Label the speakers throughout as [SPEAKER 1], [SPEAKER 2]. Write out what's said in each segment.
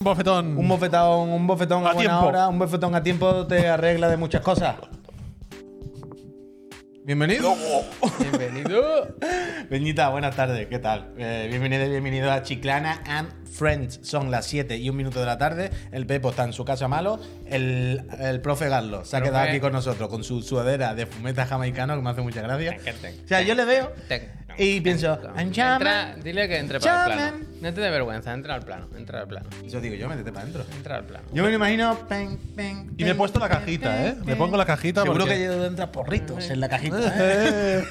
[SPEAKER 1] Bofetón.
[SPEAKER 2] Un bofetón, un bofetón
[SPEAKER 1] A
[SPEAKER 2] a, buena
[SPEAKER 1] tiempo.
[SPEAKER 2] hora, un bofetón a tiempo te arregla de muchas cosas. Bienvenido.
[SPEAKER 1] Bienvenido.
[SPEAKER 2] Peñita, buenas tardes, ¿qué tal? Eh, bienvenido y bienvenido a Chiclana and Friends. Son las 7 y un minuto de la tarde. El Pepo está en su casa malo. El, el profe Garlo se ha
[SPEAKER 3] Profe.
[SPEAKER 2] quedado aquí con nosotros con su sudadera de fumeta jamaicano, que me hace muchas gracias.
[SPEAKER 3] Ten, ten, ten.
[SPEAKER 2] O sea, yo le veo
[SPEAKER 3] Ten, ten,
[SPEAKER 2] y
[SPEAKER 3] ten,
[SPEAKER 2] pienso,
[SPEAKER 3] ten.
[SPEAKER 2] "I'm
[SPEAKER 3] Entra-
[SPEAKER 2] German".
[SPEAKER 3] dile que entre para el plano.
[SPEAKER 2] German.
[SPEAKER 3] No te dé vergüenza, entra al plano, entra al plano,
[SPEAKER 2] Yo digo, yo métete para adentro.
[SPEAKER 3] entra al plano.
[SPEAKER 2] Yo me lo imagino. ping,
[SPEAKER 1] Y me he puesto la cajita, ¿eh? Me pongo la cajita
[SPEAKER 2] Seguro
[SPEAKER 1] porque-
[SPEAKER 2] que yo entras porritos en la cajita. ¿eh?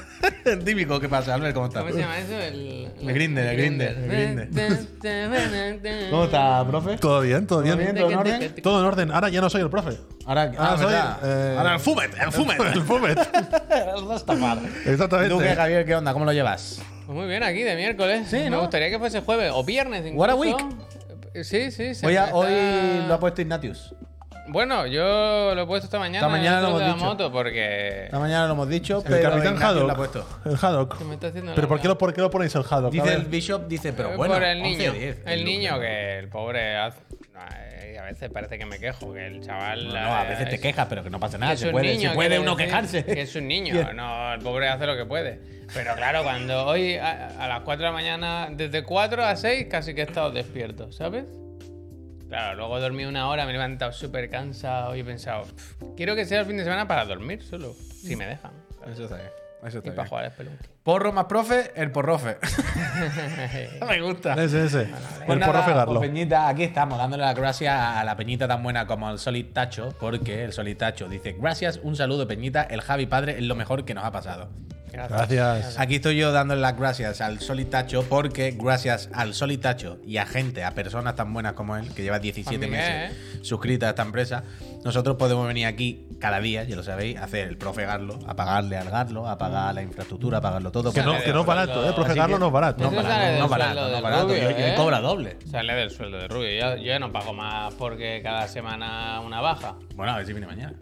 [SPEAKER 2] El típico que pasa, Albert, ¿cómo estás?
[SPEAKER 3] ¿Cómo se llama eso? El,
[SPEAKER 2] El Grindr, el Grindr, el
[SPEAKER 3] Grindr.
[SPEAKER 2] ¿Cómo estás, profe?
[SPEAKER 1] Todo bien, todo bien.
[SPEAKER 2] ¿Todo bien? ¿Todo en orden?
[SPEAKER 1] Todo en orden. Ahora ya no soy el profe.
[SPEAKER 2] Ahora,
[SPEAKER 1] Ahora
[SPEAKER 2] ah,
[SPEAKER 1] soy.
[SPEAKER 2] ¿verdad?
[SPEAKER 1] eh,
[SPEAKER 2] Ahora el fumet, el fumet.
[SPEAKER 1] el fumet.
[SPEAKER 2] el Rastafar.
[SPEAKER 1] Exactamente.
[SPEAKER 2] ¿Tú qué, Javier, qué onda? ¿Cómo lo llevas?
[SPEAKER 3] Pues muy bien, aquí de miércoles.
[SPEAKER 2] Sí, ¿no?
[SPEAKER 3] Me gustaría que fuese jueves o viernes incluso.
[SPEAKER 2] What a
[SPEAKER 3] Sí, sí, se
[SPEAKER 2] Hoy,
[SPEAKER 3] me
[SPEAKER 2] a-
[SPEAKER 3] está-
[SPEAKER 2] hoy lo ha puesto Ignatius.
[SPEAKER 3] Bueno, yo lo he puesto esta mañana.
[SPEAKER 2] Esta mañana
[SPEAKER 3] en
[SPEAKER 2] lo
[SPEAKER 3] el
[SPEAKER 2] hemos
[SPEAKER 3] de la
[SPEAKER 2] dicho.
[SPEAKER 3] moto porque.
[SPEAKER 2] Esta mañana lo hemos dicho, pero.
[SPEAKER 1] El capitán
[SPEAKER 2] Ignatius
[SPEAKER 1] Haddock.
[SPEAKER 2] lo ha puesto.
[SPEAKER 1] El Haddock.
[SPEAKER 3] Se me está haciendo
[SPEAKER 1] ¿Pero
[SPEAKER 3] larga.
[SPEAKER 1] por qué, lo, por qué lo ponéis el Haddock? A
[SPEAKER 2] Dice
[SPEAKER 1] ver.
[SPEAKER 2] el Bishop, dice, pero
[SPEAKER 3] Eh,
[SPEAKER 2] bueno.
[SPEAKER 3] por el
[SPEAKER 2] 11,
[SPEAKER 3] niño.
[SPEAKER 2] 10,
[SPEAKER 3] el
[SPEAKER 2] look.
[SPEAKER 3] niño que el pobre hace- no, eh, a veces parece que me quejo, que el chaval.
[SPEAKER 2] No, no, a
[SPEAKER 3] eh,
[SPEAKER 2] veces te
[SPEAKER 3] es-
[SPEAKER 2] quejas, pero que no pasa
[SPEAKER 3] que
[SPEAKER 2] nada.
[SPEAKER 3] es
[SPEAKER 2] Se
[SPEAKER 3] un
[SPEAKER 2] puede,
[SPEAKER 3] niño,
[SPEAKER 2] se puede
[SPEAKER 3] quiero
[SPEAKER 2] uno
[SPEAKER 3] decir
[SPEAKER 2] quejarse.
[SPEAKER 3] Que es un niño,
[SPEAKER 2] Bien.
[SPEAKER 3] no, el pobre hace lo que puede. Pero claro, cuando hoy a, a las 4 de la mañana, desde 4 a 6 casi que he estado despierto, ¿sabes? Claro, luego he dormido una hora, me he levantado súper cansado y he pensado, "Pff, quiero que sea el fin de semana para dormir solo, si me dejan.
[SPEAKER 2] Eso está bien. Eso está
[SPEAKER 3] Y para
[SPEAKER 2] bien.
[SPEAKER 3] jugar al Spelunky.
[SPEAKER 2] Porro más profe, el porrofe. Me gusta.
[SPEAKER 1] Ese, ese.
[SPEAKER 2] Pues
[SPEAKER 1] el
[SPEAKER 2] nada,
[SPEAKER 1] profe Garlo.
[SPEAKER 2] pues, Peñita, aquí estamos dándole las gracias a la Peñita tan buena como el Solid Tacho, porque el Solid Tacho dice: Gracias, un saludo, Peñita. El Javi Padre es lo mejor que nos ha pasado. Pues
[SPEAKER 1] Gracias.
[SPEAKER 2] Aquí estoy yo dándole las gracias al Solid Tacho, porque gracias al Solid Tacho y a gente, a personas tan buenas como él, que lleva 17
[SPEAKER 3] Pues Miguel,
[SPEAKER 2] meses suscrita a esta empresa, nosotros podemos venir aquí cada día, ya lo sabéis, a hacer el profe Garlo, a pagarle al Garlo, a pagar la infraestructura, a pagarlo todo.
[SPEAKER 1] Que no,
[SPEAKER 2] Porque-
[SPEAKER 1] que no es barato, ¿eh? El profe
[SPEAKER 2] Así
[SPEAKER 1] Garlo
[SPEAKER 2] que-
[SPEAKER 1] no es barato.
[SPEAKER 2] No
[SPEAKER 3] Eso
[SPEAKER 2] barato,
[SPEAKER 3] sale
[SPEAKER 2] no
[SPEAKER 3] del
[SPEAKER 2] barato,
[SPEAKER 3] sueldo
[SPEAKER 2] no
[SPEAKER 3] de
[SPEAKER 2] barato.
[SPEAKER 3] Rubio,
[SPEAKER 2] Yo, yo
[SPEAKER 3] ¿eh?
[SPEAKER 2] cobra doble.
[SPEAKER 3] Sale del sueldo de Rubio, yo, yo ya no pago más porque cada semana una baja.
[SPEAKER 2] Bueno, a ver si viene mañana.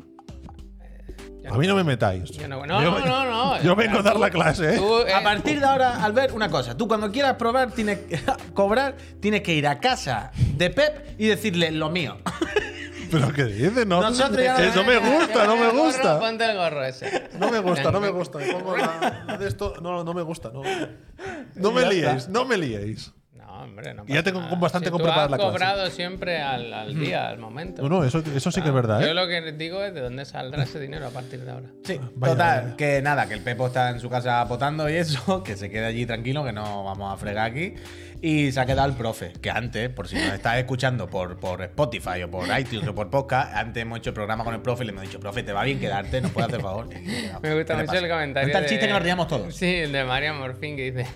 [SPEAKER 1] A mí no me metáis.
[SPEAKER 3] Yo no- no,
[SPEAKER 1] Yo-
[SPEAKER 3] no, no, no.
[SPEAKER 1] Yo vengo a dar la clase, ¿eh?
[SPEAKER 3] Tú, eh,
[SPEAKER 2] A partir de ahora, Albert, una cosa. Tú cuando quieras probar, tienes que- cobrar, tienes que ir a casa de Pep y decirle lo mío.
[SPEAKER 1] ¿Pero qué dices? No,
[SPEAKER 2] Nosotros ya-
[SPEAKER 1] Eh, no me gusta, no me
[SPEAKER 3] Ponte el gorro,
[SPEAKER 1] gusta.
[SPEAKER 3] Ponte el gorro ese.
[SPEAKER 1] No me gusta, no me gusta. Me pongo la, la de esto. No, no me gusta. No, no me
[SPEAKER 2] Ya está.
[SPEAKER 1] liéis, no me liéis.
[SPEAKER 3] No, hombre, no.
[SPEAKER 1] Y ya
[SPEAKER 3] pasa
[SPEAKER 1] tengo
[SPEAKER 3] nada.
[SPEAKER 1] bastante
[SPEAKER 3] Si
[SPEAKER 1] con
[SPEAKER 3] tú
[SPEAKER 1] preparar
[SPEAKER 3] has
[SPEAKER 1] la clase.
[SPEAKER 3] cobrado siempre al, al día, al momento. Ah,
[SPEAKER 1] No, no, eso, eso
[SPEAKER 2] Ah,
[SPEAKER 1] sí que es verdad,
[SPEAKER 3] Yo
[SPEAKER 1] ¿eh?
[SPEAKER 3] lo que les digo es de dónde saldrá ese dinero a partir de ahora.
[SPEAKER 2] Sí,
[SPEAKER 1] Vaya,
[SPEAKER 2] total,
[SPEAKER 1] vaya.
[SPEAKER 2] que nada, que el Pepo está en su casa potando y eso, que se quede allí tranquilo, que no vamos a fregar aquí. Y se ha quedado el profe, que antes, por si nos estás escuchando por, por Spotify o por iTunes o por podcast, antes hemos hecho el programa con el profe y le hemos dicho, profe, te va bien quedarte, nos puedes hacer favor.
[SPEAKER 3] Me gusta mucho el comentario.
[SPEAKER 2] Está el
[SPEAKER 3] de-
[SPEAKER 2] chiste que nos ríamos todos.
[SPEAKER 3] Sí, el de María Morfín que dice.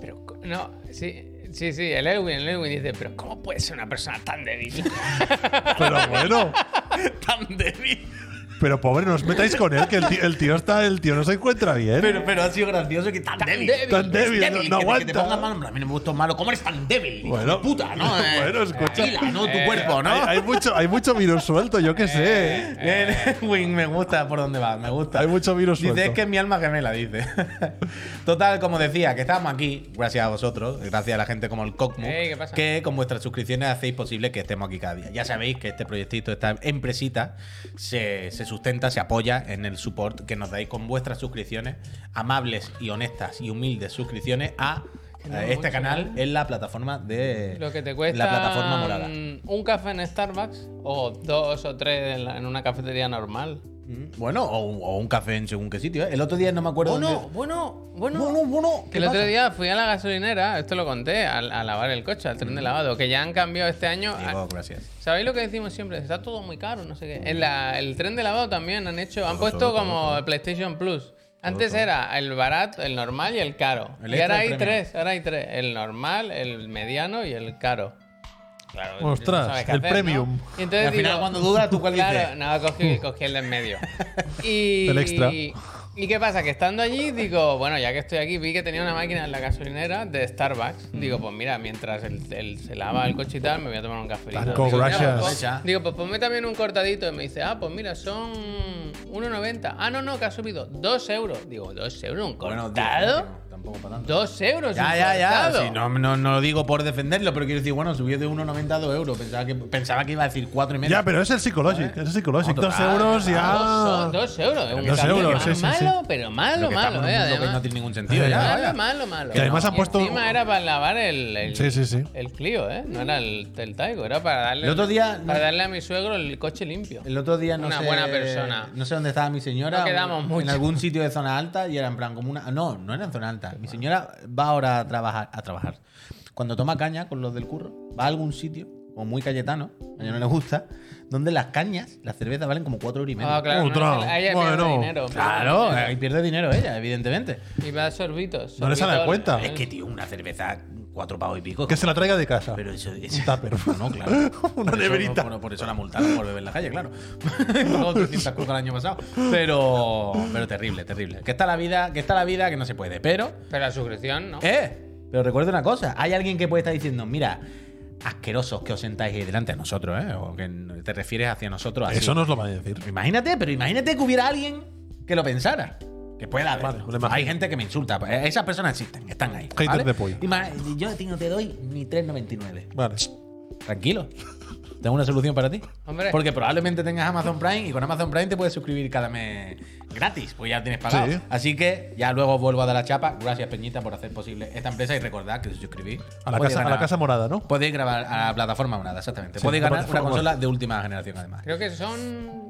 [SPEAKER 3] Pero, co- no, sí, sí, sí, el Elwin, el Elwin dice, pero ¿cómo puede ser una persona tan débil?
[SPEAKER 1] Pero bueno.
[SPEAKER 3] tan débil.
[SPEAKER 1] Pero pobre, no os metáis con él, que el tío, el tío está, el tío no se encuentra bien.
[SPEAKER 2] Pero, pero ha sido gracioso que tan, débil.
[SPEAKER 3] débil,
[SPEAKER 1] tan débil,
[SPEAKER 2] Es
[SPEAKER 1] no-
[SPEAKER 2] débil,
[SPEAKER 1] no,
[SPEAKER 2] que te- Que te pongas
[SPEAKER 1] aguanta.
[SPEAKER 2] malo, hombre, a mí no me gusta un malo. ¿Cómo eres tan débil? hijo
[SPEAKER 1] Bueno.
[SPEAKER 2] de puta, ¿no? Eh,
[SPEAKER 1] Bueno, escucha.
[SPEAKER 2] tranquila, ¿no? Tu
[SPEAKER 3] Eh,
[SPEAKER 2] cuerpo, ¿no? Eh,
[SPEAKER 1] Hay, hay mucho, hay mucho virus suelto, yo qué sé.
[SPEAKER 2] Wing, me gusta por dónde va, me gusta.
[SPEAKER 1] Hay mucho virus
[SPEAKER 2] Dice,
[SPEAKER 1] suelto.
[SPEAKER 2] es que es mi alma gemela, dice. Total, como decía, que estamos aquí, gracias a vosotros, gracias a la gente como el Cocmo,
[SPEAKER 3] Ey, ¿qué pasa?
[SPEAKER 2] que con vuestras suscripciones hacéis posible que estemos aquí cada día. Ya sabéis que este proyectito, esta empresita, se, se sustenta, se apoya en el support que nos dais con vuestras suscripciones, amables y honestas y humildes suscripciones a
[SPEAKER 3] Que no,
[SPEAKER 2] eh,
[SPEAKER 3] mucho,
[SPEAKER 2] este canal en la plataforma de
[SPEAKER 3] Lo que te cuesta
[SPEAKER 2] la plataforma morada.
[SPEAKER 3] un café en Starbucks o dos o tres en, la- en una cafetería normal.
[SPEAKER 2] Mm, Bueno, o, un- o un café en según qué sitio. ¿eh? El otro día no me acuerdo.
[SPEAKER 3] Bueno,
[SPEAKER 2] dónde-
[SPEAKER 3] bueno, bueno.
[SPEAKER 2] Bueno, bueno, ¿qué
[SPEAKER 3] Que el otro
[SPEAKER 2] pasa?
[SPEAKER 3] día fui a la gasolinera, esto lo conté, a, a lavar el coche, al tren de lavado, que ya han cambiado este año.
[SPEAKER 2] Diego,
[SPEAKER 3] Ah,
[SPEAKER 2] gracias.
[SPEAKER 3] ¿Sabéis lo que decimos siempre? Está todo muy caro, no sé qué. En la- el tren de lavado también han hecho, han puesto como el PlayStation Plus. Antes era el barato, el normal y el caro.
[SPEAKER 2] El
[SPEAKER 3] y
[SPEAKER 2] extra, el
[SPEAKER 3] ahora
[SPEAKER 2] premium.
[SPEAKER 3] hay tres, ahora hay tres. El normal, el mediano y el caro. Claro,
[SPEAKER 1] Ostras,
[SPEAKER 3] no sabes qué
[SPEAKER 1] el
[SPEAKER 3] hacer, ¿no?
[SPEAKER 1] premium.
[SPEAKER 3] Y entonces
[SPEAKER 2] Y al final,
[SPEAKER 3] digo,
[SPEAKER 2] cuando duda, ¿tú cuál
[SPEAKER 3] Claro,
[SPEAKER 2] dices?
[SPEAKER 3] no, cogí, cogí el de en medio. Y,
[SPEAKER 1] El extra.
[SPEAKER 3] Y, qué pasa? Que estando allí, digo, bueno, ya que estoy aquí, vi que tenía una máquina en la gasolinera de Starbucks. Digo, pues mira, mientras él, él se lava el coche y tal, me voy a tomar un café.
[SPEAKER 1] Tanco, gracias.
[SPEAKER 3] Digo, pues ponme también un cortadito. Y me dice, ah, pues mira, son 1,90. Ah, no, no, que ha subido 2 euros. Digo, ¿2 euros? ¿Un
[SPEAKER 2] Bueno,
[SPEAKER 3] cortado?
[SPEAKER 2] tío, no, tampoco para tanto.
[SPEAKER 3] Dos euros.
[SPEAKER 2] Ya,
[SPEAKER 3] un
[SPEAKER 2] ya, ya.
[SPEAKER 3] cortado.
[SPEAKER 2] Sí, no, no, no lo digo por defenderlo, pero quiero decir, bueno, subió de 1,90 a 2 euros. Pensaba que, pensaba que iba a decir 4 y medio.
[SPEAKER 1] Ya, pero es el psicológico. Es el psicológico. Dos euros ya.
[SPEAKER 3] Dos, dos euros. Un
[SPEAKER 1] Ah. Dos
[SPEAKER 3] cambio
[SPEAKER 1] euros,
[SPEAKER 3] que
[SPEAKER 1] sí,
[SPEAKER 3] más
[SPEAKER 1] sí, sí.
[SPEAKER 3] malo, pero malo,
[SPEAKER 2] Pero que
[SPEAKER 3] malo,
[SPEAKER 2] estamos
[SPEAKER 3] eh,
[SPEAKER 2] en un mundo que
[SPEAKER 3] además.
[SPEAKER 2] no tiene ningún sentido ya.
[SPEAKER 3] malo,
[SPEAKER 2] vaya.
[SPEAKER 3] malo, malo.
[SPEAKER 1] Que además han
[SPEAKER 3] Y
[SPEAKER 1] puesto-
[SPEAKER 3] Encima era para lavar el, el-
[SPEAKER 1] Sí, sí, sí.
[SPEAKER 3] el Clio, ¿eh? No era el, el Taigo, era para darle,
[SPEAKER 2] El otro día-
[SPEAKER 3] para darle a mi suegro el coche limpio.
[SPEAKER 2] El otro día no
[SPEAKER 3] Una
[SPEAKER 2] sé.
[SPEAKER 3] buena persona.
[SPEAKER 2] No sé dónde estaba mi señora.
[SPEAKER 3] No quedamos
[SPEAKER 2] en
[SPEAKER 3] mucho.
[SPEAKER 2] algún sitio de zona alta y era en plan como una. ah, No, no era en zona alta. Mi señora va ahora a trabajar. A trabajar. Cuando toma caña con los del curro, va a algún sitio, o muy cayetano, a ella no le gusta, donde las cañas, las cervezas valen como 4 euros y medio.
[SPEAKER 3] Ah, claro, no,
[SPEAKER 1] Otra.
[SPEAKER 3] ahí pierde
[SPEAKER 1] Bueno.
[SPEAKER 3] dinero, pierde
[SPEAKER 2] Claro,
[SPEAKER 3] dinero.
[SPEAKER 2] ahí pierde dinero ella, evidentemente.
[SPEAKER 3] Y va a sorbitos.
[SPEAKER 1] No le sale a
[SPEAKER 3] sorbitos,
[SPEAKER 1] cuenta.
[SPEAKER 3] ¿eh?
[SPEAKER 2] Es que, tío, una cerveza, cuatro pavos y pico.
[SPEAKER 1] Que se la traiga de casa.
[SPEAKER 2] Pero eso es.
[SPEAKER 1] Un tupper.
[SPEAKER 2] No, claro.
[SPEAKER 1] Una
[SPEAKER 2] Por eso-
[SPEAKER 1] neverita.
[SPEAKER 2] por, por eso la multaron por beber en la calle, claro. Pagó 300 cosas el año pasado. Pero, pero terrible, terrible. Que está la vida, que está la vida que no se puede. Pero,
[SPEAKER 3] Pero la suscripción, ¿no?
[SPEAKER 2] eh, pero recuerda una cosa. Hay alguien que puede estar diciendo, mira, asquerosos que os sentáis ahí delante de nosotros, ¿eh? O que te refieres hacia nosotros así.
[SPEAKER 1] Ah, Eso nos lo van a decir.
[SPEAKER 2] Imagínate, pero imagínate que hubiera alguien que lo pensara. Que pueda haber.
[SPEAKER 1] Vale, lo imagino.
[SPEAKER 2] Hay gente que me insulta. Eh, Esas personas existen, están ahí.
[SPEAKER 1] Haters
[SPEAKER 2] ¿vale?
[SPEAKER 1] de pollo.
[SPEAKER 2] Ima- Yo a ti no te doy ni 3.99.
[SPEAKER 1] Vale.
[SPEAKER 2] Tranquilo. Tengo una solución para ti.
[SPEAKER 3] Hombre.
[SPEAKER 2] Porque probablemente tengas Amazon Prime y con Amazon Prime te puedes suscribir cada mes gratis, pues ya tienes pagado.
[SPEAKER 1] Sí.
[SPEAKER 2] Así que ya luego vuelvo a dar la chapa. Gracias, Peñita, por hacer posible esta empresa y recordad que si os suscribís
[SPEAKER 1] A la,
[SPEAKER 2] podéis
[SPEAKER 1] casa, a la
[SPEAKER 2] ganar-
[SPEAKER 1] casa morada, ¿no?
[SPEAKER 2] Podéis grabar a la plataforma morada, exactamente.
[SPEAKER 1] Sí,
[SPEAKER 2] podéis
[SPEAKER 1] la
[SPEAKER 2] ganar una
[SPEAKER 1] plataforma
[SPEAKER 2] consola de última generación, además.
[SPEAKER 3] Creo que son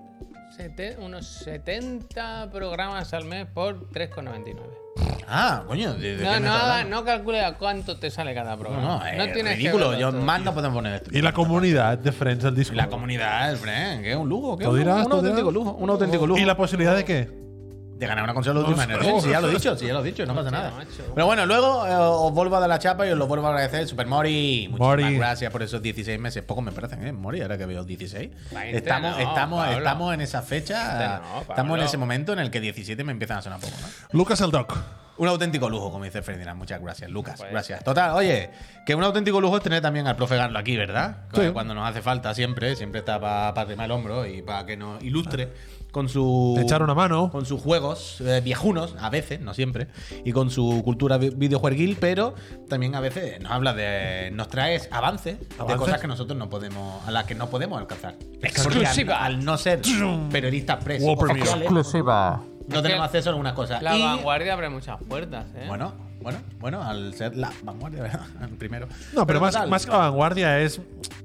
[SPEAKER 3] sete- unos 70 programas al mes por 3,99.
[SPEAKER 2] Ah, coño. ¿de- de
[SPEAKER 3] No,
[SPEAKER 2] qué me
[SPEAKER 3] no,
[SPEAKER 2] estás
[SPEAKER 3] haga-
[SPEAKER 2] hablando?
[SPEAKER 3] no calcule a cuánto te sale cada
[SPEAKER 2] No,
[SPEAKER 3] programa.
[SPEAKER 2] no, es
[SPEAKER 3] tienes que
[SPEAKER 2] ridículo.
[SPEAKER 3] verlo
[SPEAKER 2] Yo
[SPEAKER 3] todo.
[SPEAKER 2] más no podemos poner esto.
[SPEAKER 1] Y la comunidad de Friends, el Discord.
[SPEAKER 2] Y la comunidad, el friend, que es un lujo. Que es
[SPEAKER 1] Tú
[SPEAKER 2] un,
[SPEAKER 1] dirás,
[SPEAKER 2] un
[SPEAKER 1] tú
[SPEAKER 2] auténtico
[SPEAKER 1] dirás.
[SPEAKER 2] lujo. Un auténtico lujo.
[SPEAKER 1] ¿Y la posibilidad de qué?
[SPEAKER 2] De ganar una consola de última
[SPEAKER 1] Ostras.
[SPEAKER 2] generación. Sí, ya lo he dicho, sí, ya lo he dicho, no pasa
[SPEAKER 3] Hostia,
[SPEAKER 2] nada.
[SPEAKER 3] macho.
[SPEAKER 2] Pero bueno, luego eh, os vuelvo a dar la chapa y os lo vuelvo a agradecer. Super Mori, muchísimas
[SPEAKER 1] Mori.
[SPEAKER 2] gracias por esos 16 meses. Pocos me parecen, ¿eh? Mori, ahora que veo 16.
[SPEAKER 3] Veinte
[SPEAKER 2] Estamos,
[SPEAKER 3] no,
[SPEAKER 2] estamos,
[SPEAKER 3] Pablo.
[SPEAKER 2] estamos en esa fecha,
[SPEAKER 3] Veinte no, Pablo.
[SPEAKER 2] estamos en ese momento en el que 17 me empiezan a sonar poco, ¿no?
[SPEAKER 1] Lucas el Doc.
[SPEAKER 2] Un auténtico lujo, como dice Ferdinand. Muchas gracias, Lucas.
[SPEAKER 3] Pues.
[SPEAKER 2] Gracias. Total, oye, que un auténtico lujo es tener también al profe Garlo aquí, ¿verdad?
[SPEAKER 1] Sí.
[SPEAKER 2] Cuando nos hace falta, siempre. Siempre está para arrimar el hombro y para que nos ilustre con su.
[SPEAKER 1] Echar una mano.
[SPEAKER 2] Con sus juegos eh, viejunos, a veces, no siempre. Y con su cultura vi- videojueguil, pero también a veces nos habla de. Nos traes avances, de
[SPEAKER 1] Avances.
[SPEAKER 2] cosas que nosotros no podemos. a las que no podemos alcanzar.
[SPEAKER 3] Exclusiva.
[SPEAKER 2] Porque Al, al no ser periodistas presos,
[SPEAKER 1] World Premiere.
[SPEAKER 2] oficiales,
[SPEAKER 4] exclusiva.
[SPEAKER 2] no tenemos acceso a algunas cosas.
[SPEAKER 3] La
[SPEAKER 2] Y-
[SPEAKER 3] vanguardia abre muchas puertas, ¿eh?
[SPEAKER 2] bueno, bueno, bueno, al ser la vanguardia, ¿verdad? Primero.
[SPEAKER 1] No, pero, más,
[SPEAKER 2] total,
[SPEAKER 1] más que la vanguardia es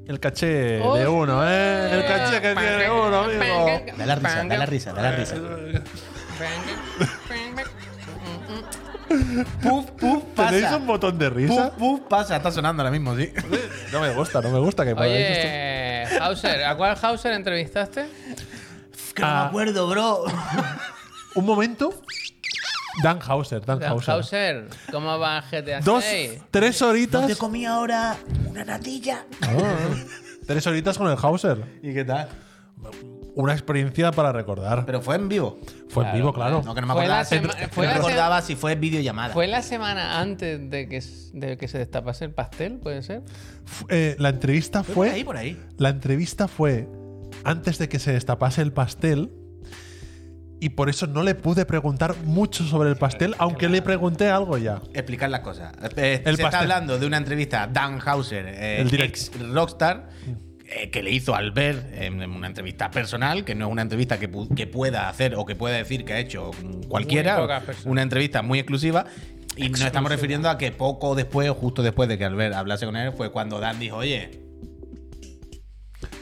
[SPEAKER 1] el caché de
[SPEAKER 3] Hostia.
[SPEAKER 1] uno, ¿eh? El caché que tiene uno, amigo.
[SPEAKER 2] Da la risa, da la risa, da la risa.
[SPEAKER 1] eh,
[SPEAKER 2] Puf, puf,
[SPEAKER 1] ¿Tenéis
[SPEAKER 2] pasa.
[SPEAKER 1] un botón de
[SPEAKER 2] Puf,
[SPEAKER 1] risa?
[SPEAKER 2] puf, pasa. Está sonando ahora mismo, sí.
[SPEAKER 1] No me gusta, no me gusta que podáis esto.
[SPEAKER 3] Oye, Hauser, ¿a cuál Hauser entrevistaste?
[SPEAKER 2] que no
[SPEAKER 1] Ah.
[SPEAKER 2] me acuerdo, bro.
[SPEAKER 1] Un momento. Dan Hauser, Dan,
[SPEAKER 3] Dan
[SPEAKER 1] Hauser.
[SPEAKER 3] Hauser, ¿cómo va GTA
[SPEAKER 1] Dos,
[SPEAKER 3] 6?
[SPEAKER 1] tres
[SPEAKER 2] No te
[SPEAKER 1] horitas. Ah.
[SPEAKER 2] comí ahora una natilla.
[SPEAKER 1] tres horitas con el Hauser.
[SPEAKER 2] ¿Y qué tal?
[SPEAKER 1] Una experiencia para recordar.
[SPEAKER 2] Pero fue en vivo.
[SPEAKER 1] Fue en vivo, claro.
[SPEAKER 2] No, que no me
[SPEAKER 3] Fue la
[SPEAKER 2] acordaba. si-
[SPEAKER 3] sema-
[SPEAKER 2] no
[SPEAKER 3] fue
[SPEAKER 2] me
[SPEAKER 3] la se-
[SPEAKER 2] acordaba si fue videollamada.
[SPEAKER 3] ¿Fue la semana antes de que, s- de que se destapase el pastel, puede ser?
[SPEAKER 1] Fu- eh, la entrevista
[SPEAKER 2] Fue
[SPEAKER 1] fue.
[SPEAKER 2] por ahí, por ahí.
[SPEAKER 1] La entrevista fue antes de que se destapase el pastel. Y por eso no le pude preguntar mucho sobre el pastel, aunque le pregunté algo ya.
[SPEAKER 2] explicar las cosas. Eh, se
[SPEAKER 1] El
[SPEAKER 2] está
[SPEAKER 1] pastel.
[SPEAKER 2] hablando de una entrevista a Dan Hauser, eh,
[SPEAKER 1] El direct.
[SPEAKER 2] ex Rockstar, eh, que le hizo al ver en en una entrevista personal, que no es una entrevista que, pu- que pueda hacer o que pueda decir que ha hecho mm,
[SPEAKER 3] Muy
[SPEAKER 2] cualquiera,
[SPEAKER 3] pocas personas.
[SPEAKER 2] una entrevista muy exclusiva. Y nos estamos refiriendo a que poco después, justo después de que Albert hablase con él, fue cuando Dan dijo, oye,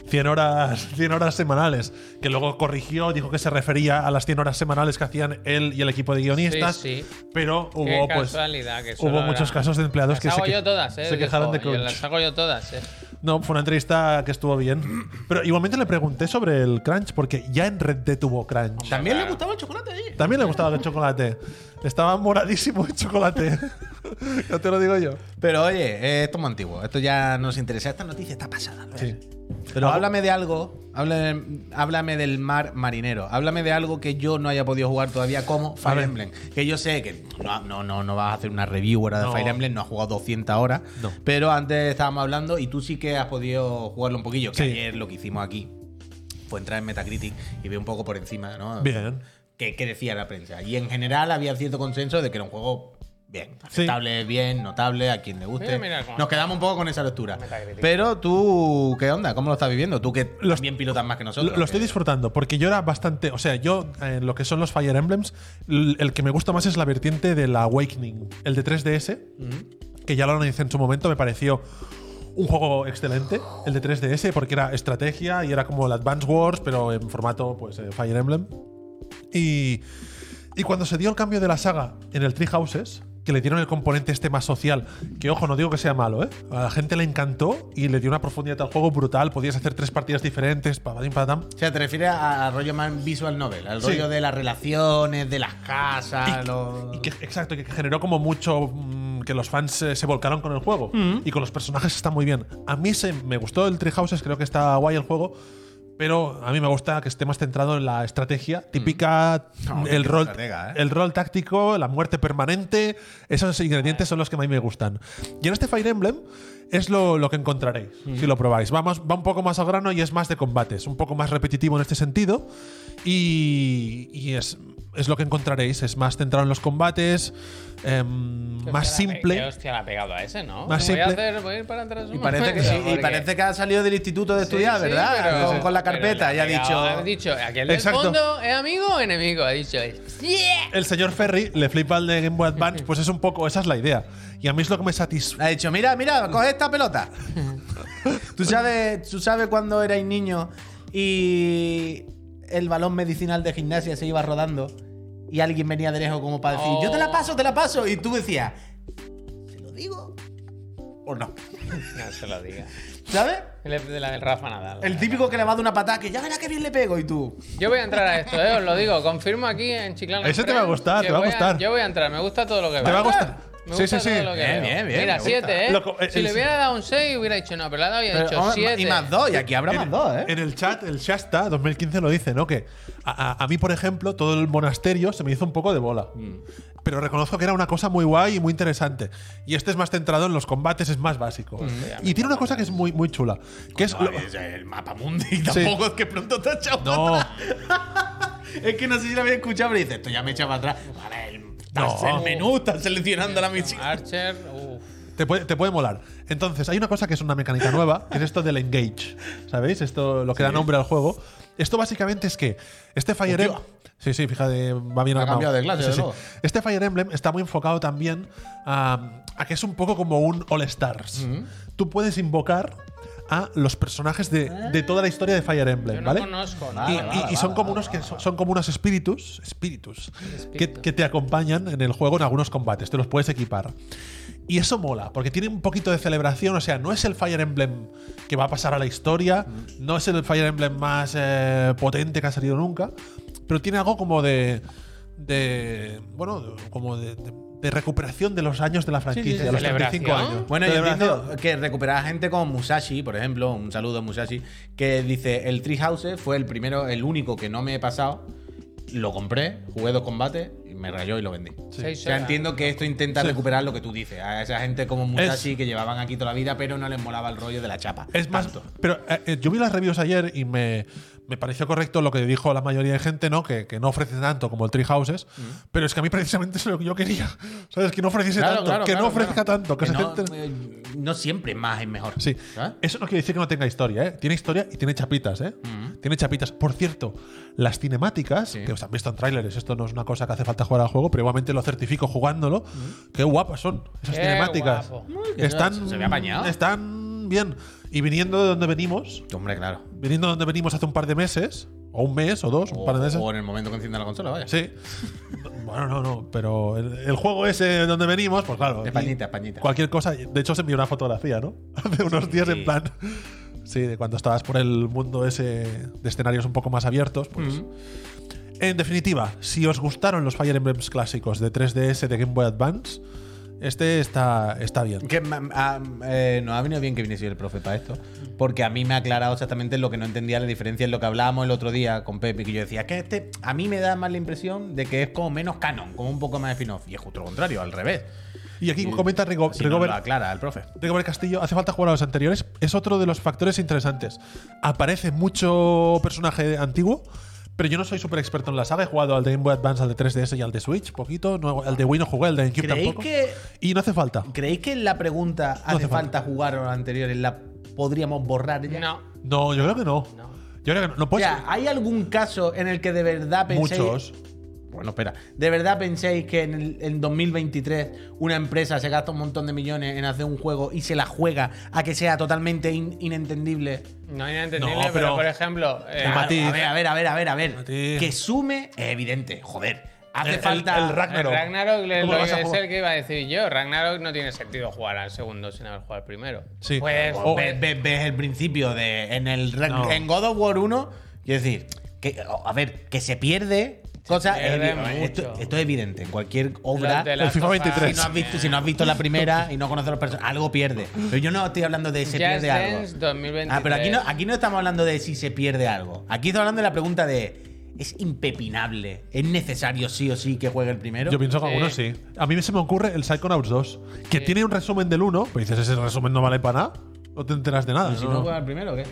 [SPEAKER 1] 100 horas, 100 horas semanales, que luego corrigió, dijo que se refería a las 100 horas semanales que hacían él y el equipo de guionistas,
[SPEAKER 3] Sí,
[SPEAKER 1] pero hubo
[SPEAKER 3] Qué
[SPEAKER 1] pues
[SPEAKER 3] casualidad que solo
[SPEAKER 1] hubo muchos
[SPEAKER 3] eran-
[SPEAKER 1] casos de empleados
[SPEAKER 3] Las
[SPEAKER 1] que se,
[SPEAKER 3] hago
[SPEAKER 1] que-
[SPEAKER 3] yo todas, ¿eh?
[SPEAKER 1] se quejaron de
[SPEAKER 3] Dijo, yo
[SPEAKER 1] crunch.
[SPEAKER 3] Las hago yo todas, ¿eh?
[SPEAKER 1] No, fue una entrevista que estuvo bien, pero igualmente le pregunté sobre el crunch porque ya en Red Dead tuvo crunch.
[SPEAKER 2] ¿también le
[SPEAKER 3] claro.
[SPEAKER 2] gustaba el chocolate? oye?".
[SPEAKER 1] También le gustaba el chocolate. Estaba moradísimo el chocolate. ya te lo digo yo.
[SPEAKER 2] Pero oye, eh, esto es muy antiguo, esto ya nos interesa, esta noticia está pasada. ¿no?
[SPEAKER 1] Sí.
[SPEAKER 2] Pero
[SPEAKER 1] Ah.
[SPEAKER 2] háblame de algo, háblame, háblame del mar marinero, háblame de algo que yo no haya podido jugar todavía como Fire
[SPEAKER 1] ver.
[SPEAKER 2] Emblem. Que yo sé que no, no, no, no vas a hacer una review ahora de
[SPEAKER 1] No.
[SPEAKER 2] Fire Emblem, no has jugado 200 horas,
[SPEAKER 1] No.
[SPEAKER 2] pero antes estábamos hablando y tú sí que has podido jugarlo un poquillo. Que
[SPEAKER 1] Sí.
[SPEAKER 2] ayer lo que hicimos aquí fue entrar en Metacritic y ver un poco por encima, ¿no?
[SPEAKER 1] Bien.
[SPEAKER 2] ¿Qué, qué decía la prensa? Y en general había cierto consenso de que era un juego bien. Aceptable, bien, notable, a quien le guste.
[SPEAKER 3] Mira, mira cómo
[SPEAKER 2] Nos quedamos un poco con esa lectura.
[SPEAKER 3] Metacritic.
[SPEAKER 2] Pero tú, ¿qué onda? ¿Cómo lo estás viviendo? Tú que
[SPEAKER 1] Lo-
[SPEAKER 2] también pilotas más que
[SPEAKER 1] Lo-
[SPEAKER 2] nosotros.
[SPEAKER 1] Lo estoy
[SPEAKER 2] que-
[SPEAKER 1] disfrutando, porque yo era bastante. O sea, yo, eh, lo que son los Fire Emblems, l- el que me gusta más es la vertiente del Awakening, el de 3DS, que ya lo analicé en su momento, me pareció un juego excelente, el de 3DS, porque era estrategia y era como el Advance Wars, pero en formato pues, eh, Fire Emblem. Y, y cuando se dio el cambio de la saga en el Three Houses, que le dieron el componente este más social, que ojo, no digo que sea malo, ¿eh? A la gente le encantó y le dio una profundidad al juego brutal, podías hacer tres partidas diferentes, papadín, patam.
[SPEAKER 2] O sea, te refieres a- al rollo más visual novel, al
[SPEAKER 1] Sí.
[SPEAKER 2] rollo de las relaciones, de las casas,
[SPEAKER 1] Y-
[SPEAKER 2] los.
[SPEAKER 1] Y que, exacto, y que generó como mucho mm, que los fans eh, se, volcaron con el juego. Y con los personajes está muy bien. A mí se, me gustó el Three Houses, creo que está guay el juego. Pero a mí me gusta que esté más centrado en la estrategia típica,
[SPEAKER 2] Mm. No,
[SPEAKER 1] el,
[SPEAKER 2] qué
[SPEAKER 1] rol,
[SPEAKER 2] estratega, ¿eh?
[SPEAKER 1] el rol táctico, la muerte permanente. Esos ingredientes son los que a mí me gustan. Y en este Fire Emblem es lo, lo que encontraréis si lo probáis. Va, más- va un poco más al grano y es más de combates, un poco más repetitivo en este sentido. Y, y es, es lo que encontraréis. Es más centrado en los combates, em, más
[SPEAKER 3] Hostia, la pe-
[SPEAKER 1] simple.
[SPEAKER 3] eh, qué hostia, la ha pegado a ese, ¿no?
[SPEAKER 1] Más
[SPEAKER 3] Voy a,
[SPEAKER 1] simple.
[SPEAKER 3] hacer, voy a ir para atrás un
[SPEAKER 2] Y parece, que
[SPEAKER 3] momento,
[SPEAKER 2] sí, y
[SPEAKER 3] porque-
[SPEAKER 2] parece que ha salido del instituto de
[SPEAKER 3] Sí,
[SPEAKER 2] estudiar,
[SPEAKER 3] sí,
[SPEAKER 2] ¿verdad?
[SPEAKER 3] pero-
[SPEAKER 2] con, con la
[SPEAKER 3] pero
[SPEAKER 2] carpeta,
[SPEAKER 3] le
[SPEAKER 2] ya ha
[SPEAKER 3] ha pegado, Ha
[SPEAKER 2] dicho.
[SPEAKER 3] dicho, aquel del
[SPEAKER 1] Exacto.
[SPEAKER 3] fondo es amigo o enemigo, ha dicho. "Yeah".
[SPEAKER 1] El señor Ferry le flipa el de Game Boy Advance, pues es un poco, esa es la idea. Y a mí es lo que me satisface.
[SPEAKER 2] Ha dicho, mira, mira, coge esta pelota. ¿Tú sabes, tú sabes cuando erais niño y el balón medicinal de gimnasia se iba rodando y alguien venía de lejos como para decir, yo te la paso, te la paso. Y tú decías, ¿se lo digo? ¿O no?
[SPEAKER 3] No se lo diga.
[SPEAKER 2] ¿Sabes?
[SPEAKER 3] El de la del Rafa Nadal.
[SPEAKER 2] El típico que le va de una patada que ya verás que bien le pego y tú.
[SPEAKER 3] Yo voy a entrar a esto, eh, os lo digo. Confirmo aquí en Chiclana.
[SPEAKER 1] Ese te va a gustar, te va a gustar.
[SPEAKER 3] yo voy a entrar, me gusta todo lo que veo.
[SPEAKER 1] Te va a gustar.
[SPEAKER 3] Me
[SPEAKER 1] Sí,
[SPEAKER 3] gusta
[SPEAKER 1] sí,
[SPEAKER 3] todo
[SPEAKER 1] sí.
[SPEAKER 3] lo que
[SPEAKER 2] Bien,
[SPEAKER 3] veo.
[SPEAKER 2] bien, bien,
[SPEAKER 3] Mira,
[SPEAKER 2] me
[SPEAKER 3] 7,
[SPEAKER 2] gusta.
[SPEAKER 3] ¿eh?
[SPEAKER 1] Loco, eh,
[SPEAKER 3] si
[SPEAKER 1] el-
[SPEAKER 3] le hubiera dado un 6, hubiera dicho no, pero le ha dado y ha
[SPEAKER 2] Pero,
[SPEAKER 3] dicho
[SPEAKER 2] hombre,
[SPEAKER 3] 7.
[SPEAKER 2] "Oh, y más dos, y aquí habrá más dos, ¿eh?
[SPEAKER 1] En el chat, el Shasta 2015 lo dice, ¿no? Que a, a- a mí, por ejemplo, todo el monasterio se me hizo un poco de bola. Pero reconozco que era una cosa muy guay y muy interesante. Y este es más centrado en los combates, es más básico. Y tiene una cosa que es muy, muy chula. Que es.
[SPEAKER 2] No,
[SPEAKER 1] lo-
[SPEAKER 2] es el mapa mundi tampoco es que pronto te ha echado
[SPEAKER 1] No.
[SPEAKER 2] para atrás. es que no sé si lo habéis escuchado, pero dice, esto ya me echa para atrás. Vale, el, estás
[SPEAKER 1] No.
[SPEAKER 2] el menú, estás seleccionando la misión.
[SPEAKER 3] Archer, uff.
[SPEAKER 1] Te puede, te puede molar. Entonces, hay una cosa que es una mecánica nueva, que es esto del engage. ¿Sabéis? Esto lo que da nombre al juego. Esto básicamente es que este Fire
[SPEAKER 2] Hostia.
[SPEAKER 1] Emblem. Sí, sí, fíjate, va bien
[SPEAKER 2] Ha
[SPEAKER 1] armado.
[SPEAKER 2] cambiado de clase,
[SPEAKER 1] Sí,
[SPEAKER 2] de
[SPEAKER 1] sí.
[SPEAKER 2] nuevo.
[SPEAKER 1] Este Fire Emblem está muy enfocado también a, a que es un poco como un All Stars. Tú puedes invocar a los personajes de, de toda la historia de Fire Emblem,
[SPEAKER 3] Yo no
[SPEAKER 1] ¿vale?
[SPEAKER 3] conozco
[SPEAKER 1] Y,
[SPEAKER 3] nada.
[SPEAKER 1] y- y son como unos que son, son como unos espíritus, espíritus, que,
[SPEAKER 3] Espíritu.
[SPEAKER 1] que te acompañan en el juego en algunos combates, te los puedes equipar. Y eso mola, porque tiene un poquito de celebración, o sea, no es el Fire Emblem que va a pasar a la historia,
[SPEAKER 3] Mm.
[SPEAKER 1] no es el Fire Emblem más eh, potente que ha salido nunca, pero tiene algo como de, de bueno, de- como de, de- de recuperación de los años de la franquicia,
[SPEAKER 3] sí,
[SPEAKER 1] de los 35
[SPEAKER 3] celebración.
[SPEAKER 1] años.
[SPEAKER 2] Bueno, yo
[SPEAKER 1] Celebración.
[SPEAKER 2] entiendo que recuperar gente como Musashi, por ejemplo, un saludo a Musashi, que dice, el Three Houses fue el primero, el único que no me he pasado, lo compré, jugué dos combates, y me rayó y lo vendí.
[SPEAKER 3] Seis
[SPEAKER 2] O sea,
[SPEAKER 3] horas.
[SPEAKER 2] entiendo que esto intenta recuperar lo que tú dices, a esa gente como Musashi que llevaban aquí toda la vida, pero no les molaba el rollo de la chapa.
[SPEAKER 1] Es más,
[SPEAKER 2] Tanto.
[SPEAKER 1] pero eh, eh, yo vi las reviews ayer y me, me pareció correcto lo que dijo la mayoría de gente, ¿no? Que, que no ofrece tanto como el Tree Houses,
[SPEAKER 2] Mm.
[SPEAKER 1] pero es que a mí precisamente es lo que yo quería. ¿Sabes? Que no ofreciese
[SPEAKER 2] Claro,
[SPEAKER 1] tanto,
[SPEAKER 2] claro,
[SPEAKER 1] que no
[SPEAKER 2] claro,
[SPEAKER 1] ofrezca
[SPEAKER 2] claro.
[SPEAKER 1] tanto, que,
[SPEAKER 2] Que
[SPEAKER 1] se
[SPEAKER 2] no, ¿Ah?
[SPEAKER 1] centre-
[SPEAKER 2] eh, no siempre más es mejor.
[SPEAKER 1] Sí.
[SPEAKER 2] ¿Sabes?
[SPEAKER 1] Eso no quiere decir que no tenga historia, ¿eh? Tiene historia y tiene chapitas, ¿eh?
[SPEAKER 2] Mm.
[SPEAKER 1] Tiene chapitas. Por cierto, las cinemáticas, que os han visto en trailers, esto no es una cosa que hace falta jugar al juego, pero igualmente lo certifico jugándolo. Qué guapas son esas
[SPEAKER 3] Qué
[SPEAKER 1] cinemáticas.
[SPEAKER 3] guapo.
[SPEAKER 2] que
[SPEAKER 1] Están,
[SPEAKER 2] Mm. se ve apañado.
[SPEAKER 1] están bien. Y viniendo de donde venimos,
[SPEAKER 2] Hombre, claro.
[SPEAKER 1] viniendo donde venimos hace un par de meses, o un mes, o dos, un
[SPEAKER 2] O,
[SPEAKER 1] par de meses.
[SPEAKER 2] o en el momento que encienda oh, la consola, vaya.
[SPEAKER 1] Sí. bueno, no, no, pero el, el juego ese donde venimos, pues claro.
[SPEAKER 2] De
[SPEAKER 1] aquí
[SPEAKER 2] pañita, pañita.
[SPEAKER 1] Cualquier cosa. De hecho, se envió una fotografía, ¿no? Hace unos días en plan. Sí, de cuando estabas por el mundo ese de escenarios un poco más abiertos, pues. En definitiva, si os gustaron los Fire Emblems clásicos de 3DS de Game Boy Advance, este está, está bien.
[SPEAKER 2] Que ma- a- eh, nos ha venido bien que viniese el profe para esto, porque a mí me ha aclarado exactamente lo que no entendía la diferencia en lo que hablábamos el otro día con Pepe, que yo decía que este a mí me da más la impresión de que es como menos canon, como un poco más de off y es justo lo contrario, al revés.
[SPEAKER 1] Y aquí comenta Rigo,
[SPEAKER 2] Si nos lo
[SPEAKER 1] Rigobert-
[SPEAKER 2] aclara el profe.
[SPEAKER 1] Rigoberto Castillo, hace falta jugar a los anteriores. Es otro de los factores interesantes. Aparece mucho personaje antiguo, Pero yo no soy súper experto en la saga. He jugado al de Game Boy Advance, al de 3DS y al de Switch, poquito. No, al de Wii no jugué, al de GameCube
[SPEAKER 2] ¿Creéis
[SPEAKER 1] tampoco.
[SPEAKER 2] que-
[SPEAKER 1] Y no hace falta.
[SPEAKER 2] ¿Creéis que en la pregunta hace,
[SPEAKER 1] hace falta.
[SPEAKER 2] falta, jugar a los anteriores? ¿La podríamos borrar ya?
[SPEAKER 3] No.
[SPEAKER 1] No, yo creo que no.
[SPEAKER 3] No.
[SPEAKER 1] Yo creo que no. No
[SPEAKER 2] O
[SPEAKER 1] puedes.
[SPEAKER 2] sea, ¿hay algún caso en el que de verdad penséis.
[SPEAKER 1] Pues- muchos.
[SPEAKER 2] Bueno, espera. ¿De verdad pensáis que en, el, en 2023 una empresa se gasta un montón de millones en hacer un juego y se la juega a que sea totalmente in- inentendible?
[SPEAKER 3] No hay nada entendible,
[SPEAKER 1] No,
[SPEAKER 3] pero,
[SPEAKER 1] pero-
[SPEAKER 3] por ejemplo. eh,
[SPEAKER 1] El
[SPEAKER 2] Claro,
[SPEAKER 1] matiz.
[SPEAKER 2] A ver, a ver, a ver, a ver, a ver.
[SPEAKER 1] Matiz.
[SPEAKER 2] Que sume es evidente, joder.
[SPEAKER 1] El-
[SPEAKER 2] Hace
[SPEAKER 1] el-
[SPEAKER 2] falta.
[SPEAKER 1] el Ragnar-
[SPEAKER 3] El Ragnarok le-
[SPEAKER 1] ¿Cómo
[SPEAKER 3] lo
[SPEAKER 1] vas a
[SPEAKER 3] iba a
[SPEAKER 1] jugar?
[SPEAKER 3] ser que iba a decir yo. Ragnarok no tiene sentido jugar al segundo sin haber jugado al primero.
[SPEAKER 1] Sí.
[SPEAKER 3] Pues,
[SPEAKER 1] O-
[SPEAKER 3] pues,
[SPEAKER 2] ves, ves- ves el principio de. En el Rag-
[SPEAKER 1] No.
[SPEAKER 2] en God of War 1, quiero decir, que, a ver, que se pierde. Cosa,
[SPEAKER 3] pierde
[SPEAKER 2] es evi- esto,
[SPEAKER 3] mucho.
[SPEAKER 2] esto es evidente. En cualquier obra.
[SPEAKER 3] los de Last
[SPEAKER 1] FIFA
[SPEAKER 3] of Us
[SPEAKER 1] 23.
[SPEAKER 2] Si no, has visto, si no has visto la primera y no conoces a los personajes, algo pierde. Pero yo no estoy hablando de se
[SPEAKER 3] Just
[SPEAKER 2] pierde algo.
[SPEAKER 3] Dance 2023.
[SPEAKER 2] Ah, pero aquí no, aquí no estamos hablando de si se pierde algo. Aquí estamos hablando de la pregunta de ¿es impepinable? ¿Es necesario sí o sí que juegue el primero?
[SPEAKER 1] Yo pienso que
[SPEAKER 3] Sí.
[SPEAKER 1] algunos sí. A mí se me ocurre el Psychonauts 2, que
[SPEAKER 3] Sí.
[SPEAKER 1] tiene un resumen del 1, pero dices, ese resumen no vale para nada. No te enteras de nada.
[SPEAKER 2] ¿Y si
[SPEAKER 1] ¿no?
[SPEAKER 2] no juega el primero o qué?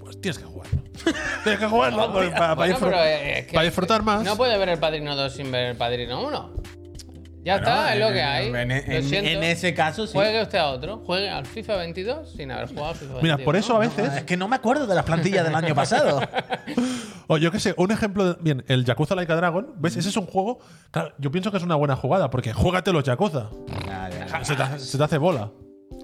[SPEAKER 1] Pues tienes que jugarlo. tienes que jugarlo pues, para, para
[SPEAKER 3] Bueno,
[SPEAKER 1] disfrutar-
[SPEAKER 3] pero eh, es que
[SPEAKER 1] para disfrutar más.
[SPEAKER 3] No puede ver el Padrino 2 sin ver el Padrino 1. Ya está, es lo que hay.
[SPEAKER 2] En, en-
[SPEAKER 3] Lo siento.
[SPEAKER 2] en ese caso sí.
[SPEAKER 3] Juegue usted a otro. Juegue al FIFA 22 sin haber jugado al FIFA 22.
[SPEAKER 1] Mira, por eso a veces.
[SPEAKER 2] Ah, Es que no me acuerdo de las plantillas del año pasado.
[SPEAKER 1] O yo qué sé, un ejemplo. de- bien, el Yakuza Like a Dragon, ¿ves? Ese es un juego. claro, yo pienso que es una buena jugada, porque juégate los Yakuza.
[SPEAKER 2] Ah, ya, ya.
[SPEAKER 1] Se te, se te hace bola.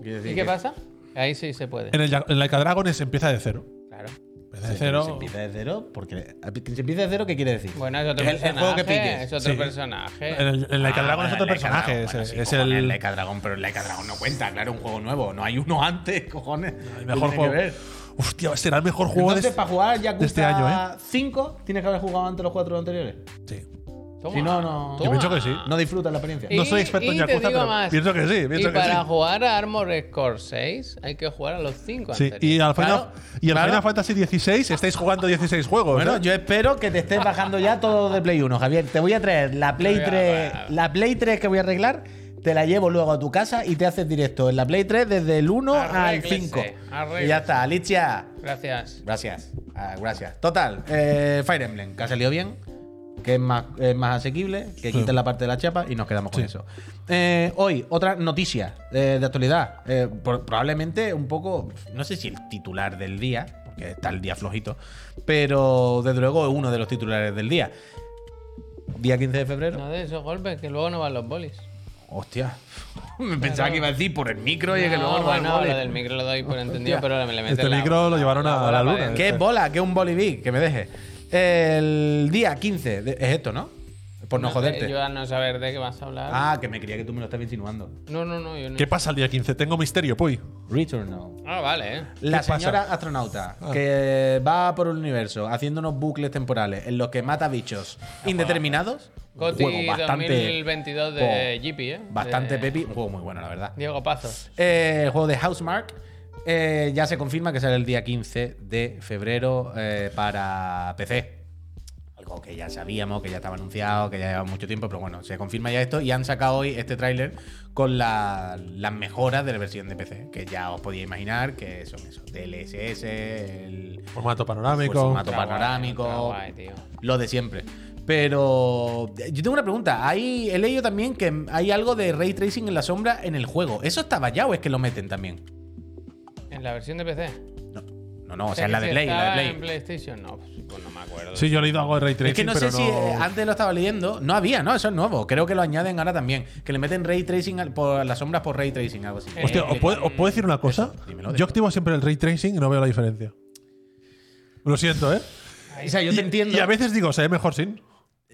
[SPEAKER 2] Quiero decir
[SPEAKER 3] ¿Y
[SPEAKER 2] que-
[SPEAKER 3] qué pasa? Ahí sí se puede.
[SPEAKER 1] En el Ya- en Like a Dragon es empieza de cero.
[SPEAKER 3] Claro.
[SPEAKER 1] Empieza de
[SPEAKER 2] Sí,
[SPEAKER 1] cero.
[SPEAKER 2] Se empieza de cero, porque. que ¿Se empieza de cero qué quiere decir?
[SPEAKER 3] Bueno, es otro
[SPEAKER 2] El- el
[SPEAKER 3] personaje.
[SPEAKER 2] juego que pilles.
[SPEAKER 3] Es otro
[SPEAKER 1] Sí.
[SPEAKER 3] personaje.
[SPEAKER 1] En el en Like a
[SPEAKER 2] Ah,
[SPEAKER 1] Dragon es
[SPEAKER 2] bueno,
[SPEAKER 1] otro
[SPEAKER 2] el Laika
[SPEAKER 1] personaje.
[SPEAKER 2] Dragon,
[SPEAKER 1] es
[SPEAKER 2] bueno, sí,
[SPEAKER 1] es
[SPEAKER 2] cojones,
[SPEAKER 1] el.
[SPEAKER 2] Laika Dragon, pero el Laika Dragon no cuenta, claro, un juego nuevo. No hay uno antes, cojones.
[SPEAKER 1] el mejor
[SPEAKER 2] Lo tiene que
[SPEAKER 1] juego.
[SPEAKER 2] ver.
[SPEAKER 1] Hostia, será el mejor juego
[SPEAKER 2] Entonces,
[SPEAKER 1] de.
[SPEAKER 2] para jugar Yakuza
[SPEAKER 1] este año,
[SPEAKER 2] 5, tienes que haber jugado antes los cuatro anteriores.
[SPEAKER 1] Sí.
[SPEAKER 3] Toma,
[SPEAKER 2] Si no, no- Yo
[SPEAKER 1] Yo
[SPEAKER 3] toma.
[SPEAKER 1] pienso que sí.
[SPEAKER 2] No disfrutas la experiencia.
[SPEAKER 1] No soy experto en
[SPEAKER 3] te
[SPEAKER 1] Yakuza,
[SPEAKER 3] digo
[SPEAKER 1] pero pienso que sí, pienso
[SPEAKER 3] y
[SPEAKER 1] que
[SPEAKER 3] para
[SPEAKER 1] sí.
[SPEAKER 3] jugar a Armored Core 6 hay que jugar a los 5
[SPEAKER 1] Sí, y al Final, y al
[SPEAKER 2] ¿eh? claro.
[SPEAKER 1] Final Fantasy XVI estáis jugando 16 juegos.
[SPEAKER 2] Bueno,
[SPEAKER 1] ¿eh?
[SPEAKER 2] yo espero que te estés bajando ya todo de Play 1, Javier. Te voy a traer la Play
[SPEAKER 3] Venga,
[SPEAKER 2] 3,
[SPEAKER 3] va, va.
[SPEAKER 2] la Play 3 que voy a arreglar, te la llevo luego a tu casa y te haces directo en la Play 3 desde el 1
[SPEAKER 3] Arréglese,
[SPEAKER 2] al 5. Y
[SPEAKER 3] arréglese.
[SPEAKER 2] ya está, Alicia.
[SPEAKER 3] Gracias.
[SPEAKER 2] Gracias. Ah, gracias. Total, eh, Fire Emblem, que ha salido bien, que es más, es más asequible, que quiten la parte de la chapa y nos quedamos con
[SPEAKER 1] Sí.
[SPEAKER 2] eso. Eh, hoy, otra noticia eh, de actualidad. Eh, por- probablemente un poco, no sé si el titular del día, porque está el día flojito, pero desde luego es uno de los titulares del día. Día 15 de febrero.
[SPEAKER 3] No de esos golpes que luego no van los bolis.
[SPEAKER 2] Hostia. Me pensaba que iba a decir por el micro y que
[SPEAKER 3] no,
[SPEAKER 2] luego no va el
[SPEAKER 3] bueno,
[SPEAKER 2] boli.
[SPEAKER 3] lo del micro lo doy por entendido, pero me le meten
[SPEAKER 1] Este
[SPEAKER 3] la-
[SPEAKER 1] micro lo llevaron a la
[SPEAKER 3] bola para
[SPEAKER 1] luna.
[SPEAKER 3] adentro.
[SPEAKER 2] ¿Qué bola? ¿Qué un bolivic? Que me deje. El día 15. de- es esto, ¿no? Por no,
[SPEAKER 3] sé,
[SPEAKER 2] joderte.
[SPEAKER 3] Yo a no saber de qué vas a hablar.
[SPEAKER 2] Ah, que me creía que tú me lo estabas insinuando.
[SPEAKER 3] No, no, no, yo no.
[SPEAKER 1] ¿Qué pasa el día 15? Tengo misterio, puy.
[SPEAKER 2] Return now.
[SPEAKER 3] Ah, vale, eh.
[SPEAKER 1] ¿Qué
[SPEAKER 2] La
[SPEAKER 1] pasa? Ah.
[SPEAKER 2] señora astronauta que va por el universo haciendo unos bucles temporales en los que mata bichos
[SPEAKER 3] Ah, pues,
[SPEAKER 2] indeterminados. Un
[SPEAKER 3] Goti
[SPEAKER 2] juego bastante.
[SPEAKER 3] 2022 de GP, eh.
[SPEAKER 2] Bastante
[SPEAKER 3] de
[SPEAKER 2] pepi. Un juego muy bueno, la verdad.
[SPEAKER 3] Diego Pazos.
[SPEAKER 2] Eh, el juego de Housemark. eh, ya se confirma que sale el día 15 de febrero eh, para PC. Algo que ya sabíamos, que ya estaba anunciado, que ya lleva mucho tiempo, pero bueno, se confirma ya esto y han sacado hoy este tráiler con la- las mejoras de la versión de PC, que ya os podíais imaginar que son esos DLSS, el
[SPEAKER 1] Formato
[SPEAKER 2] el
[SPEAKER 1] panorámico.
[SPEAKER 2] formato
[SPEAKER 3] Está guay, está
[SPEAKER 2] panorámico,
[SPEAKER 3] guay, tío.
[SPEAKER 2] lo de siempre. Pero eh, yo tengo una pregunta. Hay, he leído también que hay algo de ray tracing en la sombra en el juego. ¿Eso estaba ya o es que lo meten también?
[SPEAKER 3] En la versión de PC.
[SPEAKER 2] No, no, no, o sea, la de
[SPEAKER 3] que si
[SPEAKER 2] Play, la
[SPEAKER 3] estaba
[SPEAKER 2] de
[SPEAKER 3] en
[SPEAKER 2] Play.
[SPEAKER 3] PlayStation, no, pues, pues no me acuerdo.
[SPEAKER 1] Sí, yo he leído algo de Ray Tracing,
[SPEAKER 2] Es que no
[SPEAKER 1] pero
[SPEAKER 2] sé si eh,
[SPEAKER 1] no...
[SPEAKER 2] antes lo estaba leyendo. No había, ¿no? Eso es nuevo. Creo que lo añaden ahora también. Que le meten ray tracing al- por las sombras por ray tracing, algo así.
[SPEAKER 3] Eh,
[SPEAKER 1] Hostia, ¿os puedo, os puedo decir una cosa?
[SPEAKER 2] Eso, dímelo,
[SPEAKER 1] Yo
[SPEAKER 2] dímelo.
[SPEAKER 1] activo siempre el ray tracing y no veo la diferencia. Lo siento, ¿eh?
[SPEAKER 2] O sea, yo
[SPEAKER 1] Y-
[SPEAKER 2] te entiendo.
[SPEAKER 1] Y a veces digo, se ve mejor sin.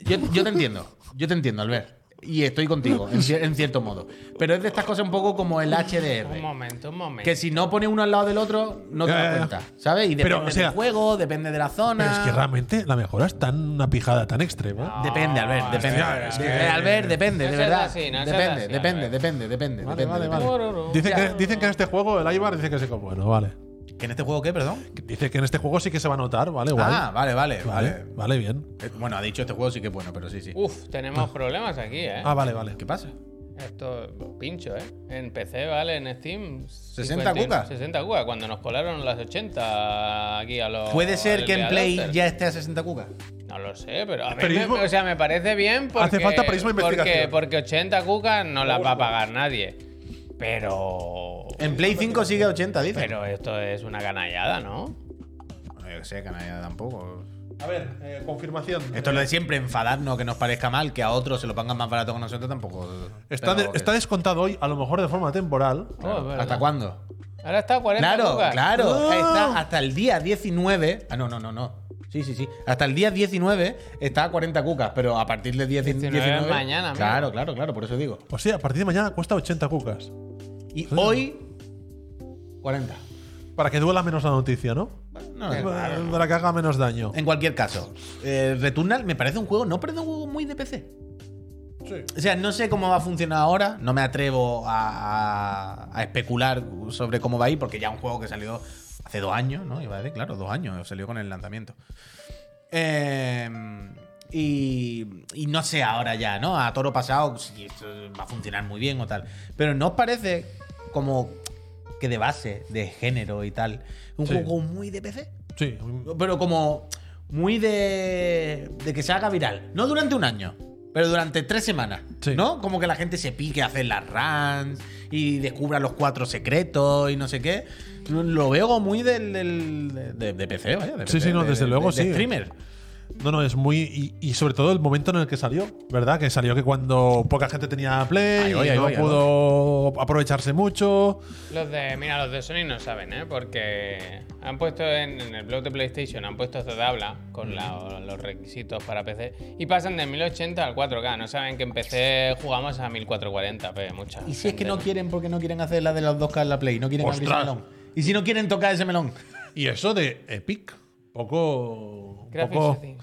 [SPEAKER 2] Yo, yo te entiendo, yo te entiendo, Albert. Y estoy contigo, en, cier- en cierto modo. Pero es de estas cosas un poco como el
[SPEAKER 3] Un
[SPEAKER 2] HDR.
[SPEAKER 3] momento, un momento.
[SPEAKER 2] Que si no pones uno al lado del otro, no te
[SPEAKER 1] Ya, ya,
[SPEAKER 2] das
[SPEAKER 1] ya.
[SPEAKER 2] cuenta, ¿sabes? Y depende
[SPEAKER 1] Pero, o sea,
[SPEAKER 2] del juego, depende de la zona.
[SPEAKER 1] Pero es que realmente la mejora es tan una pijada tan extrema.
[SPEAKER 2] Depende, Albert, depende.
[SPEAKER 1] ya, Ah, es que-
[SPEAKER 2] Eh, Albert, depende,
[SPEAKER 3] No
[SPEAKER 2] de
[SPEAKER 3] seas
[SPEAKER 2] verdad.
[SPEAKER 3] así, no seas
[SPEAKER 2] depende,
[SPEAKER 3] así,
[SPEAKER 2] depende,
[SPEAKER 3] Albert.
[SPEAKER 2] depende, depende, depende, depende.
[SPEAKER 1] Dicen que, dicen que en este juego el Ibar dice que sí que es bueno, vale.
[SPEAKER 2] ¿Que en este juego qué, perdón?
[SPEAKER 1] Dice que en este juego sí que se va a notar, vale, guay.
[SPEAKER 2] Ah, vale, vale, vale.
[SPEAKER 1] vale, vale, bien. Uh,
[SPEAKER 2] Eh, Bueno, ha dicho este juego sí que es bueno, pero sí, sí.
[SPEAKER 3] Uf, tenemos problemas aquí, ¿eh?
[SPEAKER 1] Ah, vale, vale.
[SPEAKER 2] ¿Qué pasa?
[SPEAKER 3] Esto, pincho, ¿eh? En PC, ¿vale? En Steam.
[SPEAKER 2] 60
[SPEAKER 3] 51,
[SPEAKER 2] cucas.
[SPEAKER 3] 60 cucas, cuando nos colaron las 80 aquí a los.
[SPEAKER 2] ¿Puede ser que en
[SPEAKER 3] al
[SPEAKER 2] Play
[SPEAKER 3] Outer.
[SPEAKER 2] ya esté a 60 cucas?
[SPEAKER 3] No lo sé, pero a mí
[SPEAKER 1] Periodismo-
[SPEAKER 3] me, o sea, me parece bien porque,
[SPEAKER 1] falta periodismo de
[SPEAKER 3] porque,
[SPEAKER 1] investigación.
[SPEAKER 3] porque 80 cucas no las va a pagar nadie. Pero.
[SPEAKER 2] En Play 5 sigue a 80, dice.
[SPEAKER 3] Pero esto es una canallada, ¿no?
[SPEAKER 2] Bueno, yo que sé, canalla tampoco.
[SPEAKER 1] A ver, eh, confirmación.
[SPEAKER 2] Esto es lo de siempre, enfadarnos, que nos parezca mal, que a otros se lo pongan más barato que nosotros tampoco.
[SPEAKER 1] Está, de-
[SPEAKER 2] tengo que-
[SPEAKER 1] está descontado hoy, a lo mejor de forma temporal.
[SPEAKER 3] Oh, es verdad.
[SPEAKER 2] ¿Hasta cuándo?
[SPEAKER 3] Ahora está a 40
[SPEAKER 2] Claro,
[SPEAKER 3] cucas. Uh.
[SPEAKER 2] claro.
[SPEAKER 1] No.
[SPEAKER 2] Está hasta el día 19. Ah, no, no, no, no. Sí, sí, sí. Hasta el día 19 está a 40 cucas, pero a partir de 10,
[SPEAKER 3] 19
[SPEAKER 2] 19,
[SPEAKER 3] mañana, amigo.
[SPEAKER 2] Claro, claro, claro, por eso digo.
[SPEAKER 1] O sea, a partir de mañana cuesta 80 cucas.
[SPEAKER 2] Y hoy, 40.
[SPEAKER 1] Para que duela menos la noticia, ¿no?
[SPEAKER 2] No,
[SPEAKER 1] Eh.
[SPEAKER 2] no, no.
[SPEAKER 1] Para para que haga menos daño.
[SPEAKER 2] En cualquier caso, eh, Returnal me parece un juego, no parece un juego muy de PC.
[SPEAKER 1] Sí.
[SPEAKER 2] O sea, no sé cómo va a funcionar ahora, no me atrevo a, a- a especular sobre cómo va a ir, porque ya un juego que salió hace dos años, ¿no? Iba a decir, claro, dos años, salió con el lanzamiento. Eh, y, y no sé ahora ya, ¿no? A toro pasado si esto va a funcionar muy bien o tal. Pero ¿no os parece como que de base, de género y tal, un
[SPEAKER 1] Sí.
[SPEAKER 2] juego muy de PC?
[SPEAKER 1] Sí.
[SPEAKER 2] pero como muy de, de que se haga viral. No durante un año, pero durante tres semanas.
[SPEAKER 1] Sí.
[SPEAKER 2] ¿No? Como que la gente se pique a hacer las runs y descubra los cuatro secretos y no sé qué. Lo veo como muy del, del- de, de PC, vaya. de
[SPEAKER 1] Sí, sí, no,
[SPEAKER 2] de-
[SPEAKER 1] desde
[SPEAKER 2] de-
[SPEAKER 1] luego,
[SPEAKER 2] de
[SPEAKER 1] sí.
[SPEAKER 2] streamer.
[SPEAKER 1] No, no, es muy. Y, y sobre todo el momento en el que salió, ¿verdad? Que salió que cuando poca gente tenía Play,
[SPEAKER 2] Ahí voy, ahí
[SPEAKER 1] no
[SPEAKER 2] voy, ahí
[SPEAKER 1] pudo aprovecharse mucho.
[SPEAKER 3] Los de, mira, los de Sony no saben, ¿eh? Porque han puesto en, en el blog de PlayStation, han puesto esta tabla con la- los requisitos para PC y pasan de 1080 al 4K. No saben que en PC jugamos a 1440p, mucha.
[SPEAKER 2] Y si es que
[SPEAKER 3] gente.
[SPEAKER 2] no quieren, porque no quieren hacer la de las 2K en la Play, no quieren abrir ese
[SPEAKER 1] ¡Ostras! Eh.
[SPEAKER 2] melón. Y si no quieren tocar ese melón.
[SPEAKER 1] Y eso de Epic. Poco.
[SPEAKER 3] Graphics,
[SPEAKER 1] poco
[SPEAKER 3] sí.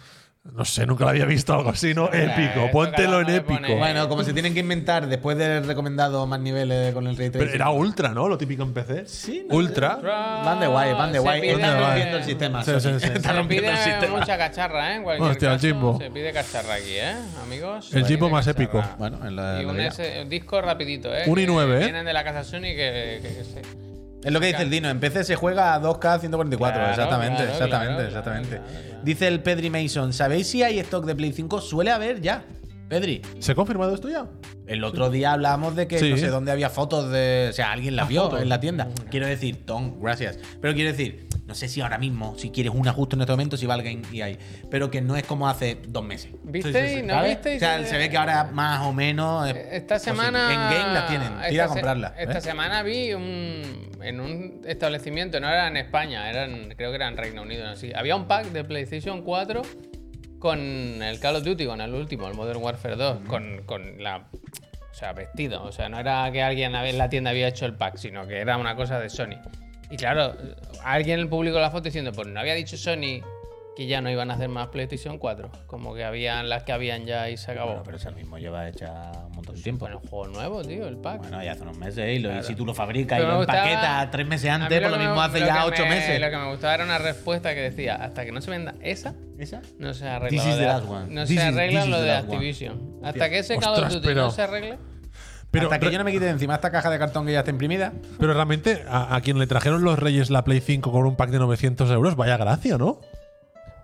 [SPEAKER 1] no sé, nunca lo había visto algo así, ¿no?
[SPEAKER 3] esto
[SPEAKER 1] Épico.
[SPEAKER 3] cada
[SPEAKER 1] Póntelo en
[SPEAKER 3] uno le
[SPEAKER 1] épico.
[SPEAKER 3] pone-
[SPEAKER 2] Bueno, como se tienen que inventar después de recomendado más niveles con el Ray
[SPEAKER 1] Pero
[SPEAKER 2] Tracing.
[SPEAKER 1] era ultra, ¿no? Lo típico en PC.
[SPEAKER 2] Sí, no-
[SPEAKER 1] Ultra.
[SPEAKER 2] Van de guay, van de
[SPEAKER 3] Se
[SPEAKER 2] guay.
[SPEAKER 3] pide-
[SPEAKER 2] Están rompiendo el sistema.
[SPEAKER 1] Sí,
[SPEAKER 2] Sony.
[SPEAKER 1] sí, sí.
[SPEAKER 2] Están
[SPEAKER 3] Se
[SPEAKER 2] rompiendo
[SPEAKER 3] pide
[SPEAKER 2] el sistema.
[SPEAKER 3] mucha cacharra, ¿eh? En cualquier
[SPEAKER 1] Hostia, el
[SPEAKER 3] caso,
[SPEAKER 1] Jimbo.
[SPEAKER 3] Se pide cacharra aquí, ¿eh? Amigos.
[SPEAKER 1] El
[SPEAKER 3] se
[SPEAKER 1] Jimbo
[SPEAKER 3] pide
[SPEAKER 1] más
[SPEAKER 3] cacharra.
[SPEAKER 1] épico.
[SPEAKER 2] Bueno, en la-
[SPEAKER 3] y
[SPEAKER 2] en la
[SPEAKER 3] un,
[SPEAKER 2] vida.
[SPEAKER 3] ese- un disco rapidito, ¿eh?
[SPEAKER 1] Un i
[SPEAKER 3] que
[SPEAKER 1] nueve, ¿eh?
[SPEAKER 3] Vienen de la casa Sony que... que- que se-
[SPEAKER 2] Es lo que dice el Dino, en PC se juega a 2K 144,
[SPEAKER 3] Claro,
[SPEAKER 2] exactamente,
[SPEAKER 3] claro,
[SPEAKER 2] exactamente,
[SPEAKER 3] claro,
[SPEAKER 2] exactamente.
[SPEAKER 3] claro, claro.
[SPEAKER 2] Dice el Pedri Mason, ¿sabéis si hay stock de Play 5? Suele haber ya. Pedri,
[SPEAKER 1] ¿Se ha confirmado esto ya?
[SPEAKER 2] el otro día hablábamos de que
[SPEAKER 1] Sí.
[SPEAKER 2] no sé dónde había fotos de, o sea, alguien las Mm. vio en la tienda. Quiero decir, Tom, gracias, pero quiero decir, no sé si ahora mismo, si quieres una justo en este momento, si va el Game y hay, pero que no es como hace dos meses.
[SPEAKER 3] ¿Visteis?
[SPEAKER 1] sí, sí.
[SPEAKER 3] ¿No
[SPEAKER 2] ¿sabes?
[SPEAKER 3] visteis?
[SPEAKER 2] o sea, se ve que ahora más o menos es
[SPEAKER 3] Eh, Esta
[SPEAKER 2] posible.
[SPEAKER 3] semana.
[SPEAKER 2] en Game las tienen, ir
[SPEAKER 3] esta
[SPEAKER 2] a
[SPEAKER 3] se-
[SPEAKER 2] comprarlas.
[SPEAKER 3] Esta
[SPEAKER 2] ¿eh?
[SPEAKER 3] semana vi un, en un establecimiento, no era en España, eran, creo que era en Reino Unido, no sé. Había un pack de PlayStation 4 con el Call of Duty, con el último, el Modern Warfare 2, con, con la. O sea, vestido. O sea, no era que alguien en la tienda había hecho el pack, sino que era una cosa de Sony. Y claro, alguien publicó la foto diciendo, pues no había dicho Sony que ya no iban a hacer más PlayStation 4. Como que habían las que habían ya y se acabó.
[SPEAKER 2] Bueno, pero es el mismo, lleva hecha un montón de tiempo.
[SPEAKER 3] Bueno,
[SPEAKER 2] Bueno,
[SPEAKER 3] un juego nuevo, tío, Pues el pack.
[SPEAKER 2] ya hace unos meses y, lo- y si tú lo fabricas
[SPEAKER 3] Pero
[SPEAKER 2] y
[SPEAKER 3] me
[SPEAKER 2] lo
[SPEAKER 3] gustaba-
[SPEAKER 2] empaquetas tres meses
[SPEAKER 3] A mí
[SPEAKER 2] antes, pues lo
[SPEAKER 3] que
[SPEAKER 2] mismo
[SPEAKER 3] me-
[SPEAKER 2] hace
[SPEAKER 3] lo
[SPEAKER 2] ya
[SPEAKER 3] que
[SPEAKER 2] ocho
[SPEAKER 3] me-
[SPEAKER 2] meses.
[SPEAKER 3] Lo que me gustaba era una respuesta que decía, hasta que no se venda esa,
[SPEAKER 2] ¿Esa?
[SPEAKER 3] no se arregla.
[SPEAKER 2] This
[SPEAKER 3] lo
[SPEAKER 2] is
[SPEAKER 3] de-
[SPEAKER 2] the last one.
[SPEAKER 3] No
[SPEAKER 2] This
[SPEAKER 3] se
[SPEAKER 2] is-
[SPEAKER 3] arregla
[SPEAKER 2] this is
[SPEAKER 3] lo
[SPEAKER 2] the
[SPEAKER 3] de
[SPEAKER 2] last one.
[SPEAKER 3] Activision. Hasta que ese Call of
[SPEAKER 1] Ostras,
[SPEAKER 3] Duty no
[SPEAKER 1] pero-
[SPEAKER 3] se arregle.
[SPEAKER 1] Pero,
[SPEAKER 2] Hasta que yo no me quite de encima esta caja de cartón que ya está imprimida.
[SPEAKER 1] pero realmente, a, a quien le trajeron los Reyes la Play 5 con un pack de 900 euros, vaya gracia, ¿no?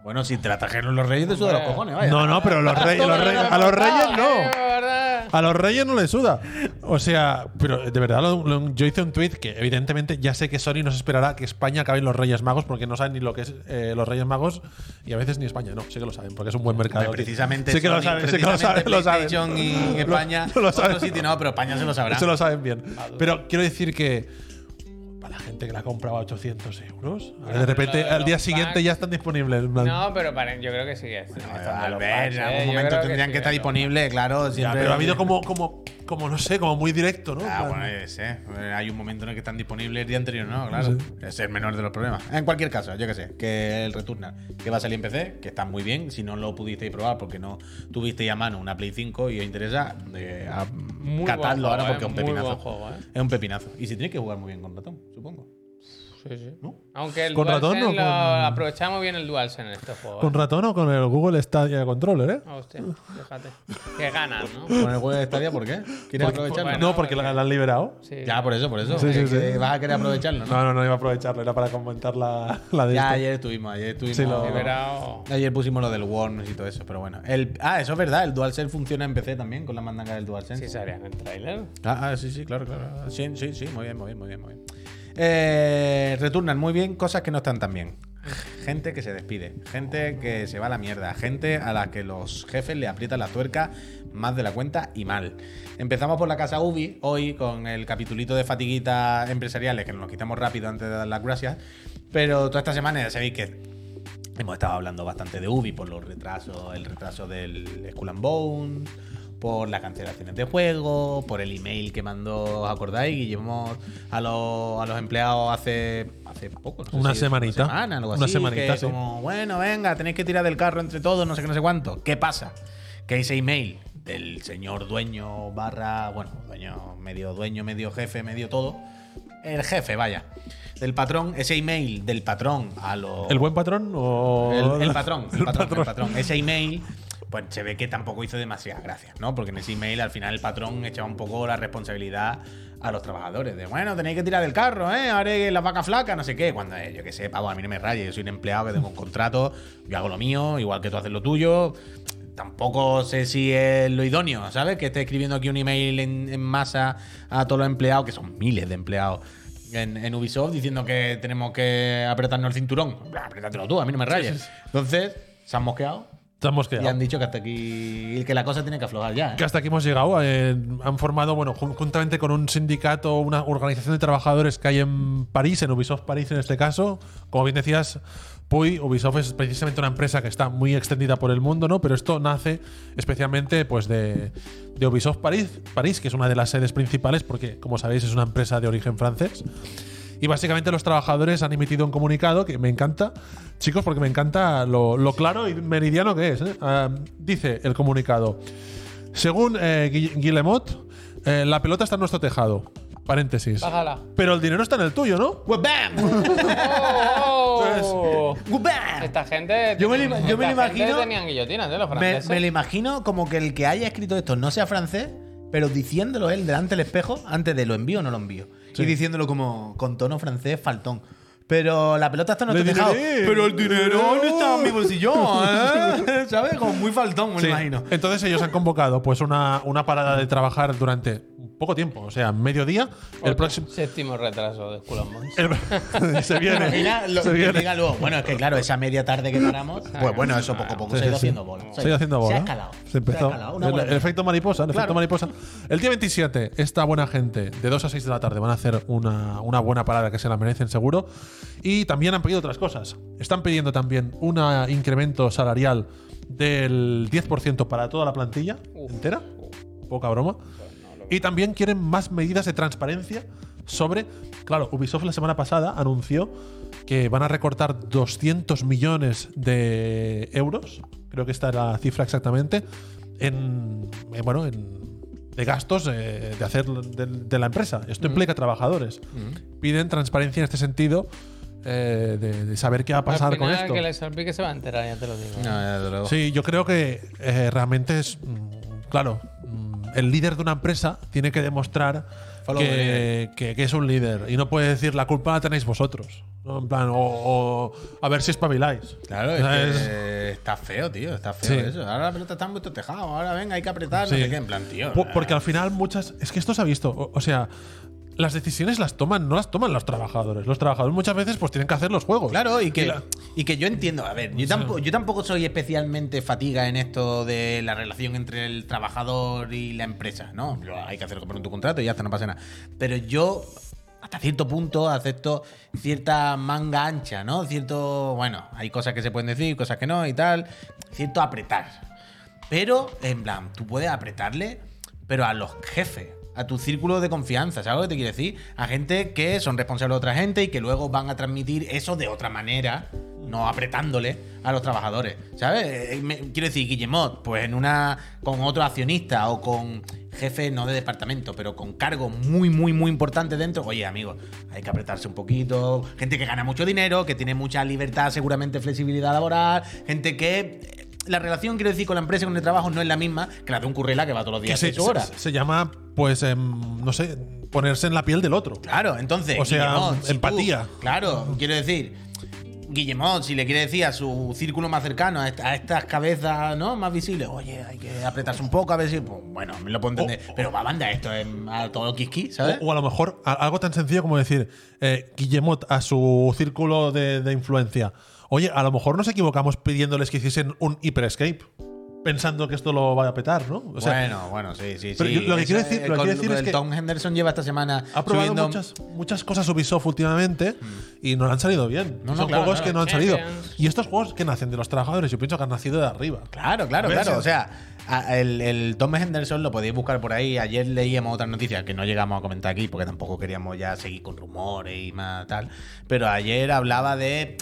[SPEAKER 2] Bueno, si te la trajeron los reyes, te suda los
[SPEAKER 3] Hombre.
[SPEAKER 2] cojones, vaya.
[SPEAKER 1] No, no, pero los rey- los rey- a los Reyes no. A los reyes no les suda. O sea, pero de verdad, lo- lo- yo hice un tweet que evidentemente ya sé que Sony nos esperará que España acabe en los Reyes Magos porque no saben ni lo que es eh, los Reyes Magos y a veces ni España. No, sé que lo saben porque es un buen mercado.
[SPEAKER 2] Hombre,
[SPEAKER 1] tío.
[SPEAKER 2] precisamente
[SPEAKER 1] Sí que lo
[SPEAKER 2] Sony,
[SPEAKER 1] saben, sí que lo saben,
[SPEAKER 2] precisamente
[SPEAKER 1] lo saben.
[SPEAKER 2] PlayStation y España,
[SPEAKER 1] lo
[SPEAKER 2] otro
[SPEAKER 1] saben.
[SPEAKER 2] sitio no, pero España se lo sabrá.
[SPEAKER 1] Se lo saben bien. Pero quiero decir que para la gente que la compraba 800 euros, de repente
[SPEAKER 3] pero lo de
[SPEAKER 1] al día
[SPEAKER 3] los
[SPEAKER 1] siguiente
[SPEAKER 3] packs-
[SPEAKER 1] ya están disponibles. en plan,
[SPEAKER 3] No, pero para, yo creo que sí. es-
[SPEAKER 2] No,
[SPEAKER 3] están de
[SPEAKER 2] al
[SPEAKER 3] los
[SPEAKER 2] ver,
[SPEAKER 3] packs,
[SPEAKER 2] en
[SPEAKER 3] ¿eh?
[SPEAKER 2] algún
[SPEAKER 3] Yo
[SPEAKER 2] momento
[SPEAKER 3] creo que
[SPEAKER 2] tendrían
[SPEAKER 3] sí,
[SPEAKER 2] que estar
[SPEAKER 3] ¿no?
[SPEAKER 2] disponibles, claro.
[SPEAKER 1] ya,
[SPEAKER 2] siempre-
[SPEAKER 1] pero ha habido como, como, como no sé, como muy directo, ¿no? En
[SPEAKER 2] Ah,
[SPEAKER 1] plan,
[SPEAKER 2] bueno, yo qué sé. Hay un momento en el que están disponibles el día anterior, ¿no? Claro. Es el menor de los problemas. En cualquier caso, yo qué sé, que el Returnal, que va a salir en PC, que está muy bien. Si no lo pudisteis probar porque no tuvisteis a mano una Play 5 y os interesa, eh, a-
[SPEAKER 3] buen
[SPEAKER 2] catadlo ahora porque
[SPEAKER 3] juego, ¿eh?
[SPEAKER 2] es un
[SPEAKER 3] Muy
[SPEAKER 2] pepinazo.
[SPEAKER 3] buen juego, ¿eh?
[SPEAKER 2] Es un pepinazo. Y si tenéis que jugar muy bien con ratón, supongo.
[SPEAKER 3] Sí, Sí, sí.
[SPEAKER 1] ¿No?
[SPEAKER 3] Aunque el
[SPEAKER 1] ¿Con ratón
[SPEAKER 3] DualSense
[SPEAKER 1] o
[SPEAKER 3] lo
[SPEAKER 1] con-
[SPEAKER 3] aprovechamos bien el DualSense en estos juegos.
[SPEAKER 1] ¿Con ratón o con el Google Stadia Controller, eh?
[SPEAKER 3] Ah, hostia, fíjate. Que ganas, ¿no?
[SPEAKER 2] ¿Con el juego de Stadia por qué? ¿Quieres aprovecharlo?
[SPEAKER 3] bueno,
[SPEAKER 1] no, porque la, la han liberado.
[SPEAKER 3] Sí.
[SPEAKER 2] Ya, por eso, por eso.
[SPEAKER 1] Sí, sí,
[SPEAKER 2] Es que
[SPEAKER 1] sí.
[SPEAKER 2] Vas a querer aprovecharlo, ¿no?
[SPEAKER 1] No, no, no iba a aprovecharlo, era para comentar la, la de
[SPEAKER 2] Ya
[SPEAKER 1] esto.
[SPEAKER 2] ayer estuvimos, ayer estuvimos.
[SPEAKER 1] Sí, lo-
[SPEAKER 3] Liberado.
[SPEAKER 2] Ayer pusimos lo del Worms y todo eso, pero bueno. El, ah, eso es verdad, el DualSense funciona en PC también con la mandanga del DualSense.
[SPEAKER 3] Sí, salía en el tráiler.
[SPEAKER 2] Ah, ah, sí, sí, claro, claro. Ah, Sí, sí, sí, muy bien, muy bien, muy bien. Muy bien. Eh, returnan muy bien cosas que no están tan bien. Gente que se despide, gente que se va a la mierda, gente a la que los jefes le aprietan la tuerca más de la cuenta y mal. Empezamos por la casa Ubi hoy con el capitulito de fatiguitas empresariales que nos quitamos rápido antes de dar las gracias. Pero toda esta semana ya sabéis que Hemos estado hablando bastante de Ubi por los retrasos, el retraso del Skull and Bones, por las cancelaciones de juego, por el email que mandó, ¿os acordáis? Guillermo a los, a los empleados hace, hace poco, no sé
[SPEAKER 1] Una
[SPEAKER 2] si
[SPEAKER 1] semanita.
[SPEAKER 2] Una, semana, algo
[SPEAKER 1] Una
[SPEAKER 2] así,
[SPEAKER 1] semanita,
[SPEAKER 2] que
[SPEAKER 1] sí.
[SPEAKER 2] como, bueno, venga, tenéis que tirar del carro entre todos, no sé qué, no sé cuánto. ¿Qué pasa? Que ese email del señor dueño barra, bueno, dueño, medio dueño, medio jefe, medio todo, el jefe, vaya, del patrón, ese email del patrón a los...
[SPEAKER 1] ¿El buen patrón o.?
[SPEAKER 2] El, el patrón, el patrón, el patrón. Ese email, pues se ve que tampoco hizo demasiadas gracias, ¿no? Porque en ese email al final el patrón echaba un poco la responsabilidad a los trabajadores. De bueno, tenéis que tirar del carro, ¿eh? Ahora que las vacas flacas, no sé qué. Cuando, eh, yo qué sé, pavo, a mí no me raya. Yo soy un empleado que tengo un contrato, yo hago lo mío, igual que tú haces lo tuyo. Tampoco sé si es lo idóneo, ¿sabes? Que esté escribiendo aquí un email en, en masa a todos los empleados, que son miles de empleados en, en Ubisoft diciendo que tenemos que apretarnos el cinturón. Bla, Apretatelo tú, a mí no me rayes. Entonces, se han mosqueado
[SPEAKER 1] Estamos
[SPEAKER 2] y han dicho que hasta aquí. que la cosa tiene que aflojar ya. ¿eh?
[SPEAKER 1] que hasta aquí hemos llegado. eh, han formado, bueno, jun- juntamente con un sindicato, una organización de trabajadores que hay en París, en Ubisoft París en este caso. Como bien decías, Puy, Ubisoft es precisamente una empresa que está muy extendida por el mundo, ¿no? Pero esto nace especialmente pues, de, de Ubisoft París, París, que es una de las sedes principales, porque como sabéis es una empresa de origen francés. Y básicamente los trabajadores han emitido un comunicado que me encanta, chicos, porque me encanta lo, lo claro y meridiano que es. ¿eh? Ah, dice el comunicado. Según eh, Gui- Guillemot, eh, la pelota está en nuestro tejado. Paréntesis.
[SPEAKER 3] Bájala.
[SPEAKER 1] Pero el dinero está en el tuyo, ¿no?
[SPEAKER 2] ¡Pues bam!
[SPEAKER 3] ¡Oh!
[SPEAKER 2] ¡Pues bam!
[SPEAKER 3] Esta gente.
[SPEAKER 2] Yo me lo
[SPEAKER 3] tenía-
[SPEAKER 2] ima- yo me lo
[SPEAKER 3] esta gente
[SPEAKER 2] imagino-
[SPEAKER 3] Tenían guillotinas de los
[SPEAKER 2] Me,
[SPEAKER 3] franceses.
[SPEAKER 2] me lo imagino como que el que haya escrito esto no sea francés, pero diciéndolo él delante del espejo antes de lo envío o no lo envío. Y diciéndolo como con tono francés faltón. Pero la pelota está en nuestro
[SPEAKER 1] Le
[SPEAKER 2] tejado.
[SPEAKER 1] diré.
[SPEAKER 2] Pero el dinero no está en mi bolsillo, ¿eh? ¿sabes? Como muy faltón, me
[SPEAKER 1] Sí.
[SPEAKER 2] lo imagino.
[SPEAKER 1] Entonces ellos han convocado pues una, una parada de trabajar durante poco tiempo, o sea, mediodía. El
[SPEAKER 3] Otro
[SPEAKER 1] próximo.
[SPEAKER 3] Séptimo retraso de Skull and Bones.
[SPEAKER 1] el- se viene.
[SPEAKER 2] Imagina lo
[SPEAKER 1] se
[SPEAKER 2] que
[SPEAKER 1] viene.
[SPEAKER 2] diga luego. Bueno, es que claro, esa media tarde que paramos. Pues bueno, eso poco a poco
[SPEAKER 1] Sí,
[SPEAKER 2] se ha ido
[SPEAKER 1] sí, sí.
[SPEAKER 2] haciendo bola.
[SPEAKER 1] Se ha ido haciendo bola.
[SPEAKER 2] Se ha escalado.
[SPEAKER 1] Se empezó.
[SPEAKER 2] Se ha escalado. Una
[SPEAKER 1] el,
[SPEAKER 2] bola
[SPEAKER 1] el
[SPEAKER 2] de-
[SPEAKER 1] efecto mariposa, el efecto
[SPEAKER 2] Claro.
[SPEAKER 1] mariposa. El día 27, esta buena gente, de 2 a 6 de la tarde, van a hacer una, una buena parada que se la merecen seguro. Y también han pedido otras cosas. Están pidiendo también un incremento salarial del 10% para toda la plantilla
[SPEAKER 3] Uf.
[SPEAKER 1] entera. Poca broma. Y también quieren más medidas de transparencia sobre. Claro, Ubisoft la semana pasada anunció que van a recortar 200 millones de euros, creo que esta es la cifra exactamente, en. en, bueno, en. de gastos eh, de hacer de, de la empresa. Esto implica trabajadores. Piden transparencia en este sentido eh, de, de saber qué va a pasar
[SPEAKER 3] Al final,
[SPEAKER 1] con esto.
[SPEAKER 3] que le salpique se va a enterar, ya te lo digo.
[SPEAKER 2] No, ya, desde luego.
[SPEAKER 1] Sí, yo creo que eh, realmente es. mm, Claro, mm, el líder de una empresa tiene que demostrar
[SPEAKER 2] Follow the
[SPEAKER 1] que, que- que es un líder y no puede decir la culpa la tenéis vosotros. ¿no? En plan, o, o a ver si espabiláis.
[SPEAKER 2] Claro, es
[SPEAKER 1] ¿Sabes?
[SPEAKER 2] que está feo, tío. Está feo
[SPEAKER 1] Sí.
[SPEAKER 2] eso. Ahora la pelota está en vuestro tejado. Ahora venga, hay que apretar.
[SPEAKER 1] Sí.
[SPEAKER 2] No sé qué, en plan, tío.
[SPEAKER 1] Po- Porque al final muchas. Es que esto se ha visto. O, o sea, las decisiones las toman, no las toman los trabajadores. Los trabajadores muchas veces pues tienen que hacer los juegos.
[SPEAKER 2] Claro, y que,
[SPEAKER 1] la-
[SPEAKER 2] y que yo entiendo. A ver, yo tampoco, yo tampoco soy especialmente fatiga en esto de la relación entre el trabajador y la empresa, ¿no? Yo- "Ah, Hay que hacer con tu contrato y ya hasta no pasa nada. Pero yo, hasta cierto punto, acepto cierta manga ancha, ¿no? Cierto, bueno, hay cosas que se pueden decir, cosas que no y tal. Cierto apretar. Pero, en plan, tú puedes apretarle, pero a los jefes, a tu círculo de confianza, ¿sabes lo que te quiero decir? A gente que son responsables de otra gente y que luego van a transmitir eso de otra manera no apretándole a los trabajadores. ¿Sabes? Eh, me- quiero decir, Guillemot, pues en una. con otro accionista o con jefe, no de departamento, pero con cargos muy, muy, muy importantes dentro. Oye, amigos, hay que apretarse un poquito. Gente que gana mucho dinero, que tiene mucha libertad, seguramente flexibilidad laboral, gente que. eh, La relación, quiero decir, con la empresa y con el trabajo no es la misma que la de un currela que va todos los
[SPEAKER 1] Que
[SPEAKER 2] días
[SPEAKER 1] se,
[SPEAKER 2] 8 horas.
[SPEAKER 1] se- se llama, pues, em, no sé, ponerse en la piel del otro.
[SPEAKER 2] Claro, entonces.
[SPEAKER 1] O sea,
[SPEAKER 2] Guillemot, si
[SPEAKER 1] empatía.
[SPEAKER 2] tú- claro, quiero decir. Guillemot, si le quiere decir a su círculo más cercano, a, est- a estas cabezas ¿no? más visibles, oye, hay que apretarse un poco a ver si. Pues, bueno, me lo puedo entender.
[SPEAKER 1] O- o-
[SPEAKER 2] pero va a mandar esto en- a todo Kiski, ¿sabes?
[SPEAKER 1] O, o a lo mejor a- algo tan sencillo como decir, eh, Guillemot a su círculo de, de influencia, oye, a lo mejor nos equivocamos pidiéndoles que hiciesen un Hyper Escape, pensando que esto lo va a petar, ¿no? O sea,
[SPEAKER 2] bueno, bueno, sí, sí,
[SPEAKER 1] pero
[SPEAKER 2] sí.
[SPEAKER 1] yo- lo que
[SPEAKER 2] Eso
[SPEAKER 1] quiero
[SPEAKER 2] es-
[SPEAKER 1] decir- lo que
[SPEAKER 2] con-
[SPEAKER 1] quiero decir
[SPEAKER 2] con
[SPEAKER 1] es
[SPEAKER 2] el
[SPEAKER 1] que-
[SPEAKER 2] Tom Henderson lleva esta semana
[SPEAKER 1] ha probado
[SPEAKER 2] subiendo- Mm.
[SPEAKER 1] muchas, muchas cosas Ubisoft últimamente y no le han salido bien.
[SPEAKER 2] No, no,
[SPEAKER 1] Son
[SPEAKER 2] claro,
[SPEAKER 1] juegos
[SPEAKER 2] claro.
[SPEAKER 1] que no han salido.
[SPEAKER 3] Champions.
[SPEAKER 1] Y estos juegos que nacen de los trabajadores, yo pienso que han nacido de arriba.
[SPEAKER 2] Claro, claro,
[SPEAKER 1] A ver
[SPEAKER 2] claro.
[SPEAKER 1] si-
[SPEAKER 2] O sea, a- el, el Tom Henderson lo podéis buscar por ahí. Ayer leíamos otras noticias que no llegamos a comentar aquí porque tampoco queríamos ya seguir con rumores y más tal. Pero ayer hablaba de.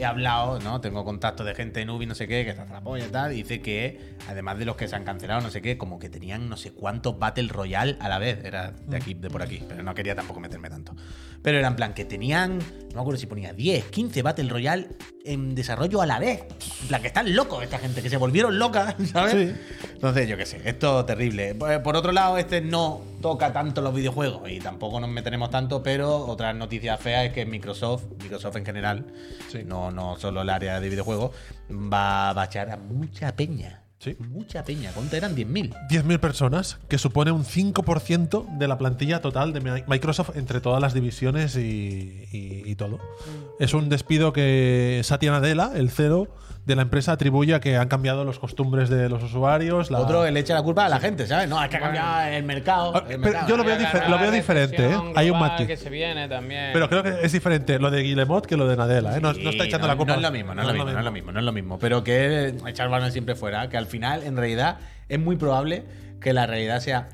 [SPEAKER 2] He hablado, ¿no? Tengo contacto de gente en Ubi, no sé qué, que está hasta la polla y tal. y Dice que, además de los que se han cancelado, no sé qué, como que tenían no sé cuántos Battle Royale a la vez. Era de aquí, de por aquí. Pero no quería tampoco meterme tanto. Pero era en plan que tenían, no me acuerdo si ponía 10, 15 Battle Royale en desarrollo a la vez. En plan que están locos esta gente, que se volvieron locas, ¿sabes?
[SPEAKER 1] Sí.
[SPEAKER 2] Entonces, yo qué sé, esto es terrible. Por por otro lado, este no toca tanto los videojuegos y tampoco nos meteremos tanto, pero otra noticia fea es que Microsoft, Microsoft en general,
[SPEAKER 1] Sí.
[SPEAKER 2] no, no solo el área de videojuegos, va a bachar a mucha peña.
[SPEAKER 1] Sí.
[SPEAKER 2] Mucha peña. ¿Cuánto eran? 10.000.
[SPEAKER 1] 10.000 personas, que supone un 5% de la plantilla total de Mi- Microsoft entre todas las divisiones y, y- y todo. Es un despido que Satya Nadella, el CEO de la empresa, atribuye a que han cambiado las costumbres de los usuarios. la-
[SPEAKER 2] Otro le echa la culpa a la gente, ¿sabes? No, es que ha cambiado el mercado.
[SPEAKER 1] Ah,
[SPEAKER 2] el
[SPEAKER 1] pero
[SPEAKER 2] mercado.
[SPEAKER 1] yo lo veo
[SPEAKER 3] Hay que
[SPEAKER 1] difer-
[SPEAKER 3] agarrar
[SPEAKER 1] lo veo
[SPEAKER 3] la
[SPEAKER 1] diferente, ¿eh?
[SPEAKER 3] recesión
[SPEAKER 1] Hay un
[SPEAKER 3] global
[SPEAKER 1] matiz.
[SPEAKER 3] que se viene también.
[SPEAKER 1] Pero creo que es diferente lo de Guillemot que lo de Nadella. ¿eh? No, no está
[SPEAKER 2] Sí,
[SPEAKER 1] echando la culpa.
[SPEAKER 2] No es lo mismo, no es lo mismo, no es lo mismo, no es lo mismo. Pero que echar balones siempre fuera, que al final, en realidad, es muy probable que la realidad sea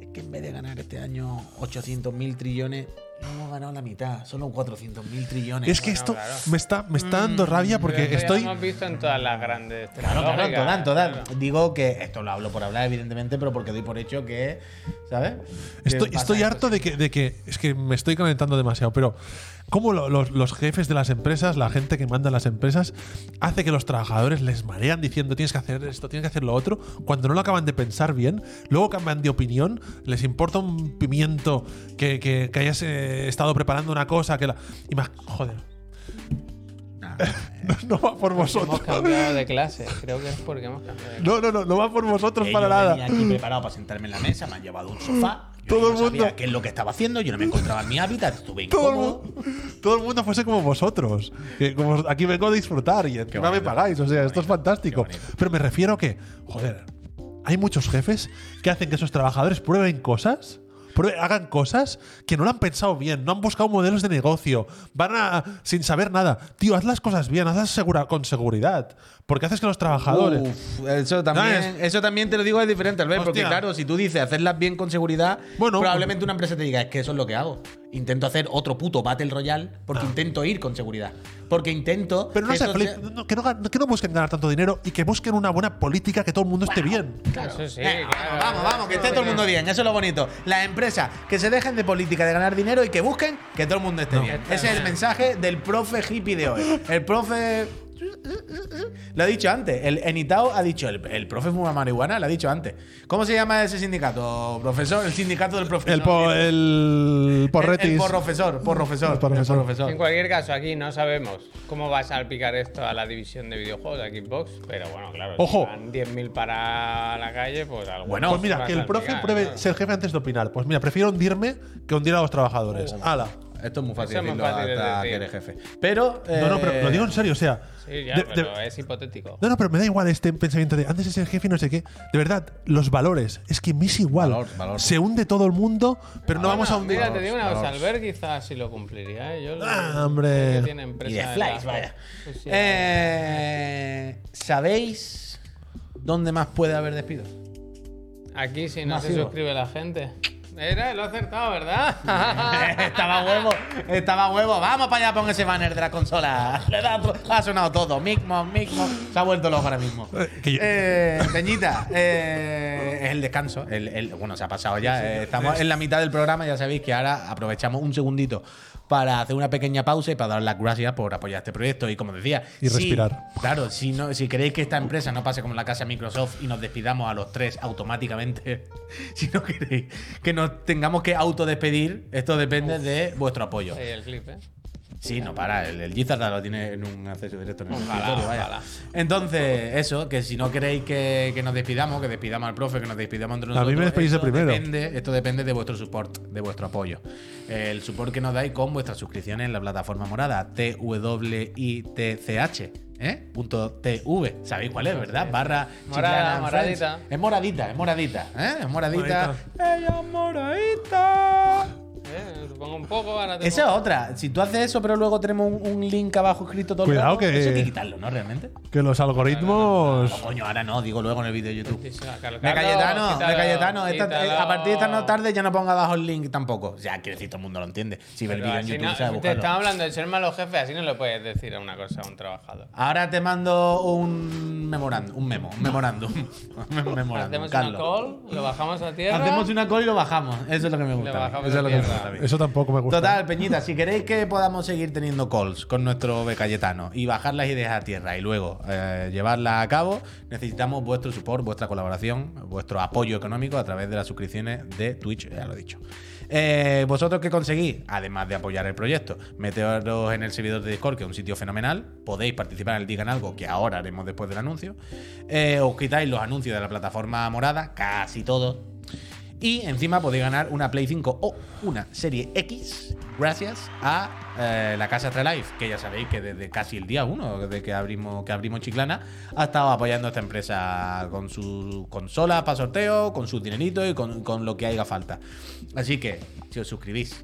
[SPEAKER 2] "Es que en vez de ganar este año 800 mil trillones, hemos ganado la mitad, solo 400 mil trillones.
[SPEAKER 1] Es que
[SPEAKER 2] Bueno,
[SPEAKER 1] esto
[SPEAKER 3] claro.
[SPEAKER 1] me, está, me está dando rabia
[SPEAKER 2] Mm,
[SPEAKER 1] porque
[SPEAKER 3] Pero esto ya
[SPEAKER 1] estoy.
[SPEAKER 3] lo hemos visto en todas las grandes.
[SPEAKER 2] Claro, claro,
[SPEAKER 3] tecnológicas,
[SPEAKER 2] total, total.
[SPEAKER 3] claro.
[SPEAKER 2] Digo que esto lo hablo por hablar, evidentemente, pero porque doy por hecho que, ¿sabes? Que
[SPEAKER 1] Estoy,
[SPEAKER 2] pasa
[SPEAKER 1] estoy
[SPEAKER 2] esto
[SPEAKER 1] harto de que, de que. Es que me estoy calentando demasiado, pero. ¿Cómo lo- los, los jefes de las empresas, la gente que manda las empresas, hace que los trabajadores les marean diciendo tienes que hacer esto, tienes que hacer lo otro, cuando no lo acaban de pensar bien, luego cambian de opinión, les importa un pimiento que, que- que hayas eh, estado preparando una cosa, que la. Y más, joder,
[SPEAKER 2] Nah.
[SPEAKER 1] no, no va por
[SPEAKER 3] Hemos
[SPEAKER 1] vosotros.
[SPEAKER 3] cambiado de clase. Creo que es porque hemos cambiado de clase.
[SPEAKER 1] No, no, no, no va por vosotros
[SPEAKER 2] Que
[SPEAKER 1] para
[SPEAKER 2] yo
[SPEAKER 1] nada.
[SPEAKER 2] venía aquí preparado para sentarme en la mesa, me han llevado un sofá. yo
[SPEAKER 1] Todo
[SPEAKER 2] no
[SPEAKER 1] el mundo-
[SPEAKER 2] sabía qué es lo que estaba haciendo, yo no me encontraba en mi hábitat, estuve
[SPEAKER 1] todo el,
[SPEAKER 2] incómodo.
[SPEAKER 1] mundo, todo el mundo fuese como vosotros. Que como aquí vengo a disfrutar y encima me
[SPEAKER 2] bonito,
[SPEAKER 1] pagáis. O sea,
[SPEAKER 2] qué
[SPEAKER 1] esto es
[SPEAKER 2] bonito,
[SPEAKER 1] fantástico.
[SPEAKER 2] qué bonito.
[SPEAKER 1] Pero me refiero a que, joder, hay muchos jefes que hacen que sus trabajadores prueben cosas. prue- Hagan cosas que no lo han pensado bien, no han buscado modelos de negocio, van a sin saber nada. Tío, haz las cosas bien, hazlas segura, con seguridad, porque haces que los trabajadores.
[SPEAKER 2] Uf, eso también,
[SPEAKER 1] ¿Sabes?
[SPEAKER 2] eso también te lo digo es diferente, Albert, porque
[SPEAKER 1] Hostia.
[SPEAKER 2] claro, si tú dices hacerlas bien con seguridad,
[SPEAKER 1] Bueno,
[SPEAKER 2] probablemente una empresa te diga, es que eso es lo que hago. Intento hacer otro puto Battle Royale porque intento ir con seguridad. Porque intento.
[SPEAKER 1] Ah. Pero no
[SPEAKER 2] que
[SPEAKER 1] sea
[SPEAKER 2] eso
[SPEAKER 1] feliz,
[SPEAKER 2] sea-
[SPEAKER 1] no- que, no, gan- que no busquen ganar tanto dinero y que busquen una buena política que todo el mundo esté bien.
[SPEAKER 3] Claro, eso sí.
[SPEAKER 2] Venga,
[SPEAKER 3] claro.
[SPEAKER 2] vamos, vamos, vamos, que esté todo el mundo bien, eso es lo bonito. Las empresas que se dejen de política, de ganar dinero y que busquen que todo el mundo esté bien.
[SPEAKER 3] Está
[SPEAKER 2] Ese es el
[SPEAKER 3] bien.
[SPEAKER 2] mensaje del profe hippie de hoy. El profe. Lo ha dicho antes. El Enitao ha dicho, el, el profe fuma marihuana, lo ha dicho antes. ¿Cómo se llama ese sindicato, profesor? El sindicato del profesor.
[SPEAKER 1] El, po- el porretis.
[SPEAKER 2] El, porrofesor, porrofesor,
[SPEAKER 1] El porrofesor.
[SPEAKER 2] el porrofesor.
[SPEAKER 3] En cualquier caso, aquí no sabemos cómo va a salpicar esto a la división de videojuegos de Xbox, pero bueno, claro,
[SPEAKER 1] Ojo.
[SPEAKER 3] si van 10.000 para la calle, pues algo.
[SPEAKER 2] Bueno,
[SPEAKER 1] pues mira, que el profe pruebe ser jefe antes de opinar. Pues mira, prefiero hundirme que hundir a los trabajadores. Ala.
[SPEAKER 2] Esto es muy fácil
[SPEAKER 3] Eso es muy
[SPEAKER 2] decirlo
[SPEAKER 3] fácil de
[SPEAKER 2] hasta
[SPEAKER 3] decir.
[SPEAKER 2] que eres jefe. Pero.
[SPEAKER 1] No, no, pero lo digo en
[SPEAKER 2] eh,
[SPEAKER 1] serio, o sea.
[SPEAKER 3] Sí, ya,
[SPEAKER 1] de- de-
[SPEAKER 3] pero eh. es hipotético.
[SPEAKER 1] no, no, pero me da igual este pensamiento de antes de ser jefe y no sé qué. De verdad, los valores. Es que me es igual.
[SPEAKER 2] Valor, valor.
[SPEAKER 1] Se hunde todo el mundo, pero no vamos a hundir.
[SPEAKER 3] Mira, te digo una
[SPEAKER 2] Vamos,
[SPEAKER 3] cosa,
[SPEAKER 2] vamos.
[SPEAKER 3] Albert quizás sí lo cumpliría, ¿eh? Yo lo-
[SPEAKER 1] Ah, hombre.
[SPEAKER 3] sé que tiene empresa
[SPEAKER 2] Y de
[SPEAKER 3] en
[SPEAKER 2] flies,
[SPEAKER 3] la-
[SPEAKER 2] vaya.
[SPEAKER 3] Sí, sí.
[SPEAKER 2] Eh, ¿Sabéis dónde más puede haber despidos?
[SPEAKER 3] Aquí si no se
[SPEAKER 2] masivo.
[SPEAKER 3] suscribe la gente, Era, lo he acertado, ¿verdad?
[SPEAKER 5] estaba huevo, estaba huevo. Vamos para allá, pon ese banner de la consola. Le da otro- ha sonado todo. Micmo, Micmo. Se ha vuelto loco ahora mismo.
[SPEAKER 1] que yo-
[SPEAKER 5] Eh, Peñita, eh, es el descanso. el- el- bueno, se ha pasado ya. eh, estamos en la mitad del programa. Ya sabéis que ahora aprovechamos un segundito para hacer una pequeña pausa y para dar las gracias por apoyar este proyecto. Y como decía,
[SPEAKER 1] Y
[SPEAKER 5] si-
[SPEAKER 1] respirar.
[SPEAKER 5] Claro, si, no, si queréis que esta empresa no pase como la casa de Microsoft y nos despidamos a los tres automáticamente, si no queréis que nos tengamos que autodespedir, esto depende de vuestro apoyo.
[SPEAKER 3] Ahí el clip, ¿eh?
[SPEAKER 5] Sí, no para, el, el Gizarda lo tiene en un acceso directo en el
[SPEAKER 3] Ojalá,
[SPEAKER 5] escritorio, vaya.
[SPEAKER 3] ojalá.
[SPEAKER 5] Entonces, eso, que si no queréis que, que nos despidamos, que despidamos al profe, que nos despidamos entre nosotros.
[SPEAKER 1] mí me despedís de
[SPEAKER 5] esto
[SPEAKER 1] primero.
[SPEAKER 5] Depende, esto depende de vuestro support, de vuestro apoyo. El support que nos dais con vuestras suscripciones en la plataforma morada, twitch. ¿Eh? Punto TV. ¿Sabéis cuál es, verdad? Barra
[SPEAKER 3] Morada,
[SPEAKER 5] Chiclana and Friends.
[SPEAKER 3] moradita.
[SPEAKER 5] Es moradita, es moradita. ¿eh? Es moradita. Ella es moradita.
[SPEAKER 3] Eh, Supongo un poco, ahora te
[SPEAKER 5] Esa es
[SPEAKER 3] pongo-
[SPEAKER 5] otra. Si tú haces eso, pero luego tenemos un, un link abajo escrito todo el
[SPEAKER 1] Cuidado
[SPEAKER 5] rato,
[SPEAKER 1] que-
[SPEAKER 5] Eso hay que Pues quitarlo, ¿no? Realmente.
[SPEAKER 1] Que los algoritmos.
[SPEAKER 5] No, coño, ahora no, digo luego en el vídeo de YouTube.
[SPEAKER 3] Sí, sí, a Carlos
[SPEAKER 5] De
[SPEAKER 3] Carlos,
[SPEAKER 5] Cayetano, de
[SPEAKER 3] quítalo,
[SPEAKER 5] Cayetano. esta- eh,
[SPEAKER 3] quítalo.
[SPEAKER 5] a partir de esta
[SPEAKER 3] oh.
[SPEAKER 5] no- tarde ya no ponga abajo el link tampoco. Ya, quiero decir, todo el mundo lo entiende. Si ve el
[SPEAKER 3] Pero
[SPEAKER 5] vídeo en
[SPEAKER 3] así
[SPEAKER 5] YouTube,
[SPEAKER 3] no-
[SPEAKER 5] sabe
[SPEAKER 3] te
[SPEAKER 5] buscarlo.
[SPEAKER 3] están hablando de ser malos jefes, así no le puedes decir a una cosa a un trabajador.
[SPEAKER 5] Ahora te mando un memorándum, un memo, un memorándum. un memorándum,
[SPEAKER 3] Hacemos una
[SPEAKER 5] Carlos.
[SPEAKER 3] call, lo bajamos a tierra.
[SPEAKER 5] Hacemos una call y lo bajamos. Eso es lo que me gusta. a mí.
[SPEAKER 3] bajamos
[SPEAKER 5] Eso es
[SPEAKER 3] la
[SPEAKER 5] lo que me
[SPEAKER 3] tierra.
[SPEAKER 5] gusta. a mí.
[SPEAKER 1] Eso tampoco me gusta.
[SPEAKER 5] Total, Peñita, si queréis que podamos seguir teniendo calls con nuestro Becayetano y bajar las ideas a tierra y luego eh, llevarlas a cabo, necesitamos vuestro support, vuestra colaboración, vuestro apoyo económico a través de las suscripciones de Twitch, ya lo he dicho. Eh, ¿Vosotros qué conseguís? Además de apoyar el proyecto, meteros en el servidor de Discord, que es un sitio fenomenal. Podéis participar en el Digan Algo, que ahora haremos después del anuncio. Eh, os quitáis los anuncios de la plataforma morada, casi todos, y encima podéis ganar una Play 5 o una Serie X gracias a eh, la Casa Astralife, que ya sabéis que desde casi el día 1 de que abrimos, que abrimos Chiclana ha estado apoyando a esta empresa con sus consolas para sorteo, con su dinerito y con, con lo que haga falta. Así que, si os suscribís,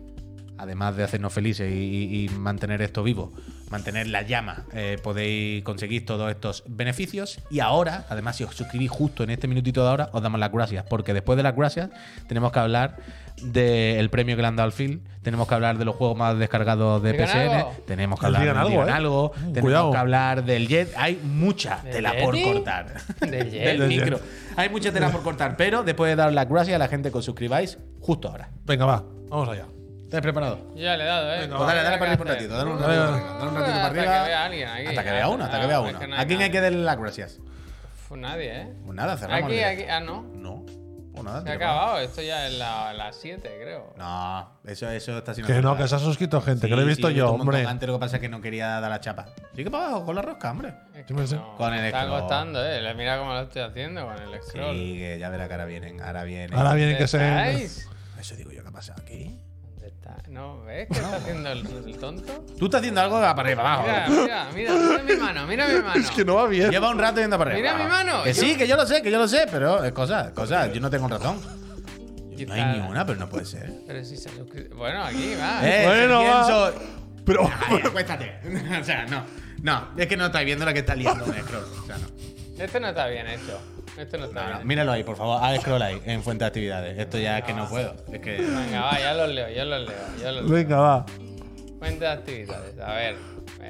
[SPEAKER 5] además de hacernos felices y, y- y mantener esto vivo, mantener la llama, eh, podéis conseguir todos estos beneficios. Y ahora, además, si os suscribís justo en este minutito de ahora, os damos las gracias, porque después de las gracias tenemos que hablar del premio que le han dado al Phil, tenemos que hablar de los juegos más descargados de
[SPEAKER 3] Digan
[SPEAKER 5] PSN,
[SPEAKER 3] algo.
[SPEAKER 5] tenemos que
[SPEAKER 1] Nos
[SPEAKER 5] hablar
[SPEAKER 1] digan
[SPEAKER 5] del
[SPEAKER 1] algo,
[SPEAKER 5] Digan
[SPEAKER 1] ¿eh?
[SPEAKER 5] algo,
[SPEAKER 1] Mm,
[SPEAKER 5] tenemos
[SPEAKER 1] cuidado.
[SPEAKER 5] que hablar del Jet, hay mucha
[SPEAKER 3] ¿Del
[SPEAKER 5] tela por
[SPEAKER 3] Yeti?
[SPEAKER 5] cortar.
[SPEAKER 3] Del Yeti.
[SPEAKER 5] Del
[SPEAKER 3] Del
[SPEAKER 1] Yeti.
[SPEAKER 5] micro. Hay mucha tela por cortar, pero después de dar las gracias a la gente que os suscribáis, justo ahora.
[SPEAKER 1] Venga, va. Vamos allá.
[SPEAKER 5] ¿Estás preparado?
[SPEAKER 3] Yo ya le he dado, eh.
[SPEAKER 5] Pues dale, dale para arriba un
[SPEAKER 3] ¿Qué hacer?
[SPEAKER 5] ratito, dale un ratito, para arriba, dale un ratito para
[SPEAKER 3] Hasta
[SPEAKER 5] arriba.
[SPEAKER 3] que vea alguien aquí.
[SPEAKER 5] Hasta que vea uno, hasta que vea
[SPEAKER 3] No, es
[SPEAKER 5] uno.
[SPEAKER 3] que no
[SPEAKER 5] ¿A quién hay
[SPEAKER 3] nadie.
[SPEAKER 5] que darle las gracias?
[SPEAKER 3] Uf, nadie, eh.
[SPEAKER 5] Pues nada, cerramos.
[SPEAKER 3] Aquí,
[SPEAKER 5] el
[SPEAKER 3] aquí.
[SPEAKER 5] directo.
[SPEAKER 3] Ah, no.
[SPEAKER 5] No, pues nada.
[SPEAKER 3] Se ha
[SPEAKER 5] tiramos.
[SPEAKER 3] acabado. Esto ya es la la 7, creo.
[SPEAKER 5] No, eso, eso está sin
[SPEAKER 1] Que no,
[SPEAKER 5] aceptar.
[SPEAKER 1] que se ha suscrito gente, que lo he
[SPEAKER 5] Sí,
[SPEAKER 1] visto
[SPEAKER 5] sí,
[SPEAKER 1] yo,
[SPEAKER 5] un montón.
[SPEAKER 1] hombre.
[SPEAKER 5] Antes lo que pasa es que no quería dar la chapa. Sí que para abajo, con la rosca, hombre.
[SPEAKER 3] Es
[SPEAKER 1] Sí, me sé.
[SPEAKER 3] no,
[SPEAKER 5] Con el
[SPEAKER 3] me está
[SPEAKER 5] scroll.
[SPEAKER 3] costando, eh. Le- Mira cómo lo estoy haciendo con el scroll.
[SPEAKER 5] Sí, que ya verá que ahora vienen, ahora vienen.
[SPEAKER 1] Ahora viene
[SPEAKER 3] ¿Dónde
[SPEAKER 1] que ser.
[SPEAKER 3] estáis?
[SPEAKER 5] Eso digo yo, ¿qué ha pasado aquí?
[SPEAKER 3] ¿Dónde está? ¿No ves que está haciendo el, el tonto?
[SPEAKER 5] Tú estás haciendo algo para arriba, para
[SPEAKER 3] Mira,
[SPEAKER 5] abajo.
[SPEAKER 3] mira, mira, mira mi mano, mira mi mano.
[SPEAKER 1] Es que no va bien.
[SPEAKER 5] Lleva un rato yendo para arriba.
[SPEAKER 3] Mira mi mano,
[SPEAKER 5] Que
[SPEAKER 3] yo-
[SPEAKER 5] sí, que yo lo sé, que yo lo sé, pero es cosa, cosa. Yo no tengo razón.
[SPEAKER 3] Y
[SPEAKER 5] No hay
[SPEAKER 3] está-
[SPEAKER 5] ni una, pero no puede ser.
[SPEAKER 3] Pero si se ha suscrito. Bueno, aquí va.
[SPEAKER 5] Eh,
[SPEAKER 1] Bueno,
[SPEAKER 5] ¿quién
[SPEAKER 1] va.
[SPEAKER 5] soy?
[SPEAKER 1] Pero.
[SPEAKER 5] Ay, acuéstate. o sea, no. No, es que no estáis viendo la que está liando con el scroll. O sea, no.
[SPEAKER 3] Esto no está bien hecho. Esto no está
[SPEAKER 5] No, no,
[SPEAKER 3] bien.
[SPEAKER 5] Míralo ahí, por favor. Haz scroll ahí, en fuente de actividades. Esto ya es que no puedo. Es que.
[SPEAKER 3] Venga, va, ya los leo, ya los leo, ya los leo.
[SPEAKER 1] Venga, va.
[SPEAKER 3] Fuente de actividades. A ver.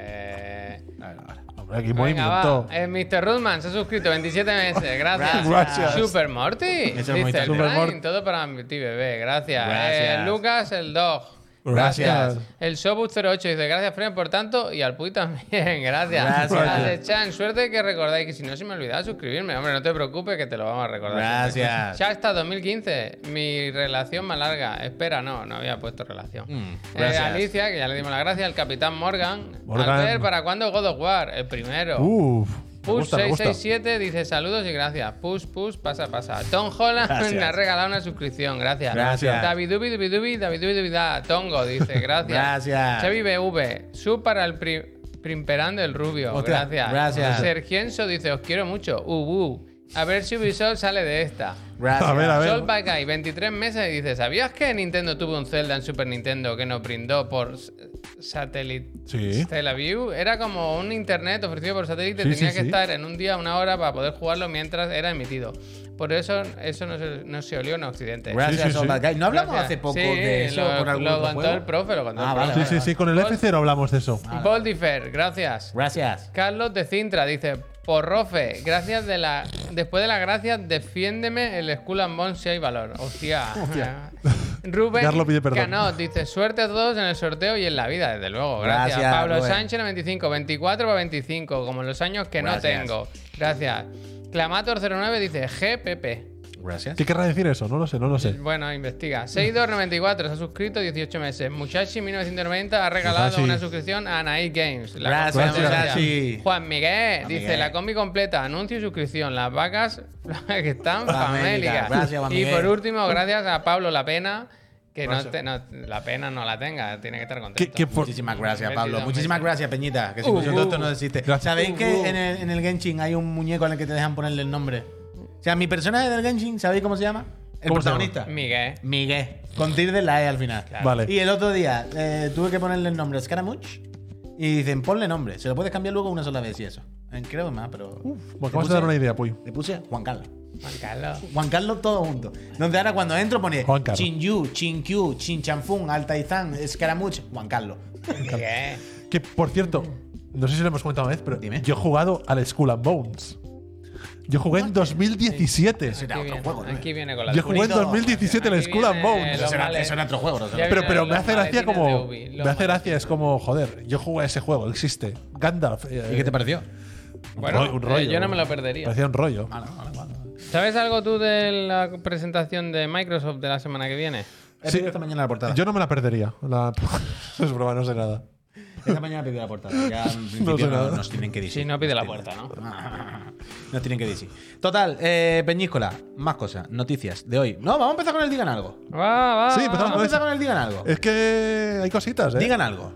[SPEAKER 3] Eh...
[SPEAKER 5] A ver, ahora.
[SPEAKER 1] Hombre, aquí
[SPEAKER 3] Venga, va.
[SPEAKER 1] movimiento.
[SPEAKER 3] Eh, Mr. Rudman se ha suscrito 27 meses. Gracias.
[SPEAKER 1] Gracias.
[SPEAKER 3] Super Morty.
[SPEAKER 5] es
[SPEAKER 3] Dice,
[SPEAKER 5] muy
[SPEAKER 3] el
[SPEAKER 5] Super
[SPEAKER 3] Prime,
[SPEAKER 1] Morty.
[SPEAKER 3] Todo para mi bebé. Gracias.
[SPEAKER 5] Gracias.
[SPEAKER 3] Eh, Lucas, el dog.
[SPEAKER 1] Gracias.
[SPEAKER 3] El Sobus08 dice gracias, Fred, por tanto, y al Puy también, gracias.
[SPEAKER 5] Gracias.
[SPEAKER 3] Ale Chan, suerte que recordáis que si no se me olvidaba suscribirme. Hombre, no te preocupes que te lo vamos a recordar.
[SPEAKER 5] Gracias.
[SPEAKER 3] Ya está 2015, mi relación más larga. Espera, no, no había puesto relación.
[SPEAKER 5] Mm,
[SPEAKER 3] Eh,
[SPEAKER 5] gracias.
[SPEAKER 3] Alicia, que ya le dimos las gracias. El Capitán Morgan.
[SPEAKER 1] Morgan.
[SPEAKER 3] Albert, ¿para cuándo God of War? El primero.
[SPEAKER 1] Uf. Uh, Me gusta, me gusta.
[SPEAKER 3] Push667 dice saludos y gracias. Push, push, pasa, pasa. Tom Holland
[SPEAKER 5] Gracias.
[SPEAKER 3] me ha regalado una suscripción, gracias.
[SPEAKER 5] Gracias.
[SPEAKER 3] David David David Tongo dice gracias.
[SPEAKER 5] Gracias.
[SPEAKER 3] Xavi BV, su para el pri- primperando el rubio,
[SPEAKER 5] Ostras,
[SPEAKER 3] gracias.
[SPEAKER 5] gracias.
[SPEAKER 3] Sergienso dice os quiero mucho. Uh, uh. A ver si Ubisoft sale de esta.
[SPEAKER 5] Gracias.
[SPEAKER 1] A ver, a ver.
[SPEAKER 3] Sol by Guy, 23 meses y dice, ¿sabías que Nintendo tuvo un Zelda en Super Nintendo que nos brindó por s- satélite
[SPEAKER 1] Sí.
[SPEAKER 3] View? Era como un internet ofrecido por satélite,
[SPEAKER 1] Sí,
[SPEAKER 3] tenía
[SPEAKER 1] sí,
[SPEAKER 3] que
[SPEAKER 1] sí.
[SPEAKER 3] estar en un día, una hora para poder jugarlo mientras era emitido. Por eso eso no se, no se olió en Occidente.
[SPEAKER 5] Gracias,
[SPEAKER 1] Sí, sí, sí.
[SPEAKER 5] Old Bad Guy. ¿No hablamos
[SPEAKER 3] Gracias.
[SPEAKER 5] hace poco
[SPEAKER 3] Sí,
[SPEAKER 5] de eso
[SPEAKER 3] lo-
[SPEAKER 5] por algún
[SPEAKER 3] lo
[SPEAKER 5] otro
[SPEAKER 3] contó
[SPEAKER 5] juego?
[SPEAKER 3] el profe, lo contó
[SPEAKER 5] Ah,
[SPEAKER 3] el
[SPEAKER 5] vale,
[SPEAKER 3] profe.
[SPEAKER 1] Sí, sí, sí, con el F0 hablamos de eso.
[SPEAKER 3] Boldifer, gracias.
[SPEAKER 5] Gracias.
[SPEAKER 3] Carlos de Cintra dice, porrofe, gracias de la. Después de las gracias, defiéndeme el Skull and Bones si hay valor. Hostia. Rubén
[SPEAKER 1] Carlos pide perdón.
[SPEAKER 3] Canot dice, suerte a todos en el sorteo y en la vida, desde luego. Gracias.
[SPEAKER 5] Gracias,
[SPEAKER 3] Pablo
[SPEAKER 5] Rubén.
[SPEAKER 3] Sánchez 95, 24 para 25, como los años que
[SPEAKER 5] Gracias.
[SPEAKER 3] no tengo. Gracias. Clamator09 dice GPP.
[SPEAKER 5] Gracias.
[SPEAKER 1] ¿Qué querrá decir eso? No lo sé, no lo sé.
[SPEAKER 3] Bueno, investiga. 6294 se ha suscrito 18 meses. Muchachi 1990 ha regalado
[SPEAKER 1] Muchachi.
[SPEAKER 3] una suscripción a Night Games. La
[SPEAKER 5] Gracias,
[SPEAKER 3] compramos ya.
[SPEAKER 5] Muchachi.
[SPEAKER 3] Juan Miguel
[SPEAKER 5] Juan
[SPEAKER 3] dice
[SPEAKER 5] Miguel.
[SPEAKER 3] la combi completa, anuncio y suscripción. Las vacas que están famélicas.
[SPEAKER 5] Famélicas. Gracias, Juan
[SPEAKER 3] y
[SPEAKER 5] Miguel.
[SPEAKER 3] por último, gracias a Pablo La Pena, que no, te- no- la pena no la tenga, tiene que estar
[SPEAKER 1] ¿Qué,
[SPEAKER 3] contento.
[SPEAKER 1] qué por-
[SPEAKER 5] Muchísimas gracias,
[SPEAKER 3] Metido,
[SPEAKER 5] Pablo.
[SPEAKER 3] metido.
[SPEAKER 5] Muchísimas gracias, Peñita. Que sin
[SPEAKER 3] Uh,
[SPEAKER 5] vosotros
[SPEAKER 3] uh.
[SPEAKER 5] esto no existe.
[SPEAKER 1] Gracias.
[SPEAKER 5] ¿Sabéis
[SPEAKER 1] Uh,
[SPEAKER 5] que
[SPEAKER 1] uh.
[SPEAKER 5] en el, en el Genshin hay un muñeco al que te dejan ponerle el nombre? O sea, mi personaje del Genshin, ¿sabéis cómo se llama? El
[SPEAKER 1] ¿Cómo se llama?
[SPEAKER 5] protagonista.
[SPEAKER 3] Miguel.
[SPEAKER 5] Miguel. Con tilde en la E al final.
[SPEAKER 1] Vale.
[SPEAKER 5] Y el otro día eh, tuve que ponerle el nombre Scaramouche. Y dicen, ponle nombre. Se lo puedes cambiar luego una sola vez y eso. Eh, Creo que más, pero.
[SPEAKER 1] Uf, me
[SPEAKER 5] Le
[SPEAKER 1] acabas
[SPEAKER 5] puse-
[SPEAKER 1] de dar una idea, Puy.
[SPEAKER 5] Le puse Juan Carlos.
[SPEAKER 3] Juan Carlos.
[SPEAKER 5] Juan Carlos todo junto. Donde ahora cuando entro pone
[SPEAKER 1] Juan Carlos.
[SPEAKER 5] Chinyu, Chinkyu, Chinchanfun, Altaizán, Escaramuch, Juan Carlos.
[SPEAKER 3] Miguel.
[SPEAKER 1] Que por cierto, no sé si lo hemos comentado una vez, pero
[SPEAKER 5] Dime.
[SPEAKER 1] yo he jugado al Skull and Bones. Yo jugué en 2017.
[SPEAKER 5] Eso era
[SPEAKER 3] Aquí
[SPEAKER 5] otro
[SPEAKER 3] viene,
[SPEAKER 5] juego, ¿no?
[SPEAKER 3] aquí viene con la
[SPEAKER 1] Yo
[SPEAKER 3] locura.
[SPEAKER 1] jugué en 2017 el
[SPEAKER 3] Aquí
[SPEAKER 1] Skull and
[SPEAKER 3] viene
[SPEAKER 1] Bones.
[SPEAKER 3] los
[SPEAKER 5] Eso era-
[SPEAKER 3] males.
[SPEAKER 5] eso era otro juego, ¿no?
[SPEAKER 3] Ya
[SPEAKER 5] Pero-
[SPEAKER 1] Pero,
[SPEAKER 3] vienen
[SPEAKER 1] pero
[SPEAKER 3] los
[SPEAKER 1] me hace gracia
[SPEAKER 3] maletines de
[SPEAKER 1] como.
[SPEAKER 3] Ubi, los
[SPEAKER 1] Me hace
[SPEAKER 3] maletines.
[SPEAKER 1] gracia, es como, joder, yo jugué a ese juego, existe. Gandalf. eh,
[SPEAKER 5] ¿Y qué te pareció?
[SPEAKER 3] Bueno,
[SPEAKER 1] ro- un
[SPEAKER 3] eh,
[SPEAKER 1] rollo.
[SPEAKER 3] yo no me lo perdería.
[SPEAKER 1] Parecía un rollo.
[SPEAKER 3] ¿Sabes algo tú de la presentación de Microsoft de la semana que viene?
[SPEAKER 5] He
[SPEAKER 1] Sí.
[SPEAKER 5] pedido esta mañana la portada.
[SPEAKER 1] Yo no me la perdería. La- es broma, no sé nada.
[SPEAKER 5] Esta mañana he pedido la portada. Ya en principio
[SPEAKER 1] sé
[SPEAKER 5] no-
[SPEAKER 1] nada.
[SPEAKER 5] nos tienen que decir.
[SPEAKER 3] Si no pide la puerta, ¿no?
[SPEAKER 5] Nos tienen que decir. Total, eh, Peñíscola, más cosas, noticias de hoy. No, vamos a empezar con el Digan Algo.
[SPEAKER 3] Va, va.
[SPEAKER 1] Sí,
[SPEAKER 3] va.
[SPEAKER 1] empezamos.
[SPEAKER 5] pues, Vamos a empezar con el Digan Algo.
[SPEAKER 1] Es que hay cositas, ¿eh?
[SPEAKER 5] Digan algo.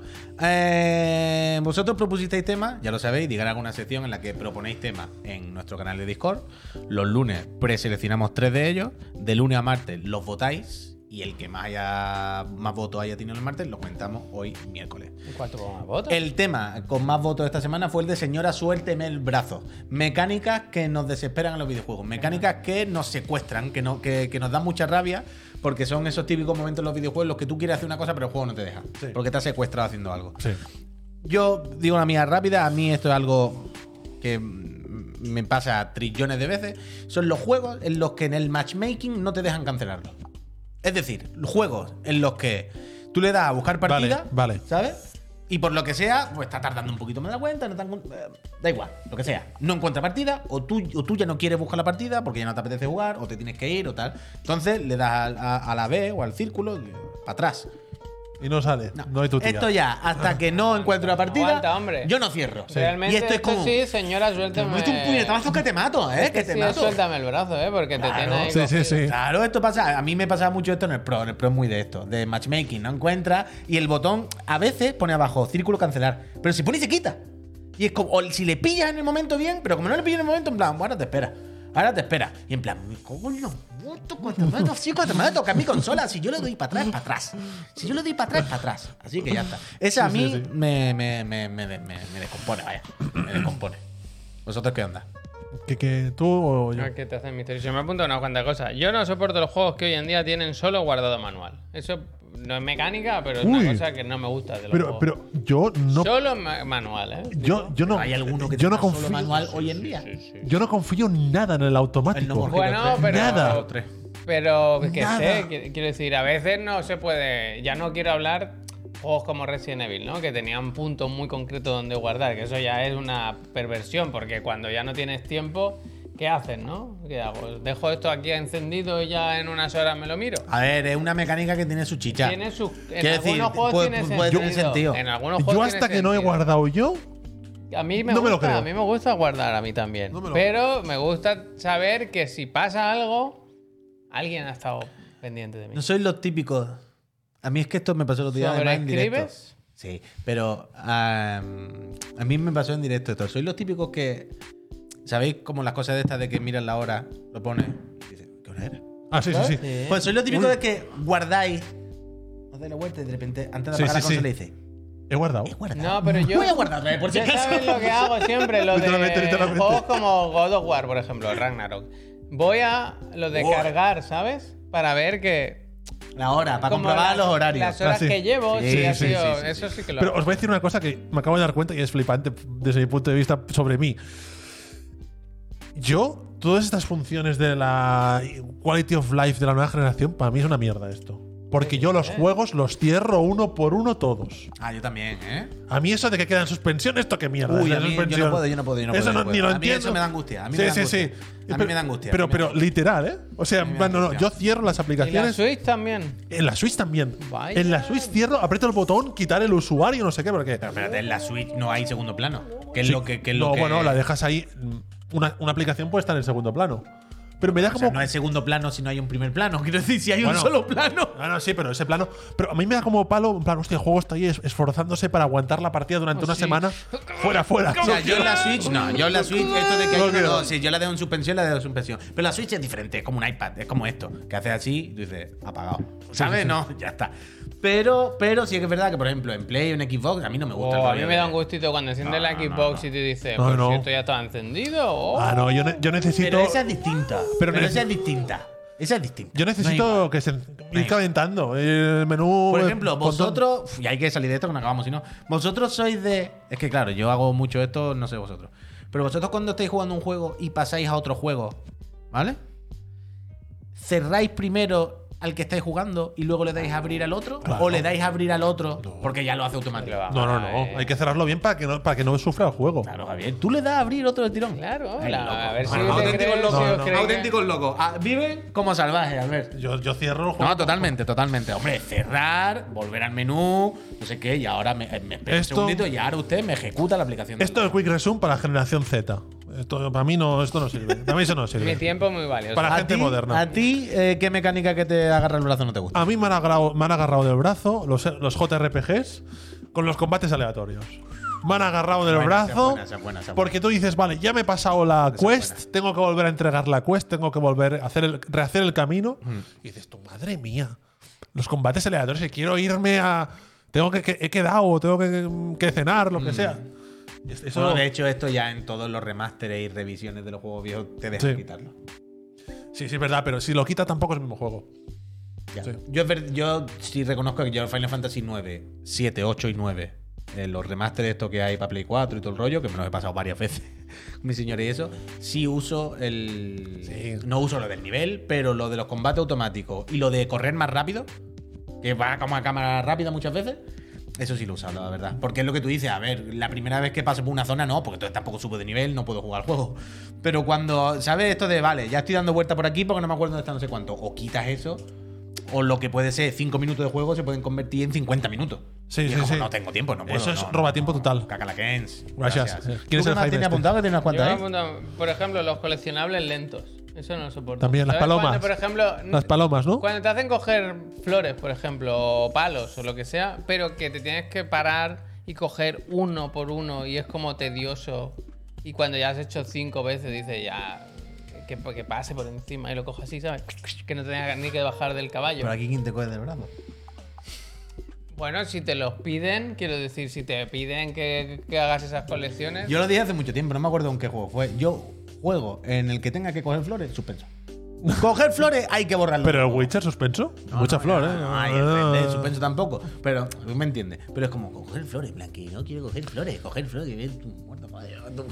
[SPEAKER 5] Eh, vosotros propusisteis temas, ya lo sabéis, digan alguna sección en la que proponéis temas en nuestro canal de Discord. Los lunes preseleccionamos tres de ellos. De lunes a martes los votáis. Y el que más haya más votos haya tenido el martes lo comentamos hoy miércoles.
[SPEAKER 3] ¿Cuánto pongo más votos?
[SPEAKER 5] El tema con más votos esta semana fue el de señora suélteme el brazo. Mecánicas que nos desesperan en los videojuegos. Mecánicas que nos secuestran, que, no- que, que nos dan mucha rabia. Porque son esos típicos momentos en los videojuegos en los que tú quieres hacer una cosa pero el juego no te deja.
[SPEAKER 1] Sí.
[SPEAKER 5] Porque te has secuestrado haciendo algo.
[SPEAKER 1] Sí.
[SPEAKER 5] Yo digo una mía rápida, a mí esto es algo que mm, me pasa trillones de veces. Son los juegos en los que en el matchmaking no te dejan cancelarlo. Es decir, juegos en los que tú le das a buscar partida,
[SPEAKER 1] vale.
[SPEAKER 5] ¿sabes? Y por lo que sea, pues está tardando un poquito, me da cuenta, no tan- eh, da igual, lo que sea. No encuentra partida, o tú, o tú ya no quieres buscar la partida porque ya no te apetece jugar, o te tienes que ir, o tal. Entonces le das al- a, a la B o al círculo, eh, para atrás.
[SPEAKER 1] Y no sale. No, hay tu tía.
[SPEAKER 5] Esto ya, hasta que no encuentro la partida,
[SPEAKER 3] Aguanta, hombre.
[SPEAKER 5] yo no cierro.
[SPEAKER 3] Realmente,
[SPEAKER 5] y esto es como.
[SPEAKER 3] sí, señora,
[SPEAKER 5] te
[SPEAKER 3] suéltame.
[SPEAKER 5] meto un puñetazo que te mato, ¿eh? Que te
[SPEAKER 3] Sí,
[SPEAKER 5] mato.
[SPEAKER 3] suéltame el brazo, ¿eh? Porque te tiene ahí
[SPEAKER 1] Sí, sí, sí.
[SPEAKER 5] Claro, esto pasa. A mí me pasa mucho esto en el Pro. En el Pro es muy de esto, de matchmaking. No encuentra. Y el botón a veces pone abajo, círculo cancelar. Pero si pone y se quita. Y es como, o si le pillas en el momento bien, pero como no le pillas en el momento, en plan, bueno, ahora te espera. Ahora te espera. Y en plan, me cago en los putos, cuando me sí, cuando me toca mi consola. Si yo le doy para atrás, para atrás. Si yo le doy para atrás, para atrás. Así que ya está. Esa a
[SPEAKER 1] Sí,
[SPEAKER 5] mí
[SPEAKER 1] sí, sí.
[SPEAKER 5] Me, me, me, me, me, me descompone, vaya. Me descompone. ¿Vosotros qué onda?
[SPEAKER 1] Que, que tú o yo.
[SPEAKER 3] No, es que te hacen misterio. Se me apunta una cuanta cosa. Yo no soporto los juegos que hoy en día tienen solo guardado manual. Eso no es mecánica, pero es
[SPEAKER 1] Uy.
[SPEAKER 3] una cosa que no me gusta de los
[SPEAKER 1] Pero,
[SPEAKER 3] juegos.
[SPEAKER 1] pero yo no.
[SPEAKER 3] Solo ma- manual, ¿eh?
[SPEAKER 1] Yo, yo no.
[SPEAKER 5] ¿Hay alguno que
[SPEAKER 1] yo no
[SPEAKER 5] tenga solo
[SPEAKER 1] confío.
[SPEAKER 5] manual hoy en día?
[SPEAKER 1] Yo no confío nada en el
[SPEAKER 5] El
[SPEAKER 1] automático.
[SPEAKER 5] No More Heroes
[SPEAKER 3] Bueno,
[SPEAKER 5] 3.
[SPEAKER 3] pero.
[SPEAKER 1] Nada.
[SPEAKER 3] Pero que
[SPEAKER 1] Nada.
[SPEAKER 3] sé, qui- quiero decir, a veces no se puede. Ya no quiero hablar juegos como Resident Evil, ¿no? Que tenían puntos muy concretos donde guardar, que eso ya es una perversión, porque cuando ya no tienes tiempo, ¿qué haces, no? ¿Qué hago? ¿Dejo esto aquí encendido y ya en unas horas me lo miro?
[SPEAKER 5] A ver, es una mecánica que tiene su chicha.
[SPEAKER 3] Tiene sus- en
[SPEAKER 5] Quiero
[SPEAKER 3] algunos
[SPEAKER 5] decir,
[SPEAKER 3] juegos
[SPEAKER 5] puede-
[SPEAKER 3] tiene
[SPEAKER 5] puede tener
[SPEAKER 3] sentido.
[SPEAKER 5] sentido.
[SPEAKER 3] En algunos
[SPEAKER 1] yo
[SPEAKER 3] juegos
[SPEAKER 1] hasta
[SPEAKER 3] tiene
[SPEAKER 1] que no he
[SPEAKER 3] sentido.
[SPEAKER 1] guardado yo.
[SPEAKER 3] A mí me,
[SPEAKER 1] No me
[SPEAKER 3] gusta,
[SPEAKER 1] lo creo.
[SPEAKER 3] a mí me gusta guardar a mí también.
[SPEAKER 1] No me lo
[SPEAKER 3] pero me gusta saber que si pasa algo, alguien ha estado pendiente de mí.
[SPEAKER 5] No soy los típicos. A mí es que esto me pasó el otro día además, en directo.
[SPEAKER 3] ¿Sobreescribes?
[SPEAKER 5] Sí, pero am, a mí me pasó en directo esto. Soy los típicos que ¿Sabéis como las cosas de estas de que miras la hora, lo pones y dices, ¿qué hora era?
[SPEAKER 1] Ah, sí, sí, sí.
[SPEAKER 5] Pues soy lo típico de que guardáis, os dais la vuelta y de repente, antes
[SPEAKER 1] Sí,
[SPEAKER 5] de apagar
[SPEAKER 1] sí,
[SPEAKER 5] la consola,
[SPEAKER 1] sí.
[SPEAKER 5] dice,
[SPEAKER 1] He guardado.
[SPEAKER 5] he guardado.
[SPEAKER 3] No, pero yo.
[SPEAKER 5] Voy a guardar
[SPEAKER 2] ¿eh?
[SPEAKER 5] otra vez, por si
[SPEAKER 3] Ya
[SPEAKER 5] acaso.
[SPEAKER 3] sabes lo que hago siempre, lo
[SPEAKER 1] Literalmente,
[SPEAKER 3] de
[SPEAKER 1] literalmente.
[SPEAKER 3] juegos como God of War, por ejemplo, el Ragnarok. Voy a lo de
[SPEAKER 5] Wow.
[SPEAKER 3] cargar, ¿sabes? Para ver que.
[SPEAKER 5] La hora, para
[SPEAKER 3] como
[SPEAKER 5] comprobar
[SPEAKER 3] las-
[SPEAKER 5] los horarios.
[SPEAKER 3] Las horas
[SPEAKER 1] Ah, sí.
[SPEAKER 3] que llevo,
[SPEAKER 5] Sí,
[SPEAKER 3] sí, ha
[SPEAKER 5] sí,
[SPEAKER 3] sido-
[SPEAKER 5] sí, sí, sí.
[SPEAKER 3] Eso sí que lo.
[SPEAKER 1] Pero os voy a decir una cosa que me acabo de dar cuenta y es flipante desde mi punto de vista sobre mí. Yo, todas estas funciones de la quality of life de la nueva generación, para mí es una mierda esto. Porque yo
[SPEAKER 5] Eh.
[SPEAKER 1] los juegos los cierro uno por uno todos.
[SPEAKER 5] Ah, yo también, ¿eh?
[SPEAKER 1] A mí eso de que queda en suspensión, esto qué mierda.
[SPEAKER 5] Uy,
[SPEAKER 1] es la
[SPEAKER 5] a mí- yo no
[SPEAKER 1] suspensión.
[SPEAKER 5] puedo, yo no puedo, yo no
[SPEAKER 1] Eso
[SPEAKER 5] puedo, yo no
[SPEAKER 1] ni
[SPEAKER 5] puedo.
[SPEAKER 1] lo
[SPEAKER 5] A mí eso
[SPEAKER 1] entiendo.
[SPEAKER 5] me da angustia, a mí
[SPEAKER 1] sí,
[SPEAKER 5] me da
[SPEAKER 1] sí, sí.
[SPEAKER 5] angustia. A mí me da angustia, a
[SPEAKER 1] Pero,
[SPEAKER 5] mí me da
[SPEAKER 1] pero literal, ¿eh? O sea,
[SPEAKER 5] mí me da
[SPEAKER 1] bueno, no,
[SPEAKER 5] angustia.
[SPEAKER 1] yo cierro las
[SPEAKER 3] y la
[SPEAKER 1] aplicaciones.
[SPEAKER 3] Switch también.
[SPEAKER 1] en la Switch también.
[SPEAKER 3] Vaya.
[SPEAKER 1] En la Switch cierro, aprieto el botón, quitar el usuario, no sé qué, porque.
[SPEAKER 5] Pero espérate, en la Switch no hay segundo plano. ¿Qué es
[SPEAKER 1] Sí.
[SPEAKER 5] lo que.? qué es
[SPEAKER 1] no,
[SPEAKER 5] lo que-
[SPEAKER 1] bueno, la dejas ahí. mm, Una, una aplicación puede estar en el segundo plano. Pero me da
[SPEAKER 5] O
[SPEAKER 1] como.
[SPEAKER 5] sea, no hay segundo plano si no hay un primer plano. Quiero decir, si hay
[SPEAKER 1] Bueno.
[SPEAKER 5] un solo plano.
[SPEAKER 1] Ah, no, sí, pero ese plano. Pero a mí me da como palo, en plan, hostia, el juego está ahí es- esforzándose para aguantar la partida durante
[SPEAKER 5] Oh,
[SPEAKER 1] una
[SPEAKER 3] sí.
[SPEAKER 1] semana. Fuera, fuera.
[SPEAKER 5] O sea, yo en la Switch, no, yo en la Switch, esto de que hay
[SPEAKER 1] No
[SPEAKER 5] uno,
[SPEAKER 1] quiero.
[SPEAKER 5] dos, si yo la dejo en suspensión, la dejo en suspensión. Pero la Switch es diferente, es como un iPad, es como esto, que haces así, tú dices, apagado. ¿Sabes? No, ya está. Pero, pero sí que es verdad que, por ejemplo, en Play o en Xbox, a mí no me gusta. el
[SPEAKER 3] Oh, a
[SPEAKER 5] rollo
[SPEAKER 3] mí me
[SPEAKER 5] de-
[SPEAKER 3] da un gustito cuando enciende
[SPEAKER 5] No,
[SPEAKER 3] la
[SPEAKER 5] no, no,
[SPEAKER 3] Xbox
[SPEAKER 5] no.
[SPEAKER 3] y te dice,
[SPEAKER 1] No,
[SPEAKER 3] por
[SPEAKER 1] no.
[SPEAKER 3] cierto, ya está encendido. oh".
[SPEAKER 1] Ah, no, yo, ne- yo necesito.
[SPEAKER 5] Pero esa es distinta.
[SPEAKER 1] Pero
[SPEAKER 5] Pero,
[SPEAKER 1] neces-
[SPEAKER 5] esa es distinta. Esa es distinta.
[SPEAKER 1] Yo
[SPEAKER 5] No hay
[SPEAKER 1] necesito
[SPEAKER 5] igual.
[SPEAKER 1] que se
[SPEAKER 5] Da
[SPEAKER 1] ir
[SPEAKER 5] igual.
[SPEAKER 1] calentando. El menú.
[SPEAKER 5] Por
[SPEAKER 1] eh,
[SPEAKER 5] ejemplo,
[SPEAKER 1] con todo-
[SPEAKER 5] Pues, vosotros. Uf, y hay que salir de esto que no acabamos, si no. Vosotros sois de. Es que claro, yo hago mucho esto, no sé vosotros. Pero vosotros cuando estáis jugando un juego y pasáis a otro juego, ¿vale? ¿Cerráis primero al que estáis jugando y luego le dais a abrir al otro?
[SPEAKER 1] Claro.
[SPEAKER 5] ¿O le dais a abrir al otro? Porque ya lo hace automático.
[SPEAKER 3] Lo-
[SPEAKER 1] No, no, no.
[SPEAKER 3] eh,
[SPEAKER 1] Hay que cerrarlo bien para que no, para que no sufra el juego.
[SPEAKER 5] Claro, Javier. Tú le das a abrir otro de tirón.
[SPEAKER 3] Claro,
[SPEAKER 5] Ay,
[SPEAKER 3] la-
[SPEAKER 5] loco.
[SPEAKER 3] a ver si
[SPEAKER 1] Bueno,
[SPEAKER 3] te
[SPEAKER 1] auténticos
[SPEAKER 3] creen,
[SPEAKER 1] locos,
[SPEAKER 3] si os
[SPEAKER 1] no,
[SPEAKER 3] creen que-
[SPEAKER 5] Auténticos locos. Ah, viven como salvajes, Albert.
[SPEAKER 1] Yo, yo cierro el juego.
[SPEAKER 5] No, totalmente, totalmente. Hombre, cerrar, volver al menú, no sé qué, y ahora me, me espera
[SPEAKER 1] Esto-
[SPEAKER 5] un segundito y ahora usted me ejecuta la aplicación. del-
[SPEAKER 1] Esto es Quick Resume para la generación Z. Esto, para mí no, esto no sirve. Para mí eso no
[SPEAKER 3] Mi
[SPEAKER 1] sirve.
[SPEAKER 3] tiempo es muy valioso.
[SPEAKER 1] Para-
[SPEAKER 5] ¿A
[SPEAKER 1] gente
[SPEAKER 5] ti-
[SPEAKER 1] moderna.
[SPEAKER 5] ¿A ti eh, qué mecánica que te agarra el brazo no te gusta?
[SPEAKER 1] A mí me han agarrado, me han agarrado del brazo los, los JRPGs con los combates aleatorios. Me han agarrado del
[SPEAKER 5] Buena, esa es
[SPEAKER 1] brazo
[SPEAKER 5] buena, esa es buena, esa es buena.
[SPEAKER 1] porque tú dices, vale, ya me he pasado la
[SPEAKER 5] es
[SPEAKER 1] quest, tengo que volver a entregar la quest, tengo que volver a hacer el, rehacer el camino.
[SPEAKER 5] Mm.
[SPEAKER 1] Y dices, tu madre mía, los combates aleatorios, si quiero irme a... Tengo que, que- he quedado, tengo que, que cenar, lo que sea. Y es- Eso,
[SPEAKER 5] Mm. Bueno, de hecho, esto ya en todos los remasteres y revisiones de los juegos viejos te dejan
[SPEAKER 1] Sí.
[SPEAKER 5] quitarlo.
[SPEAKER 1] sí, sí, es verdad, pero si lo quita tampoco es el mismo juego.
[SPEAKER 5] Ya.
[SPEAKER 1] Sí.
[SPEAKER 5] Yo, es ver- yo sí reconozco que yo Final Fantasy 9, 7, 8 y 9, eh, los remasteres estos que hay para Play 4 y todo el rollo, que me los he pasado varias veces, mi señora y eso, sí uso el...
[SPEAKER 1] Sí.
[SPEAKER 5] No uso lo del nivel, pero lo de los combates automáticos y lo de correr más rápido, que va como a cámara rápida muchas veces. Eso sí lo he usado, la verdad. Porque es lo que tú dices, a ver, la primera vez que paso por una zona no, porque entonces tampoco subo de nivel, no puedo jugar al juego. Pero cuando, ¿sabes? Esto de, vale, ya estoy dando vuelta por aquí porque no me acuerdo dónde está no sé cuánto. O quitas eso, o lo que puede ser 5 minutos de juego se pueden convertir en 50 minutos.
[SPEAKER 1] Sí,
[SPEAKER 5] Y es
[SPEAKER 1] sí,
[SPEAKER 5] como,
[SPEAKER 1] sí.
[SPEAKER 5] No tengo tiempo, no puedo.
[SPEAKER 1] Eso es
[SPEAKER 5] no,
[SPEAKER 1] roba
[SPEAKER 5] no,
[SPEAKER 1] tiempo
[SPEAKER 5] no.
[SPEAKER 1] total.
[SPEAKER 5] Cacalaquens.
[SPEAKER 1] Gracias. ¿Quién es
[SPEAKER 5] ¿Tú
[SPEAKER 1] el
[SPEAKER 5] qué más
[SPEAKER 1] Jaime
[SPEAKER 5] tenías
[SPEAKER 1] este?
[SPEAKER 5] apuntado que tienes unas
[SPEAKER 3] Yo
[SPEAKER 5] cuantas,
[SPEAKER 3] me
[SPEAKER 5] eh?
[SPEAKER 3] apunto- por ejemplo, los coleccionables lentos. Eso no lo soporto.
[SPEAKER 1] También las
[SPEAKER 3] ¿Sabes cuando,
[SPEAKER 1] palomas.
[SPEAKER 3] por ejemplo,
[SPEAKER 1] Las palomas, ¿no?
[SPEAKER 3] Cuando te hacen coger flores, por ejemplo, o palos o lo que sea, pero que te tienes que parar y coger uno por uno y es como tedioso. Y cuando ya has hecho cinco veces, dices ya que, que pase por encima y lo cojo así, ¿sabes? Que no tengas ni que bajar del caballo.
[SPEAKER 5] Por aquí, ¿quién te coge del brazo?
[SPEAKER 3] Bueno, si te los piden, quiero decir, si te piden que, que hagas esas colecciones.
[SPEAKER 5] Yo lo dije hace mucho tiempo, no me acuerdo en qué juego fue. Yo juego en el que tenga que coger flores, suspenso. coger flores hay que borrarlo.
[SPEAKER 1] Pero el Witcher suspenso.
[SPEAKER 5] No,
[SPEAKER 1] Mucha
[SPEAKER 5] no,
[SPEAKER 1] flor,
[SPEAKER 5] no,
[SPEAKER 1] ¿eh?
[SPEAKER 5] No, hay el de- de suspenso tampoco. Pero, tú me entiendes. Pero es como coger flores, en plan, que no quiero coger flores, coger flores, que ves tu muerto padre. tu-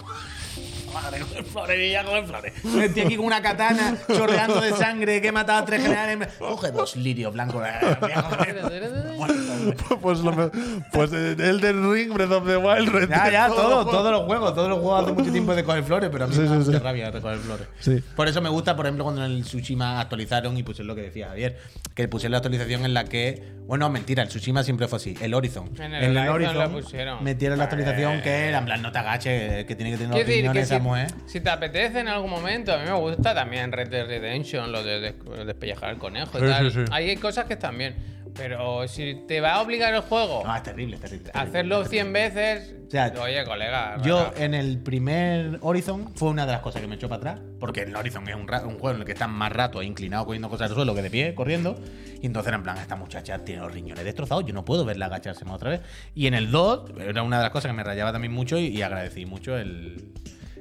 [SPEAKER 5] Madre, coger flores, que ya coger flores. Me estoy aquí con una katana chorreando de sangre que he matado a tres generales. Coge dos lirios blancos. Voy a coger-
[SPEAKER 1] pues lo me- pues eh, Elden Ring, Breath of the Wild, Red
[SPEAKER 5] Ya,
[SPEAKER 1] Dead,
[SPEAKER 5] ya,
[SPEAKER 1] todo,
[SPEAKER 5] todo, todos los juegos, todos los juegos hace mucho tiempo de coger flores, pero a mí me da mucha rabia recoger flores.
[SPEAKER 1] Sí.
[SPEAKER 5] Por eso me gusta, por ejemplo, cuando en el Tsushima actualizaron y pusieron lo que decía Javier, que pusieron la actualización en la que, bueno, mentira, el Tsushima siempre fue así, el Horizon.
[SPEAKER 3] En el Horizon la pusieron. Eh.
[SPEAKER 5] Metieron la actualización que era, en plan, no te agaches, que tiene que tener
[SPEAKER 3] Quiero decir
[SPEAKER 5] opinión
[SPEAKER 3] que
[SPEAKER 5] esa
[SPEAKER 3] si,
[SPEAKER 5] mujer.
[SPEAKER 3] si te apetece en algún momento, a mí me gusta también Red Dead Redemption, lo de des- despellejar al conejo y
[SPEAKER 1] Sí,
[SPEAKER 3] tal.
[SPEAKER 1] sí, sí.
[SPEAKER 3] Ahí hay cosas que están bien. Pero si te va a obligar el juego
[SPEAKER 5] No, es terrible, es terrible. es
[SPEAKER 3] a
[SPEAKER 5] terrible.
[SPEAKER 3] hacerlo 100 veces,
[SPEAKER 5] O sea,
[SPEAKER 3] oye, colega.
[SPEAKER 5] Yo
[SPEAKER 3] relaja.
[SPEAKER 5] en el primer Horizon fue una de las cosas que me echó para atrás, porque el Horizon es un, ra- un juego en el que estás más rato ahí inclinado cogiendo cosas del suelo que de pie, corriendo. Y entonces era en plan, esta muchacha tiene los riñones destrozados, yo no puedo verla agacharse más otra vez. Y en el 2 era una de las cosas que me rayaba también mucho y, y agradecí mucho el,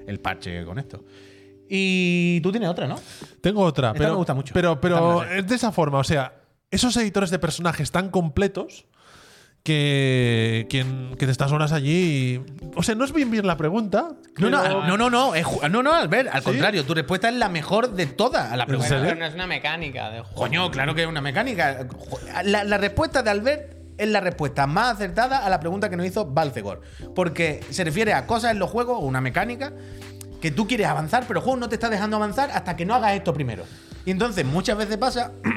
[SPEAKER 5] el parche con esto. Y tú tienes otra, ¿no?
[SPEAKER 1] Tengo otra,
[SPEAKER 5] Esta
[SPEAKER 1] pero.
[SPEAKER 5] me gusta mucho.
[SPEAKER 1] Pero,
[SPEAKER 5] Esta me
[SPEAKER 1] pero
[SPEAKER 5] la sé.
[SPEAKER 1] es de esa forma. O sea, esos editores de personajes tan completos que, que, en- que te estás horas allí. y- o sea, no es bien bien la pregunta.
[SPEAKER 5] No, no,
[SPEAKER 1] pero-
[SPEAKER 5] al- no, no, no, es ju- no, no, Albert, al contrario, tu respuesta es la mejor de todas a la
[SPEAKER 1] ¿En
[SPEAKER 5] pregunta.
[SPEAKER 3] Bueno,
[SPEAKER 1] serio?
[SPEAKER 3] pero no es una mecánica de juego.
[SPEAKER 5] Coño, claro que es una mecánica. La, la respuesta de Albert es la respuesta más acertada a la pregunta que nos hizo Balcegor. Porque se refiere a cosas en los juegos, o una mecánica, que tú quieres avanzar, pero el juego no te está dejando avanzar hasta que no hagas esto primero. Y entonces muchas veces pasa.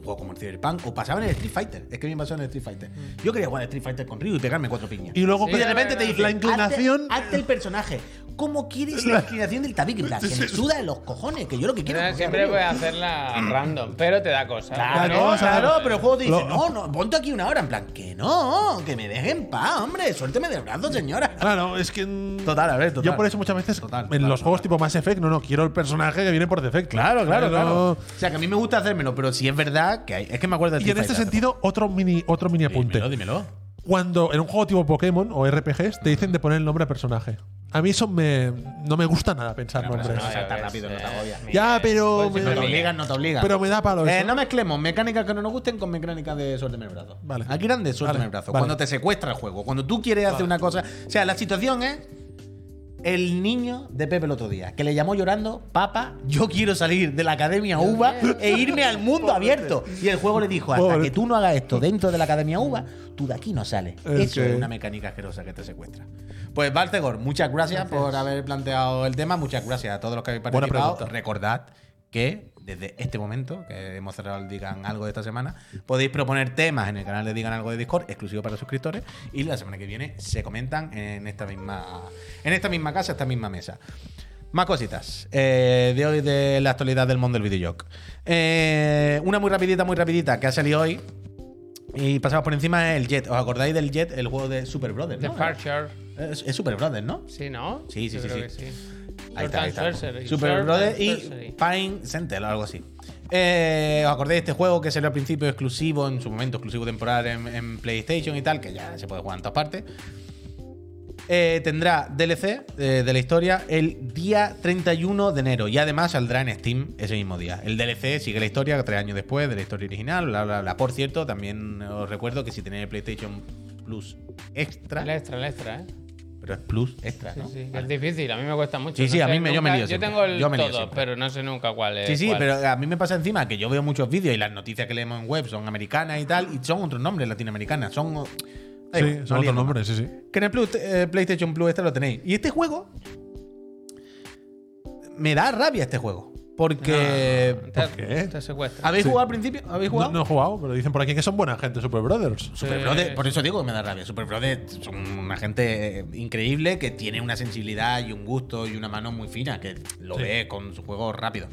[SPEAKER 5] Un juego como el Cyberpunk, o pasaba en el Street Fighter. Es que a mí me pasó en el Street Fighter. Yo quería jugar al Street Fighter con Ryu y pegarme cuatro piñas.
[SPEAKER 1] Y luego
[SPEAKER 3] Sí,
[SPEAKER 1] que-
[SPEAKER 5] Y de repente te dice,
[SPEAKER 1] la inclinación.
[SPEAKER 5] Hazte, hazte el personaje. ¿Cómo quieres la inclinación del tabique? En plan, Que me suda de los cojones, que yo lo que quiero es
[SPEAKER 3] Pero
[SPEAKER 5] coger
[SPEAKER 3] Siempre
[SPEAKER 5] Ryu.
[SPEAKER 3] puedes hacerla random, pero te da cosas.
[SPEAKER 5] Claro,
[SPEAKER 1] Claro,
[SPEAKER 5] claro,
[SPEAKER 1] claro.
[SPEAKER 5] pero el juego te dice,
[SPEAKER 1] Lo-
[SPEAKER 5] no, no, ponte aquí una hora, en plan, que no, que me dejen paz, hombre, suélteme de brazo, señora.
[SPEAKER 1] Claro, es que. mm,
[SPEAKER 5] Total, a ver, total.
[SPEAKER 1] Yo por eso muchas veces
[SPEAKER 5] Total,
[SPEAKER 1] en
[SPEAKER 5] total,
[SPEAKER 1] los juegos tipo Mass Effect, no, no, quiero el personaje que viene por defecto. Pero-
[SPEAKER 5] O sea, que a mí me gusta hacérmelo, pero si es verdad que hay, es que me acuerdo de
[SPEAKER 1] Y en este sentido, otro mini, otro mini apunte.
[SPEAKER 5] dímelo, dímelo.
[SPEAKER 1] Cuando en un juego tipo Pokémon o RPGs te dicen de poner el nombre al personaje. A mí eso me, no me gusta nada pensar
[SPEAKER 5] pero
[SPEAKER 1] nombres.
[SPEAKER 5] eso no
[SPEAKER 3] Ya
[SPEAKER 5] salta
[SPEAKER 3] ves,
[SPEAKER 5] rápido, no te
[SPEAKER 3] eh,
[SPEAKER 5] agobias.
[SPEAKER 3] mira,
[SPEAKER 1] Ya, pero.
[SPEAKER 3] Pues
[SPEAKER 5] No te
[SPEAKER 3] Miguel.
[SPEAKER 5] obligan, no te obligan.
[SPEAKER 1] Pero me da palo
[SPEAKER 5] Eh,
[SPEAKER 1] eso.
[SPEAKER 5] no mezclemos mecánicas que no nos gusten con mecánicas de suélteme el brazo.
[SPEAKER 1] Vale.
[SPEAKER 5] Aquí grande, suélteme
[SPEAKER 1] Vale,
[SPEAKER 5] el brazo.
[SPEAKER 1] vale.
[SPEAKER 5] Cuando te secuestra el juego, cuando tú quieres hacer una cosa. O sea, la situación es el niño de Pepe el otro día, que le llamó llorando, papá, yo quiero salir de la Academia UBA e irme al mundo abierto. Y el juego le dijo, hasta
[SPEAKER 1] Pobre.
[SPEAKER 5] que tú no hagas esto dentro de la Academia UBA, tú de aquí no sales.
[SPEAKER 1] Es
[SPEAKER 5] Eso
[SPEAKER 1] que-
[SPEAKER 5] es una mecánica asquerosa que te secuestra. Pues Baltegor, muchas gracias, por haber planteado el tema, muchas gracias a todos los que habéis
[SPEAKER 1] Buena
[SPEAKER 5] participado.
[SPEAKER 1] pregunta.
[SPEAKER 5] Recordad que desde este momento, que hemos cerrado el Digan Algo de esta semana, podéis proponer temas en el canal de Digan Algo de Discord, exclusivo para suscriptores, y la semana que viene se comentan en esta misma, en esta misma casa, esta misma mesa. Más cositas eh, de hoy de la actualidad del mundo del videojoc. Eh, una muy rapidita, muy rapidita que ha salido hoy. Y pasamos por encima el Jet. ¿Os acordáis del Jet? El juego de Super Brothers, ¿no?
[SPEAKER 3] Departure.
[SPEAKER 5] Es, es Super Brothers, ¿no?
[SPEAKER 3] Sí, ¿no?
[SPEAKER 5] Sí, sí,
[SPEAKER 3] Yo
[SPEAKER 5] sí,
[SPEAKER 3] creo
[SPEAKER 5] sí.
[SPEAKER 3] que
[SPEAKER 5] Ahí está, ahí está.
[SPEAKER 3] Sword and Sorcery. Sword
[SPEAKER 5] Super
[SPEAKER 3] and
[SPEAKER 5] Brothers y
[SPEAKER 3] Sorcery.
[SPEAKER 5] Pine Sentinel o algo así. Eh, ¿Os acordáis de este juego que salió al principio exclusivo, en su momento exclusivo temporal en, en PlayStation y tal? Que ya se puede jugar en todas partes. Eh, tendrá DLC eh, de la historia el día 31 de enero y además saldrá en Steam ese mismo día. El DLC sigue la historia tres años después de la historia original, bla, bla, bla. Por cierto, también os recuerdo que si tenéis el PlayStation Plus extra,
[SPEAKER 3] El extra, el extra, ¿eh.
[SPEAKER 5] pero es Plus extra,
[SPEAKER 3] Sí,
[SPEAKER 5] ¿no?
[SPEAKER 3] sí, que
[SPEAKER 5] Vale.
[SPEAKER 3] es difícil, a mí me cuesta mucho.
[SPEAKER 5] Sí, sí, a mí me- yo me
[SPEAKER 3] nunca-
[SPEAKER 5] lío siempre.
[SPEAKER 3] tengo el
[SPEAKER 5] Yo me lío
[SPEAKER 3] todo,
[SPEAKER 5] siempre.
[SPEAKER 3] pero no sé nunca cuál es.
[SPEAKER 5] Sí, sí,
[SPEAKER 3] cuál.
[SPEAKER 5] pero a mí me pasa encima que yo veo muchos vídeos y las noticias que leemos en web son americanas y tal, y son otros nombres latinoamericanas, son. da
[SPEAKER 1] Sí,
[SPEAKER 5] igual, no
[SPEAKER 1] son
[SPEAKER 5] liemos
[SPEAKER 1] otros
[SPEAKER 5] más.
[SPEAKER 1] nombres, sí, sí.
[SPEAKER 5] Que en el Plus, eh, PlayStation Plus este lo tenéis. Y este juego. Me da rabia este juego. Porque.
[SPEAKER 3] Te,
[SPEAKER 1] ¿Por qué?
[SPEAKER 3] te secuestra.
[SPEAKER 5] ¿Habéis
[SPEAKER 1] Sí.
[SPEAKER 5] jugado al principio? ¿Habéis
[SPEAKER 1] No,
[SPEAKER 5] jugado?
[SPEAKER 1] no he jugado, pero dicen por aquí que son buena gente, Super Brothers.
[SPEAKER 5] Super
[SPEAKER 3] Sí,
[SPEAKER 5] Brothers,
[SPEAKER 3] sí,
[SPEAKER 5] por
[SPEAKER 3] sí.
[SPEAKER 5] eso digo que me da rabia. Super Brothers son una gente eh, increíble que tiene una sensibilidad y un gusto y una mano muy fina que lo
[SPEAKER 1] Sí.
[SPEAKER 5] ve con su juego rápido.